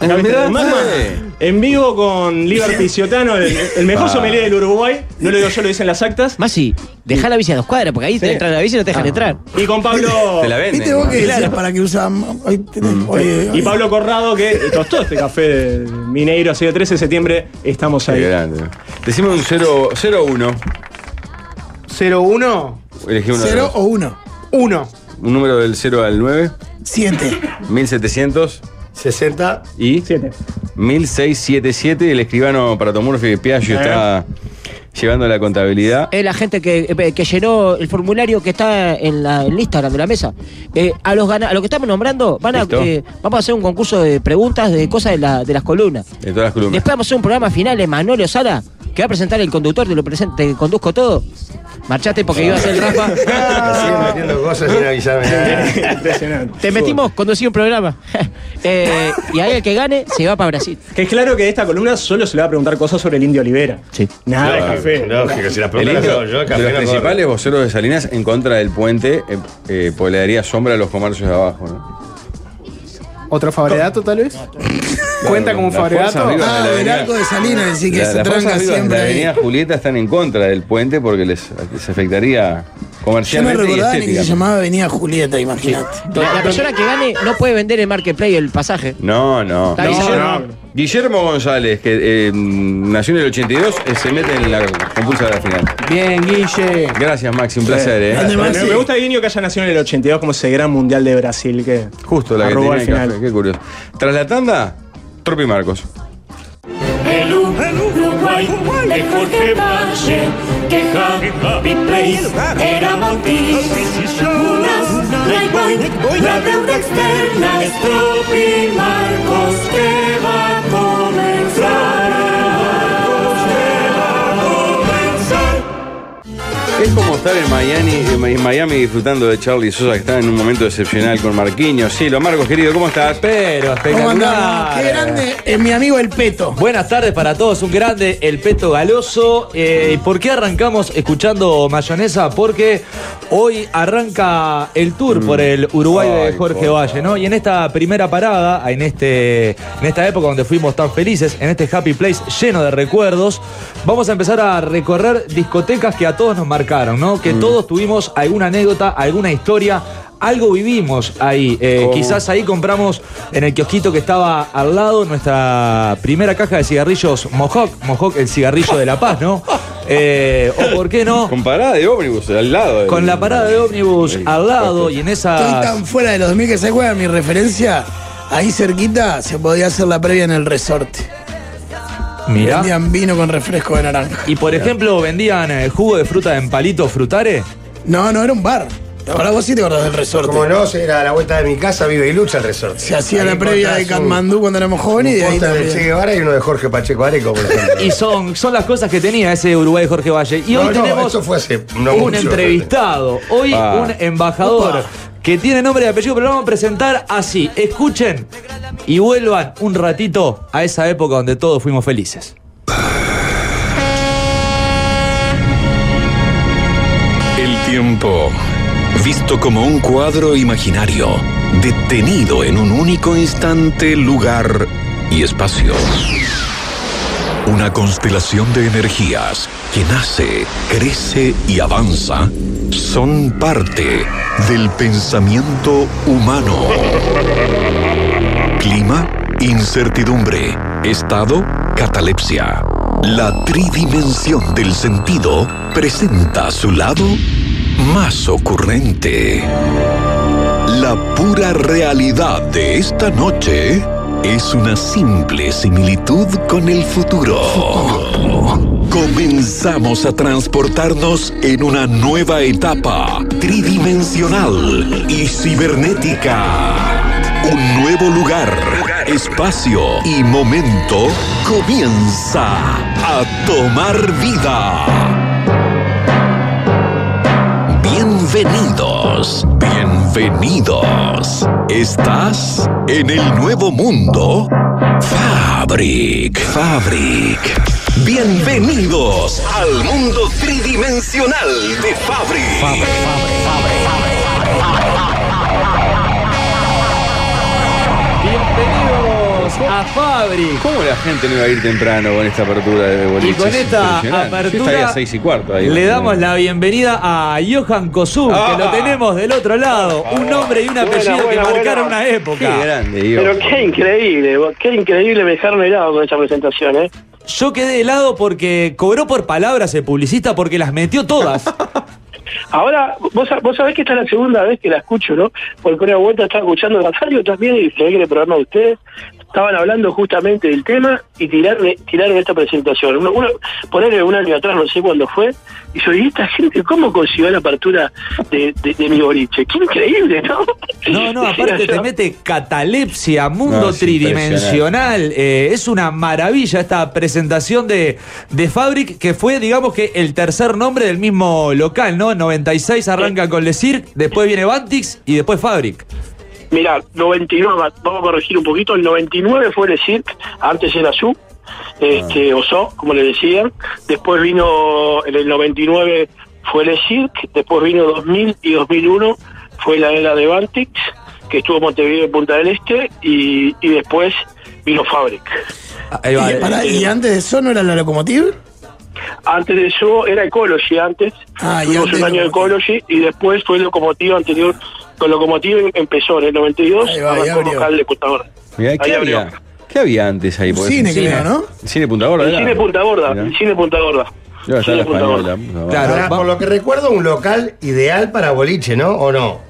Acá, ¿viste?
Mirá,
En Magma,
sí.
en vivo con Liberty Ciotano, el, el mejor
Pa.
sommelier del Uruguay. No lo digo yo, lo dicen las actas.
Masi, dejá la bici a dos cuadras, porque ahí te entran a la bici y no te
Ah.
dejan entrar.
Y con Pablo.
Ah. Te la venden.
¿Viste vos
¿no?
que decías para que usan. Hoy, tenés- hoy- hoy-
Y Pablo Corrado, que tostó este café de Mineiro, ha sido 13 de septiembre, estamos
Qué
ahí.
grande. Decime un 0-1.
0-1,
Elegí uno de
¿Cero
los-
o uno?
1.
un número del 0 al 9.
Siete.
1700
60.
y 1677. El escribano Pratomurfi Piaggio
Eh.
está llevando la contabilidad.
Es la gente que, que llenó el formulario que está en la en el Instagram de la mesa. Eh, a los gana- a los que estamos nombrando, van a,
Listo.
eh, vamos a hacer un concurso de preguntas de cosas de, la- de las columnas.
De todas las columnas.
Después vamos a hacer un programa final de Manolio Sala, que va a presentar el conductor, te lo presente, te conduzco todo. Marchaste porque iba a hacer el
Me
rampa.
siguen metiendo cosas sin avisarme nada.
Impresionante.
Te metimos, conducí un programa. Eh, y ahí el que gane se va para Brasil.
Que es claro que de esta columna solo se le va a preguntar cosas sobre el indio Olivera.
Sí.
Nada
Claro,
de café.
Lógico, si las
El
preguntas las
indio,
hago yo,
de
café
los
no corre.
principales voceros de Salinas en contra del puente, eh, eh, pues le daría sombra a los comercios de abajo. ¿no?
¿Otro favoredato tal vez? ¿Cuenta como
Las fuerzas
favoredato?
arriba de
Ah,
la
del
avenida-
arco de Salinas, así que
La-
se
las fuerzas
tranca
arriba de
siempre
La
ahí.
avenida Julieta están en contra del puente porque les, les afectaría
Yo no
comercialmente y
recordaba ni que se
estéticamente.
llamaba Avenida Julieta, imagínate.
La, la persona que gane no puede vender en Marketplace el pasaje.
No, no.
Está bien.
Guillermo González, que eh, nació en el 82, eh, se mete en la compulsa de la final.
Bien, Guille.
Gracias, Maxi, un placer, ¿eh?
Grande,
Me,
Maxi.
me gusta Guiño que haya nacido en el 82 como ese gran mundial de Brasil que
Justo la que
arrugó
tenía
al
el
final.
café, qué curioso. Tras la tanda, Tropi Marcos.
El Uruguay de Jorge Valle, que Happy Place era Montis. Unas, Playboy, la deuda externa es Tropi Marcos que va a comenzar. Marcos que va a comenzar.
Es como estar en Miami, en Miami disfrutando de Charlie Sosa, que está en un momento excepcional con Marquinhos. Sí, lo Marcos, querido, ¿cómo estás?
Pero,
¿Cómo andamos? Qué grande es mi amigo el Peto.
Buenas tardes para todos, un grande El Peto Galoso. Eh, ¿Por qué arrancamos escuchando Mayonesa? Porque hoy arranca el tour por el Uruguay de Jorge Valle, ¿no? Y en esta primera parada, en, este, en esta época donde fuimos tan felices, en este happy place lleno de recuerdos, vamos a empezar a recorrer discotecas que a todos nos marcaron, ¿no?
Mm.
Que todos tuvimos alguna anécdota, alguna historia, algo vivimos ahí. Eh,
¿Cómo?
quizás ahí compramos en el kiosquito que estaba al lado nuestra primera caja de cigarrillos Mohawk. Mohawk, el cigarrillo de La Paz, ¿no? Eh, o por qué no.
Con parada de ómnibus al lado.
Con la parada de ómnibus al lado y en
Estoy
esa.
tan fuera de los 2000 que se juega mi referencia. Ahí cerquita se podía hacer la previa en el resorte.
Mirá.
Vendían vino con refresco de naranja.
Y por ejemplo, vendían eh, jugo de fruta en palitos frutare.
No, no, era un bar. Ahora vos sí te acordás del resorte.
Como no, era a la vuelta de mi casa, vive y lucha el resorte.
Se hacía la previa de Katmandú cuando éramos jóvenes y de ahí
de Che
también.
Guevara y uno de Jorge Pacheco Areco, por ejemplo.
Y son, son las cosas que tenía ese Uruguay de Jorge Valle. Y
No,
hoy
no,
tenemos
eso fue hace no
un
mucho,
entrevistado, hoy
Ah.
un embajador
Opa.
que tiene nombre y apellido, pero lo vamos a presentar así. Escuchen y vuelvan un ratito a esa época donde todos fuimos felices.
El tiempo, visto como un cuadro imaginario, detenido en un único instante, lugar y espacio. Una constelación de energías que nace, crece y avanza son parte del pensamiento humano. Clima, incertidumbre. Estado, catalepsia. La tridimensión del sentido presenta su lado más ocurrente. La pura realidad de esta noche es una simple similitud con el futuro. Comenzamos a transportarnos en una nueva etapa tridimensional y cibernética. Un nuevo lugar, espacio y momento comienza a tomar vida. Bienvenidos, bienvenidos. Estás en el nuevo mundo. Fabric, Fabric. Bienvenidos al mundo tridimensional de Fabric.
Bienvenidos a Fabri.
¿Cómo la gente no iba a ir temprano con esta apertura de boliche?
Y con
Es
esta
impresionante. Yo
apertura
estaría a 6 y cuarto ahí.
Le damos la bienvenida a Johan Kosum,
Ah.
que lo tenemos del otro lado. Un nombre y un apellido
Buena, buena,
que marcaron
buena.
una época.
Qué grande,
Pero qué increíble, vos, qué increíble me dejaron helado con esa presentación, ¿eh?
Yo quedé helado porque cobró por palabras el publicista porque las metió todas.
Ahora, vos, sa- vos sabés que esta es la segunda vez que la escucho, ¿no? Porque una vuelta estaba escuchando la radio también y se ve que en el programa de ustedes estaban hablando justamente del tema y tiraron, tiraron esta presentación. Uno, uno- ponerle un año atrás, no sé cuándo fue, y yo, ¿y esta gente cómo consiguió la apertura de, de- de mi boliche? Qué increíble, ¿no?
No, no,
Dijera
aparte
yo.
te mete catalepsia, mundo
No, es
tridimensional. Eh, es una maravilla esta presentación de, de Fabric, que fue, digamos que, el tercer nombre del mismo local, ¿no? 96
Eh.
arranca con Le Cirque, después viene Bantix y después Fabric.
Mirá, 99, va- vamos a corregir un poquito, el 99 fue el Cirque, antes era Su,
Ah.
este, o So, como le decían, después vino, en el 99 fue el Cirque, después vino 2000 y 2001 fue la era de Bantix, que estuvo en Montevideo y Punta del Este, y, y después vino Fabric.
Ah,
Y, Eh,
eh,
pará, ¿y antes de eso no era la locomotiva?
Antes de eso era Ecology antes.
Ah, y
Tuvimos
antes
un año de Ecology y después fue Locomotiva anterior. Con Locomotiva em- empezó en el 92
Ahí va, ahí
arrancó
abrió.
local de Punta Gorda.
Mirá, ¿qué,
Ahí
había, ¿Qué había antes ahí? Porque-
cine, creo, ¿no?
El Cine Punta Gorda.
El
era.
cine Punta Gorda, el cine Punta Gorda.
Yo estaba en la
Cine Punta
española. Ah,
Claro, Ahora, por lo que recuerdo, un local ideal para boliche, ¿no? ¿O no?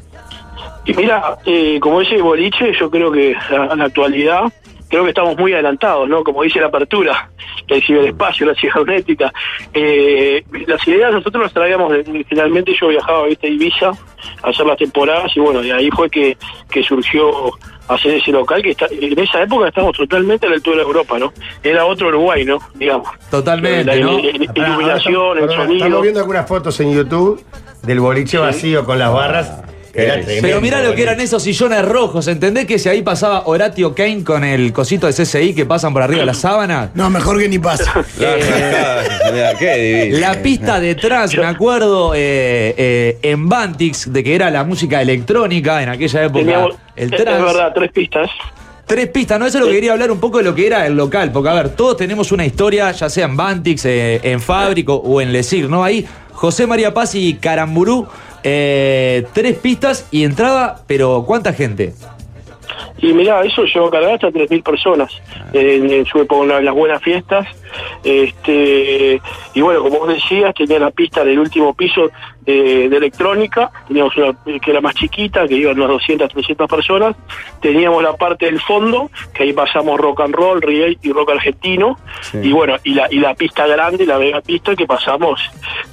Y mira, eh, como ese boliche, yo creo que a- en la actualidad creo que estamos muy adelantados, ¿no? Como dice la apertura, el ciberespacio, la cibernética. Eh, las ideas nosotros las traíamos, de- finalmente yo viajaba ¿viste? a Ibiza a hacer las temporadas y bueno, de ahí fue que, que surgió hacer ese local que está, en esa época estábamos totalmente a la altura de Europa, ¿no? Era otro Uruguay, ¿no? Digamos. La-
Totalmente,
la-
¿no?
la- la- la iluminación, el
Perdona,
sonido.
Estamos viendo algunas fotos en YouTube del boliche vacío con las barras. que
Eh,
era tremendo,
Pero mirá lo que eran esos sillones rojos, ¿entendés que si ahí pasaba Horatio Kane con el cosito de CSI que pasan por arriba de la sábana?
No, mejor que ni pasa.
Eh,
qué divino.
La pista de trans, me acuerdo, eh, eh, en Bantix, de que era la música electrónica en aquella época.
Teníamos-
el
es-
trans.
es verdad, tres pistas.
Tres pistas, no, eso es lo que quería hablar un poco de lo que era el local, porque a ver, todos tenemos una historia, ya sea en Bantix, eh, en Fábrico o en Lesir, ¿no? Ahí, José María Paz y Caramburú, eh, tres pistas y entraba, pero ¿cuánta gente?
Y mirá, eso llegó a cargar hasta 3.000 personas en, en su época, una de las buenas fiestas. Este, y bueno, como vos decías, tenía la pista del último piso de, de electrónica, teníamos una que era más chiquita, que iban unas 200, 300 personas. Teníamos la parte del fondo, que ahí pasamos rock and roll, reggae y rock argentino. Y bueno, y la, y la pista grande, la mega pista, que pasamos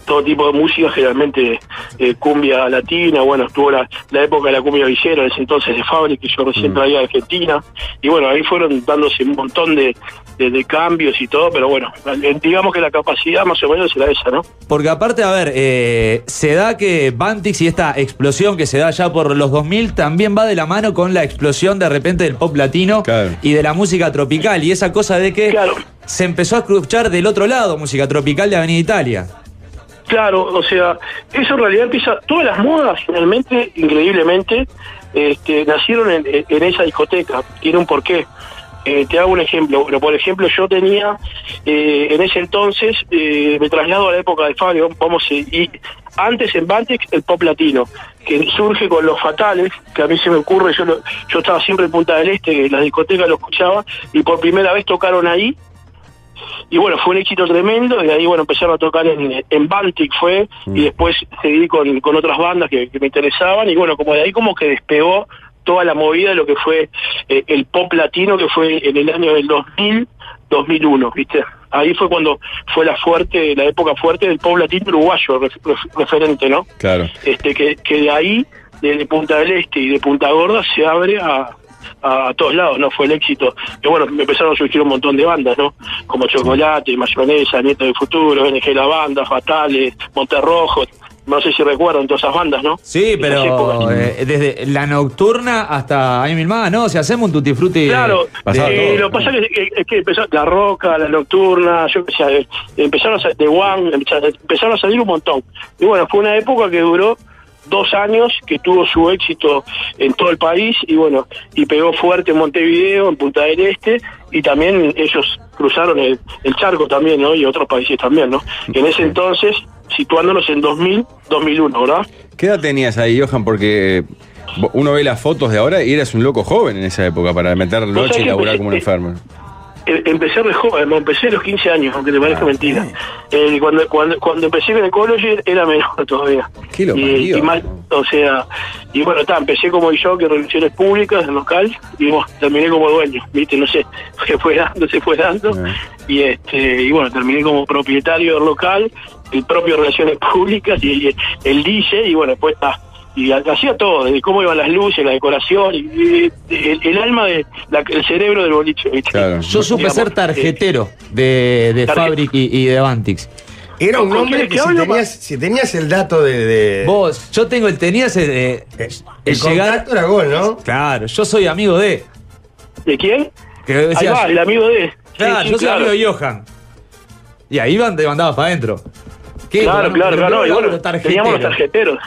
todo tipo de música, generalmente eh, cumbia latina, bueno, estuvo la, la época de la cumbia villera, en ese entonces de Fabri, que yo recién traía de Argentina, y bueno, ahí fueron dándose un montón de, de- de cambios y todo, pero bueno, eh, digamos que la capacidad más o menos era esa, ¿no?
Porque aparte, a ver, eh, se da que Bantix y esta explosión que se da ya por los 2000 también va de la mano con la explosión de repente del pop latino y de la música tropical y esa cosa de que se empezó a escuchar del otro lado música tropical de Avenida Italia.
Claro, o sea, eso en realidad empieza, todas las modas finalmente, increíblemente, este, nacieron en, en esa discoteca, tiene un porqué. Eh, te hago un ejemplo, bueno, por ejemplo yo tenía, eh, en ese entonces, eh, me traslado a la época de Fabio, vamos, eh, y antes en Bantex el pop latino, que surge con los fatales, que a mí se me ocurre, yo, lo- yo estaba siempre en Punta del Este, en las discotecas lo escuchaba, y por primera vez tocaron ahí, y bueno, fue un éxito tremendo, y ahí bueno, empezaron a tocar en, en Baltic fue, y después seguí con, con otras bandas que, que me interesaban, y bueno, como de ahí como que despegó toda la movida de lo que fue eh, el pop latino que fue en el año del 2000, 2001, ¿viste? Ahí fue cuando fue la fuerte, la época fuerte del pop latino uruguayo, ref- ref- referente, ¿no?
Claro.
este que, que de ahí, de, de Punta del Este y de Punta Gorda, se abre a, a todos lados, ¿no? Fue el éxito. Y bueno, me empezaron a surgir un montón de bandas, ¿no? Como Chocolate, Mayonesa, Nieto del Futuro, NG La Banda, Fatales, Monterrojo. No sé si recuerdan todas esas bandas, ¿no?
Sí,
Esas épocas.
pero eh, desde la nocturna hasta Ay Mil Más, ¿no? O sea, hacemos un tutti frutti.
Claro,
Pasaba
eh,
todo.
lo que pasa es que, es que empezó la roca, la nocturna, yo qué sé, eh, empezaron a sa- de One, empezaron- empezaron a salir un montón. Y bueno, fue una época que duró dos años, que tuvo su éxito en todo el país, y bueno, y pegó fuerte en Montevideo, en Punta del Este, y también ellos cruzaron el, el charco también, ¿no? Y otros países también, ¿no? En ese entonces, situándonos en 2000, 2001, ¿verdad?
¿Qué edad tenías ahí, Johan? Porque vo- uno ve las fotos de ahora y eras un loco joven en esa época para meter
sabés
noche y
que
laburar
empecé-
como un enfermo.
Eh, Empecé re joven, empecé a los 15 años, aunque te
Ah,
parezca mentira. Eh, cuando, cuando, cuando empecé con el college era menor todavía.
¿Qué lo
y,
parió?
y más, O sea, y bueno, está, empecé como yo, que relaciones públicas, en local, y bueno, terminé como dueño, viste, no sé, se fue dando, se fue dando.
Ah.
Y este y bueno, terminé como propietario del local, el propio relaciones públicas y el, el DJ, y bueno, después está. Y ha- hacía todo, desde cómo iban las luces, la decoración, y, y el, el alma, de, la- el cerebro del boliche. ¿viste?
Yo supe
Digamos,
ser
eh,
tarjetero de, de
Tarje-
Fabric y, y de Bantix.
Era
Ah,
un nombre que si tenías, si tenías el dato de. de-
Vos, yo tengo el tenías el, eh,
el contacto era gol, ¿no?
Claro, yo soy amigo de.
¿De quién?
Que decías-
Ahí va, el amigo de.
Claro,
Sí, sí,
yo soy
claro.
amigo de Johan. Y ahí van, te mandabas para adentro. ¿Qué?
Claro,
Bueno,
claro,
pero
claro.
no
Y bueno,
los tarjeteros.
teníamos los tarjeteros.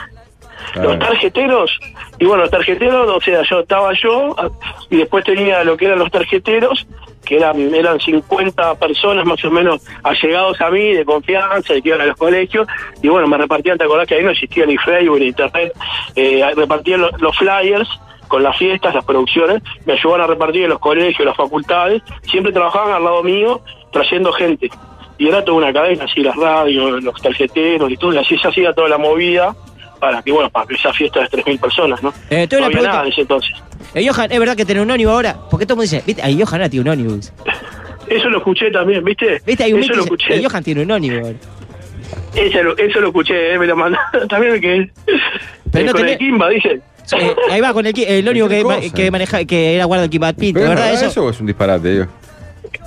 Los tarjeteros, y bueno, los tarjeteros, o sea, yo estaba yo, a- y después tenía lo que eran los tarjeteros, que eran, eran 50 personas más o menos allegados a mí, de confianza, y que iban a los colegios, y bueno, me repartían, te acordás que ahí no existía ni Facebook ni Internet, eh, repartían lo- los flyers con las fiestas, las producciones, me ayudaban a repartir en los colegios, las facultades, siempre trabajaban al lado mío, trayendo gente. Y era toda una cadena, así las radios, los tarjeteros y todo, y así se hacía toda la movida para que, bueno, para que esa fiesta de 3.000 personas, ¿no?
Eh, tengo
no
una
había
pregunta.
nada en ese entonces.
Eh, Johan, es verdad que tenés un ónibus ahora. Porque todo el mundo dice, viste, ay, Johan ahora tiene un ónibus.
Eso lo escuché también, ¿viste?
Viste, hay un
eso
mito
lo
que dice,
escuché.
"Eh, Johan tiene un ónibus ahora.
Eso lo, eso lo escuché, eh, me lo mandaron. También me quedé.
Pero
Eh,
no
con
tenés-
el Kimba, dicen.
Eh, ahí va con el, qui- el ónibus que, ma-
cosa.
que maneja, que era guarda el Kibat Pinto,
¿Pero es
¿verdad? Eso.
o es un disparate, digo?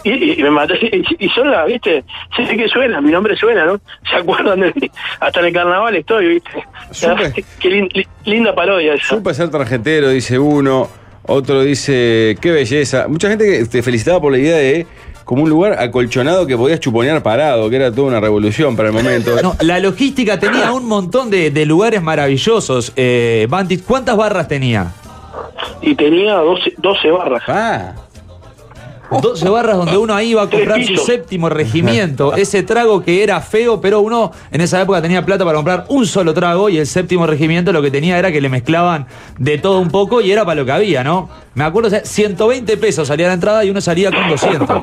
Y, y- y me maté. Y, y son las, ¿viste? Sé que suena, mi nombre suena, ¿no? ¿Se acuerdan de mí? Hasta en el carnaval estoy, ¿viste? Qué lin- li- linda parodia esa.
Supe ser tarjetero, dice uno. Otro dice, qué belleza. Mucha gente que te felicitaba por la idea de como un lugar acolchonado que podías chuponear parado, que era toda una revolución para el momento.
No, la logística tenía un montón de, de lugares maravillosos. Eh, Bandit, ¿cuántas barras tenía?
Y tenía 12, 12 barras.
Ah.
12 barras donde uno ahí iba a
Tres
comprar su
pisos.
séptimo regimiento. Ese trago que era feo, pero uno en esa época tenía plata para comprar un solo trago y el séptimo regimiento lo que tenía era que le mezclaban de todo un poco y era para lo que había, ¿no? Me acuerdo, o sea, 120 pesos salía la entrada y uno salía con 200.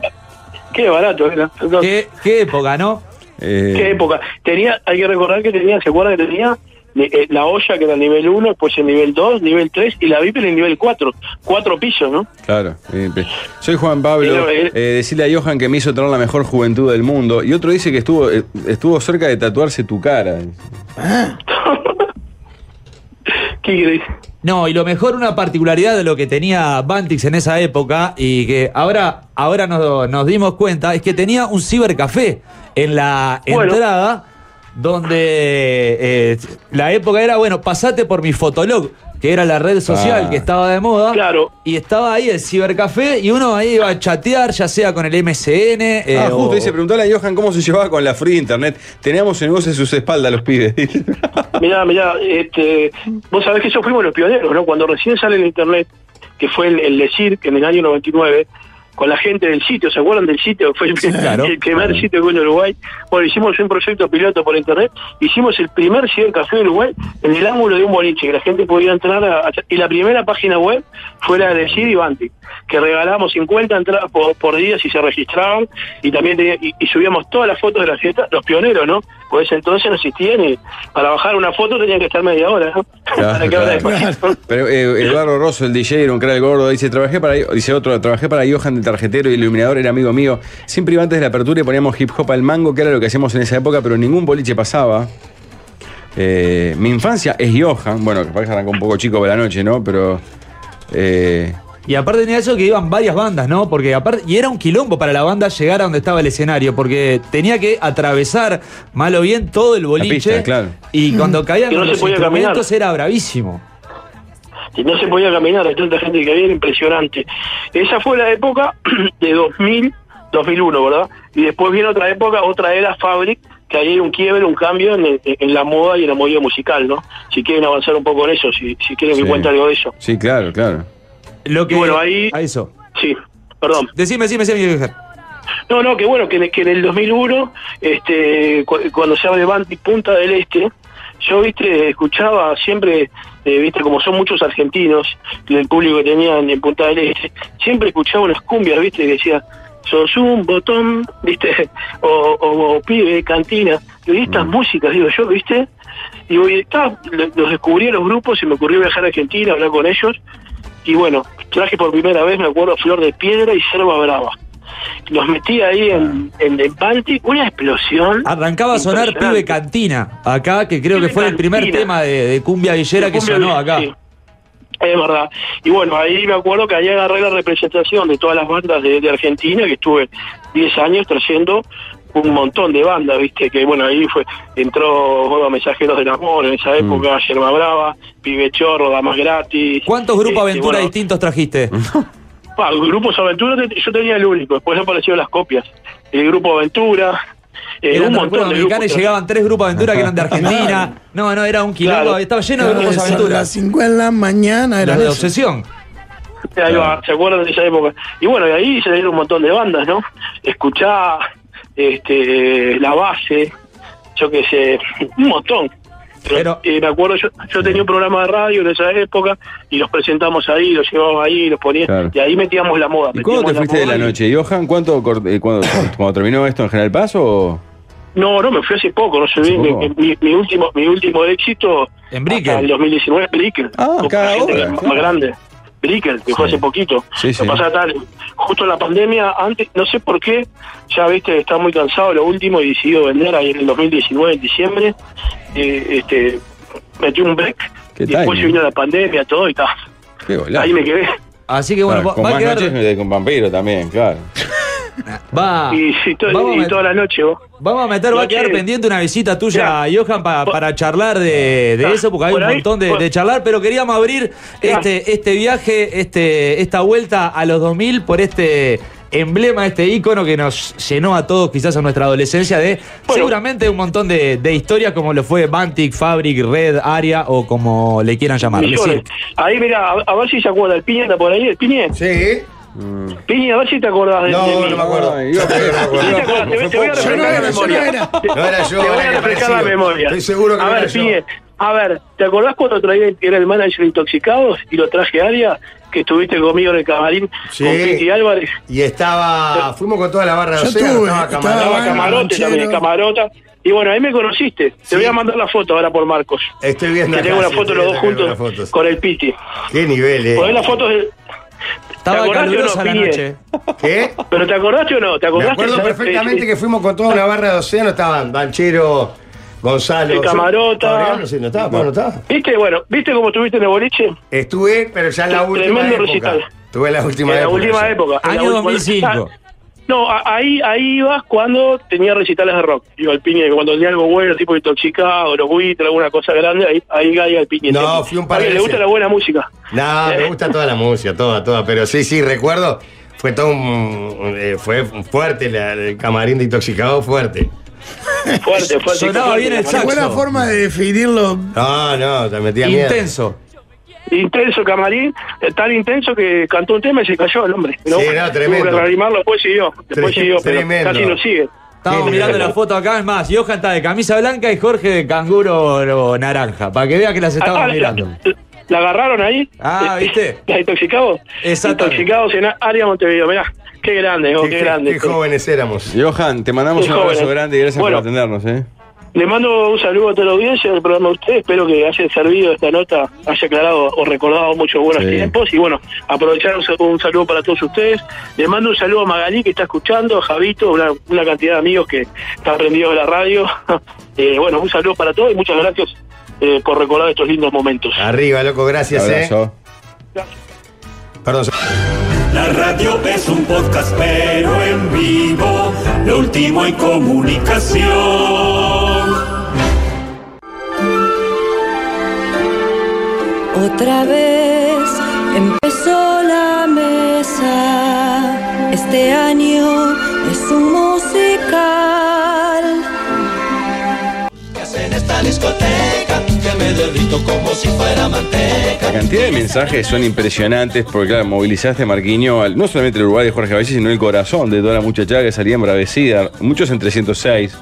Qué barato era.
Qué, qué época, ¿no?
Eh,
Eh,
¿Qué época? Tenía, hay que recordar que tenía, ¿se acuerdan que tenía? Ne- eh, La olla que era nivel 1, después el nivel 2, nivel 3 y la VIP en el nivel 4. Cuatro pisos, ¿no?
Claro. Eh, pe- Soy Juan Pablo.
Pero,
Eh,
eh,
decirle a Johan que me hizo tener la mejor juventud del mundo. Y otro dice que estuvo, eh, estuvo cerca de tatuarse tu cara. Eh,
No, y lo mejor, una particularidad de lo que tenía Bantix en esa época y que ahora, ahora nos, nos dimos cuenta es que tenía un cibercafé en la
Bueno.
entrada donde eh, la época era, bueno, pasate por mi fotolog, que era la red social
Ah.
que estaba de moda. Claro. Y estaba ahí el cibercafé y uno ahí iba a chatear, ya sea con el MSN. eh,
ah, justo
o-
dice, preguntale a Johan cómo se llevaba con la free internet. Teníamos el negocio en sus espaldas los pibes.
Mirá, mirá, este, vos sabés que eso fuimos los pioneros, ¿no? Cuando recién sale el Internet, que fue el, el decir que en el año 99, con la gente del sitio, ¿se acuerdan del sitio? Fue el,
claro.
el primer sitio que hubo en Uruguay. Bueno, hicimos un proyecto piloto por Internet, hicimos el primer cibercafé de Uruguay en el ángulo de un boliche, que la gente podía entrar a, a- Y la primera página web fue la de Cid y Banti, que regalábamos 50 entradas por, por día si se registraban, y también tenía- y, y subíamos todas las fotos de la fiesta, los pioneros, ¿no? Pues entonces no existían y para bajar una foto tenían que estar media hora, ¿no? para que hablara despacito.
Pero eh, Eduardo Rosso, el DJ, era un crack gordo. Dice, trabajé para, dice otro, trabajé para Johan de tarjetero y iluminador, era amigo mío. Siempre iba antes de la apertura y poníamos hip hop al mango, que era lo que hacíamos en esa época, pero ningún boliche pasaba. Eh, mi infancia es Johan. Bueno, capaz que arrancó un poco chico por la noche, ¿no? Pero. eh,
Y aparte tenía eso que iban varias bandas, ¿no? Porque aparte, y era un quilombo para la banda llegar a donde estaba el escenario, porque tenía que atravesar, mal o bien, todo el boliche.
pista, claro.
Y cuando caían
Que no
con
se
los
podía caminar.
instrumentos era bravísimo.
y no se podía caminar, hay tanta gente que había, era impresionante. Esa fue la época de 2000, 2001, ¿verdad? Y después viene otra época, otra era Fabric, que ahí hay un quiebre, un cambio en, en- en la moda y en la movida musical, ¿no? Si quieren avanzar un poco en eso, si, si quieren
Sí.
que cuente algo de eso.
sí, claro, claro.
Lo que,
bueno, ahí...
A eso.
Sí, perdón.
Decime, decime, decime.
No, no, que bueno, que, en- que en el 2001, este, cu- cuando se abre Banti Punta del Este, yo, viste, escuchaba siempre, eh, viste, como son muchos argentinos, el público que tenían en Punta del Este, siempre escuchaba unas cumbias, viste, que decía, sos un botón, viste, o, o- o pibe, cantina, y
Mm.
estas músicas, digo yo, viste, y voy, ta, lo- los descubrí en los grupos y me ocurrió viajar a Argentina, hablar con ellos, y bueno, traje por primera vez, me acuerdo, Flor de Piedra y Selva Brava. Los metí ahí en,
Ah.
en, en Baltic, una explosión.
Arrancaba a sonar
Impresionante.
Pibe Cantina, acá, que creo que
Pibe
fue el primer
Cantina.
tema de, de Cumbia Villera
De
que
Cumbia
sonó
Villera,
acá.
sí. Es verdad. Y bueno, ahí me acuerdo que ahí agarré la representación de todas las bandas de, de Argentina, que estuve 10 años trayendo un montón de bandas, ¿viste? Que bueno, ahí fue entró bueno, Mensajeros del Amor en
Mm.
esa época, Yerma Brava, Pibe Chorro, Damas Gratis.
¿Cuántos grupos
Este,
Aventura
bueno,
distintos trajiste?
Pa, grupos Aventura te- yo tenía el único, después aparecieron las copias. El grupo Aventura, eh,
Eran
un
de
montón de
República Dominicana
grupos.
y llegaban tres grupos Aventura que eran de Argentina. No, no, era un quilombo,
Claro.
estaba lleno de grupos
Eso, A
Aventura.
las 5 de la mañana era
Los de Obsesión.
Ahí va, ¿se acuerdan de esa época? Y bueno, de ahí se dieron un montón de bandas, ¿no? Escuchá, este, La Base, yo qué sé, un montón. Pero, eh, me acuerdo, yo, yo tenía un programa de radio en esa época y los presentamos ahí, los llevábamos ahí, los poníamos,
Claro.
y ahí metíamos la moda.
¿Y cuándo te
metíamos
fuiste de
moda
la
y-
noche? Johan, ¿cuánto cort- eh, cuándo- cuando terminó esto en General Paz o.?
No, no, me fui hace poco, no sé bien.
poco?
Mi, mi- mi último, mi último éxito.
En
Brickell. En 2019, en Brickell. Ah,
cada hora,
Más grande. Bricker, que fue hace poquito.
Sí, sí.
Lo pasa tal, justo en la pandemia, antes, no sé por qué, ya viste, está muy cansado lo último y decidió vender ahí en el 2019, en diciembre. Eh, este, metió un break,
Qué
y después
timing.
se vino la pandemia, todo y tal.
Qué golazo.
Ahí me quedé.
Así que bueno,
Claro,
va-
con
va a
más
quedar-
noches me quedé con vampiro también, claro.
Va.
Y, sí, todo-
Vamos a
y
met-
toda la noche vos.
Vamos a meter, va a
Noche.
quedar pendiente una visita tuya, Johan, pa- para charlar de, de
Ah,
eso, porque hay
por
un
ahí,
montón de,
por- Ah.
de charlar, pero queríamos abrir este, este viaje, este, esta vuelta a los 2000 por este emblema, este ícono que nos llenó a todos, quizás a nuestra adolescencia, de seguramente un montón de, de historias como lo fue Bantic, Fabric, Red, Aria o como le quieran llamar.
Millones. Ahí, mira, a, a ver si se acuerda. El Piña está por ahí, el Piña. Sí. Piña, a ver si te acordás de
No,
de mí.
no me acuerdo.
Sí, te acordás, te- te voy a refrescar la memoria.
No era yo,
Te voy a
era
refrescar la
parecido.
memoria.
Estoy seguro que
A
no
ver,
era yo.
Piñe, a ver, ¿te acordás cuando traía era el manager de Intoxicados y lo traje a Aria? Que estuviste conmigo en el camarín
Sí.
con Cristi Álvarez.
Y estaba. Ah, Fuimos con toda la barra de
Yo
Océano,
estuve,
estaba
estaba
Camarote.
Camarote también, Camarota. Y bueno, ahí me conociste. Te voy a mandar la foto ahora por Marcos.
Estoy viendo
Que
acá,
tengo una
sí,
foto
estoy
los dos
viendo acá
juntos
algunas fotos.
con el Piti.
Qué nivel, eh.
Ponés las fotos del...
Estaba calurosa la
Piñe?
noche. ¿Qué?
¿Pero te acordaste o no? ¿Te
Me
acordaste?
acuerdo
¿Sabes?
perfectamente
Eh,
que fuimos con toda una barra de Océano, estaban Banchero, Gonzalo.
El camarota.
Laureano, No, sé, no estaba, no estaba.
¿Viste? Bueno, ¿viste cómo estuviste en el boliche?
Estuve, pero ya en la última
Tremendo
época.
recital.
Tuve la última
en la
época,
última
sí.
época. En la
Año
última-
2005.
Ah, No, a- ahí, ahí ibas cuando tenía recitales de rock. Digo, al piñe, cuando tenía algo bueno, tipo intoxicado, los buitres, alguna cosa grande, ahí, ahí caía el piñe.
No,
Siempre.
fui un par
A
de
alguien le
veces.
gusta la buena música.
No, me gusta toda la música, toda, toda. Pero sí, sí, recuerdo. Fue todo un- eh, Fue fuerte la- el camarín de intoxicado, fuerte.
Fuerte, fuerte. fuerte, fuerte.
Buena forma de definirlo.
No, no, te metía miedo.
Intenso.
Intenso camarín, eh, tan intenso que cantó un tema y se cayó el hombre. Pero
Sí,
bueno,
no, tremendo.
Tuvo que reanimarlo, después siguió. Después
Tre-
siguió, pero
tremendo.
casi no sigue.
Estamos mirando la foto acá, es más, Johan está de camisa blanca y Jorge de canguro naranja, para que vea que las
Ah,
estamos
la-
mirando.
¿La agarraron ahí?
Ah,
Eh,
¿viste?
¿La intoxicados?
Exactamente.
Intoxicados en área Montevideo, mirá. Qué grande, oh, qué, grande.
jóvenes éramos.
Johan, te mandamos
Qué
un abrazo
jóvenes.
grande y gracias
Bueno.
por atendernos, ¿eh?
Le mando un saludo a toda la audiencia del programa de ustedes. Espero que haya servido esta nota, haya aclarado o recordado muchos buenos
Sí.
tiempos. Y bueno, aprovechar un, sa- un saludo para todos ustedes. Le mando un saludo a Magalí que está escuchando, a Javito, una, una cantidad de amigos que están prendidos de la radio. Eh, bueno, un saludo para todos y muchas gracias eh, por recordar estos lindos momentos.
Arriba, loco, gracias, eh.
Abrazo.
Perdón.
La radio es un podcast, pero en vivo, lo último en comunicación.
Otra vez empezó la mesa. Este año es un musical.
En esta discoteca que me derrito como si fuera manteca.
La cantidad de mensajes son impresionantes porque, claro, movilizaste, Marquinho, al- no solamente el lugar de Jorge Valle, sino el corazón de toda la muchachada que salía embravecida. Muchos en 306.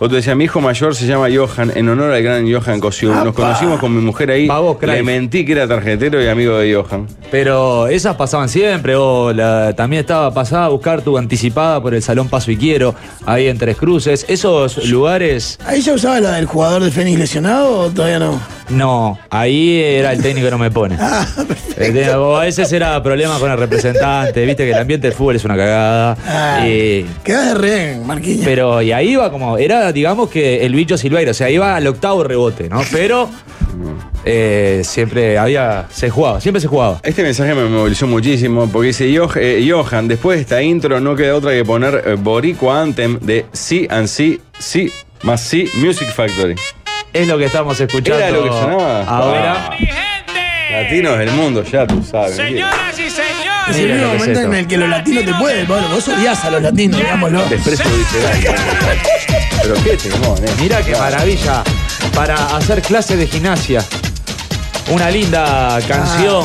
Otro decía, mi hijo mayor se llama Johan, en honor al gran Johan Cosío. Nos conocimos con mi mujer ahí. Le
Craig.
mentí que era tarjetero y amigo de Johan.
Pero esas pasaban siempre, o la- también estaba pasada a buscar tu anticipada por el Salón Paso y Quiero, ahí en Tres Cruces. Esos lugares,
¿Ahí ya usaba la del jugador de Fénix lesionado o todavía no?
no, ahí era el técnico no me pone.
Ah,
El técnico- o a veces era problema con el representante, viste que el ambiente del fútbol es una cagada. y-
Ah, Quedás de rehén, Marquinhos.
Pero y ahí iba como, era digamos que el bicho Silveira, o sea, iba al octavo rebote, ¿no? Pero eh, siempre había, se jugaba, siempre se jugaba.
Este mensaje me movilizó muchísimo porque dice "Yo- eh, Johan, después de esta intro no queda otra que poner eh, Boricua Anthem de C and C, C más C Music Factory.
Es lo que estamos escuchando
Era lo que sonaba.
ahora.
Ah. Latinos del mundo, ya tú sabes.
y señores. Es el
Mira
único
lo que es
momento
esto.
en el que los latinos te pueden, Pablo. Vos odias a los latinos, digámoslo.
Desprecio visceral. Pero qué temón, eh.
Mirá qué maravilla para hacer clases de gimnasia. Una linda canción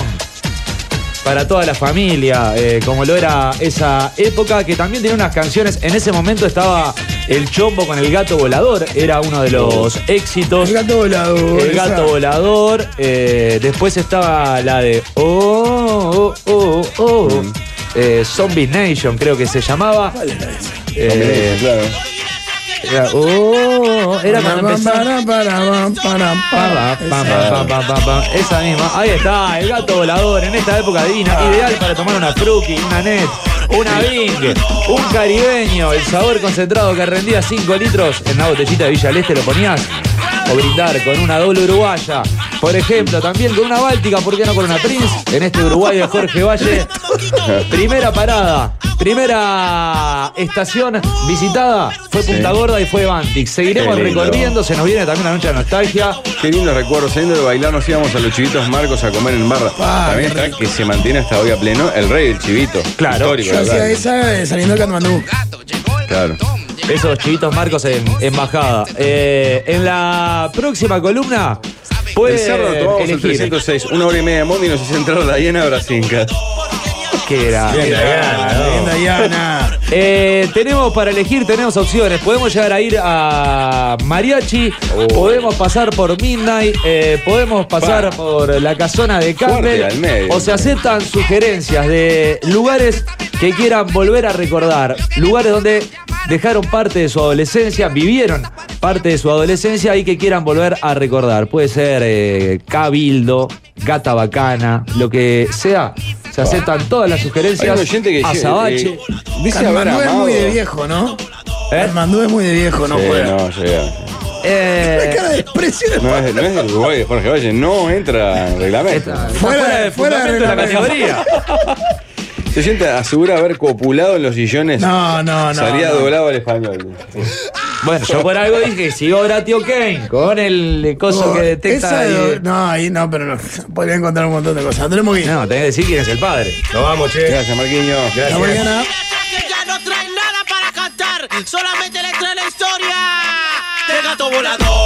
para toda la familia, eh, como lo era esa época, que también tenía unas canciones. En ese momento estaba El Chombo con el gato volador, era uno de los éxitos. Oh. El gato
volador.
El gato
esa.
volador. eh, después estaba la de Oh, oh, oh, oh. eh, Zombie Nation, creo que se llamaba. Eh,
claro.
Era, oh, era cuando empezaba. Pa, pa, pa, pa, pa, pa. Esa misma. Ahí está, el gato volador en esta época divina. Ideal para tomar una fruki, una net, una bing, un caribeño. El sabor concentrado que rendía 5 litros en una botellita de Villa Leste lo ponías. O brindar con una doble uruguaya. Por ejemplo, también con una báltica, ¿por qué no con una Prince? En este Uruguay de Jorge Valle. Primera parada, primera estación visitada fue Punta
Sí.
Gorda y fue Bantix. Seguiremos
Qué lindo.
recorriendo, se nos viene también una noche de nostalgia.
Qué lindo recuerdo, saliendo de bailar nos íbamos a los chivitos Marcos a comer en barra.
Ah,
También está que se mantiene hasta hoy a pleno el rey del chivito. Claro. Histórico,
Yo
la
hacía
verdad.
esa eh, saliendo de Katmandú.
Claro.
Esos chivitos Marcos en, en bajada. Eh, en la próxima columna puede
el cerro tomamos el 306, una hora y media de Mondi y nos hizo entrar la hiena Brasinca.
Que era. Eh, tenemos para elegir, tenemos opciones. Podemos llegar a ir a Mariachi, podemos pasar por Midnight, eh, podemos pasar por la casona de Campbell.
al medio.
o se aceptan sugerencias de lugares que quieran volver a recordar. Lugares donde dejaron parte de su adolescencia, vivieron parte de su adolescencia y que quieran volver a recordar. Puede ser eh, Cabildo, Gata Bacana, lo que sea. Se aceptan todas las
Hay
sugerencias.
un oyente que
Azabache.
eh, dice haber
Katmandú es
amado- ¿Eh?
muy de viejo, ¿no? Katmandú es muy de viejo, no
Sí,
juega.
no, llega.
Eh,
La cara de desprecio.
No es, no es del Uruguay de Jorge Valle, no entra en reglamento.
Fuera de fuera de reglamento.
Se siente asegura haber copulado en los sillones.
No, no, no,
Salía
no.
doblado al español.
Bueno, yo por algo dije que siguió Horatio Kane con el coso
Oh,
que detecta.
esa
ahí.
de- No, ahí no, pero no. podría encontrar un montón de cosas. Tenemos que ir.
No, tenés que decir quién es el padre.
Nos vamos, che.
Gracias, Marquinho.
Hasta mañana.
Solamente le trae la historia de gato volador.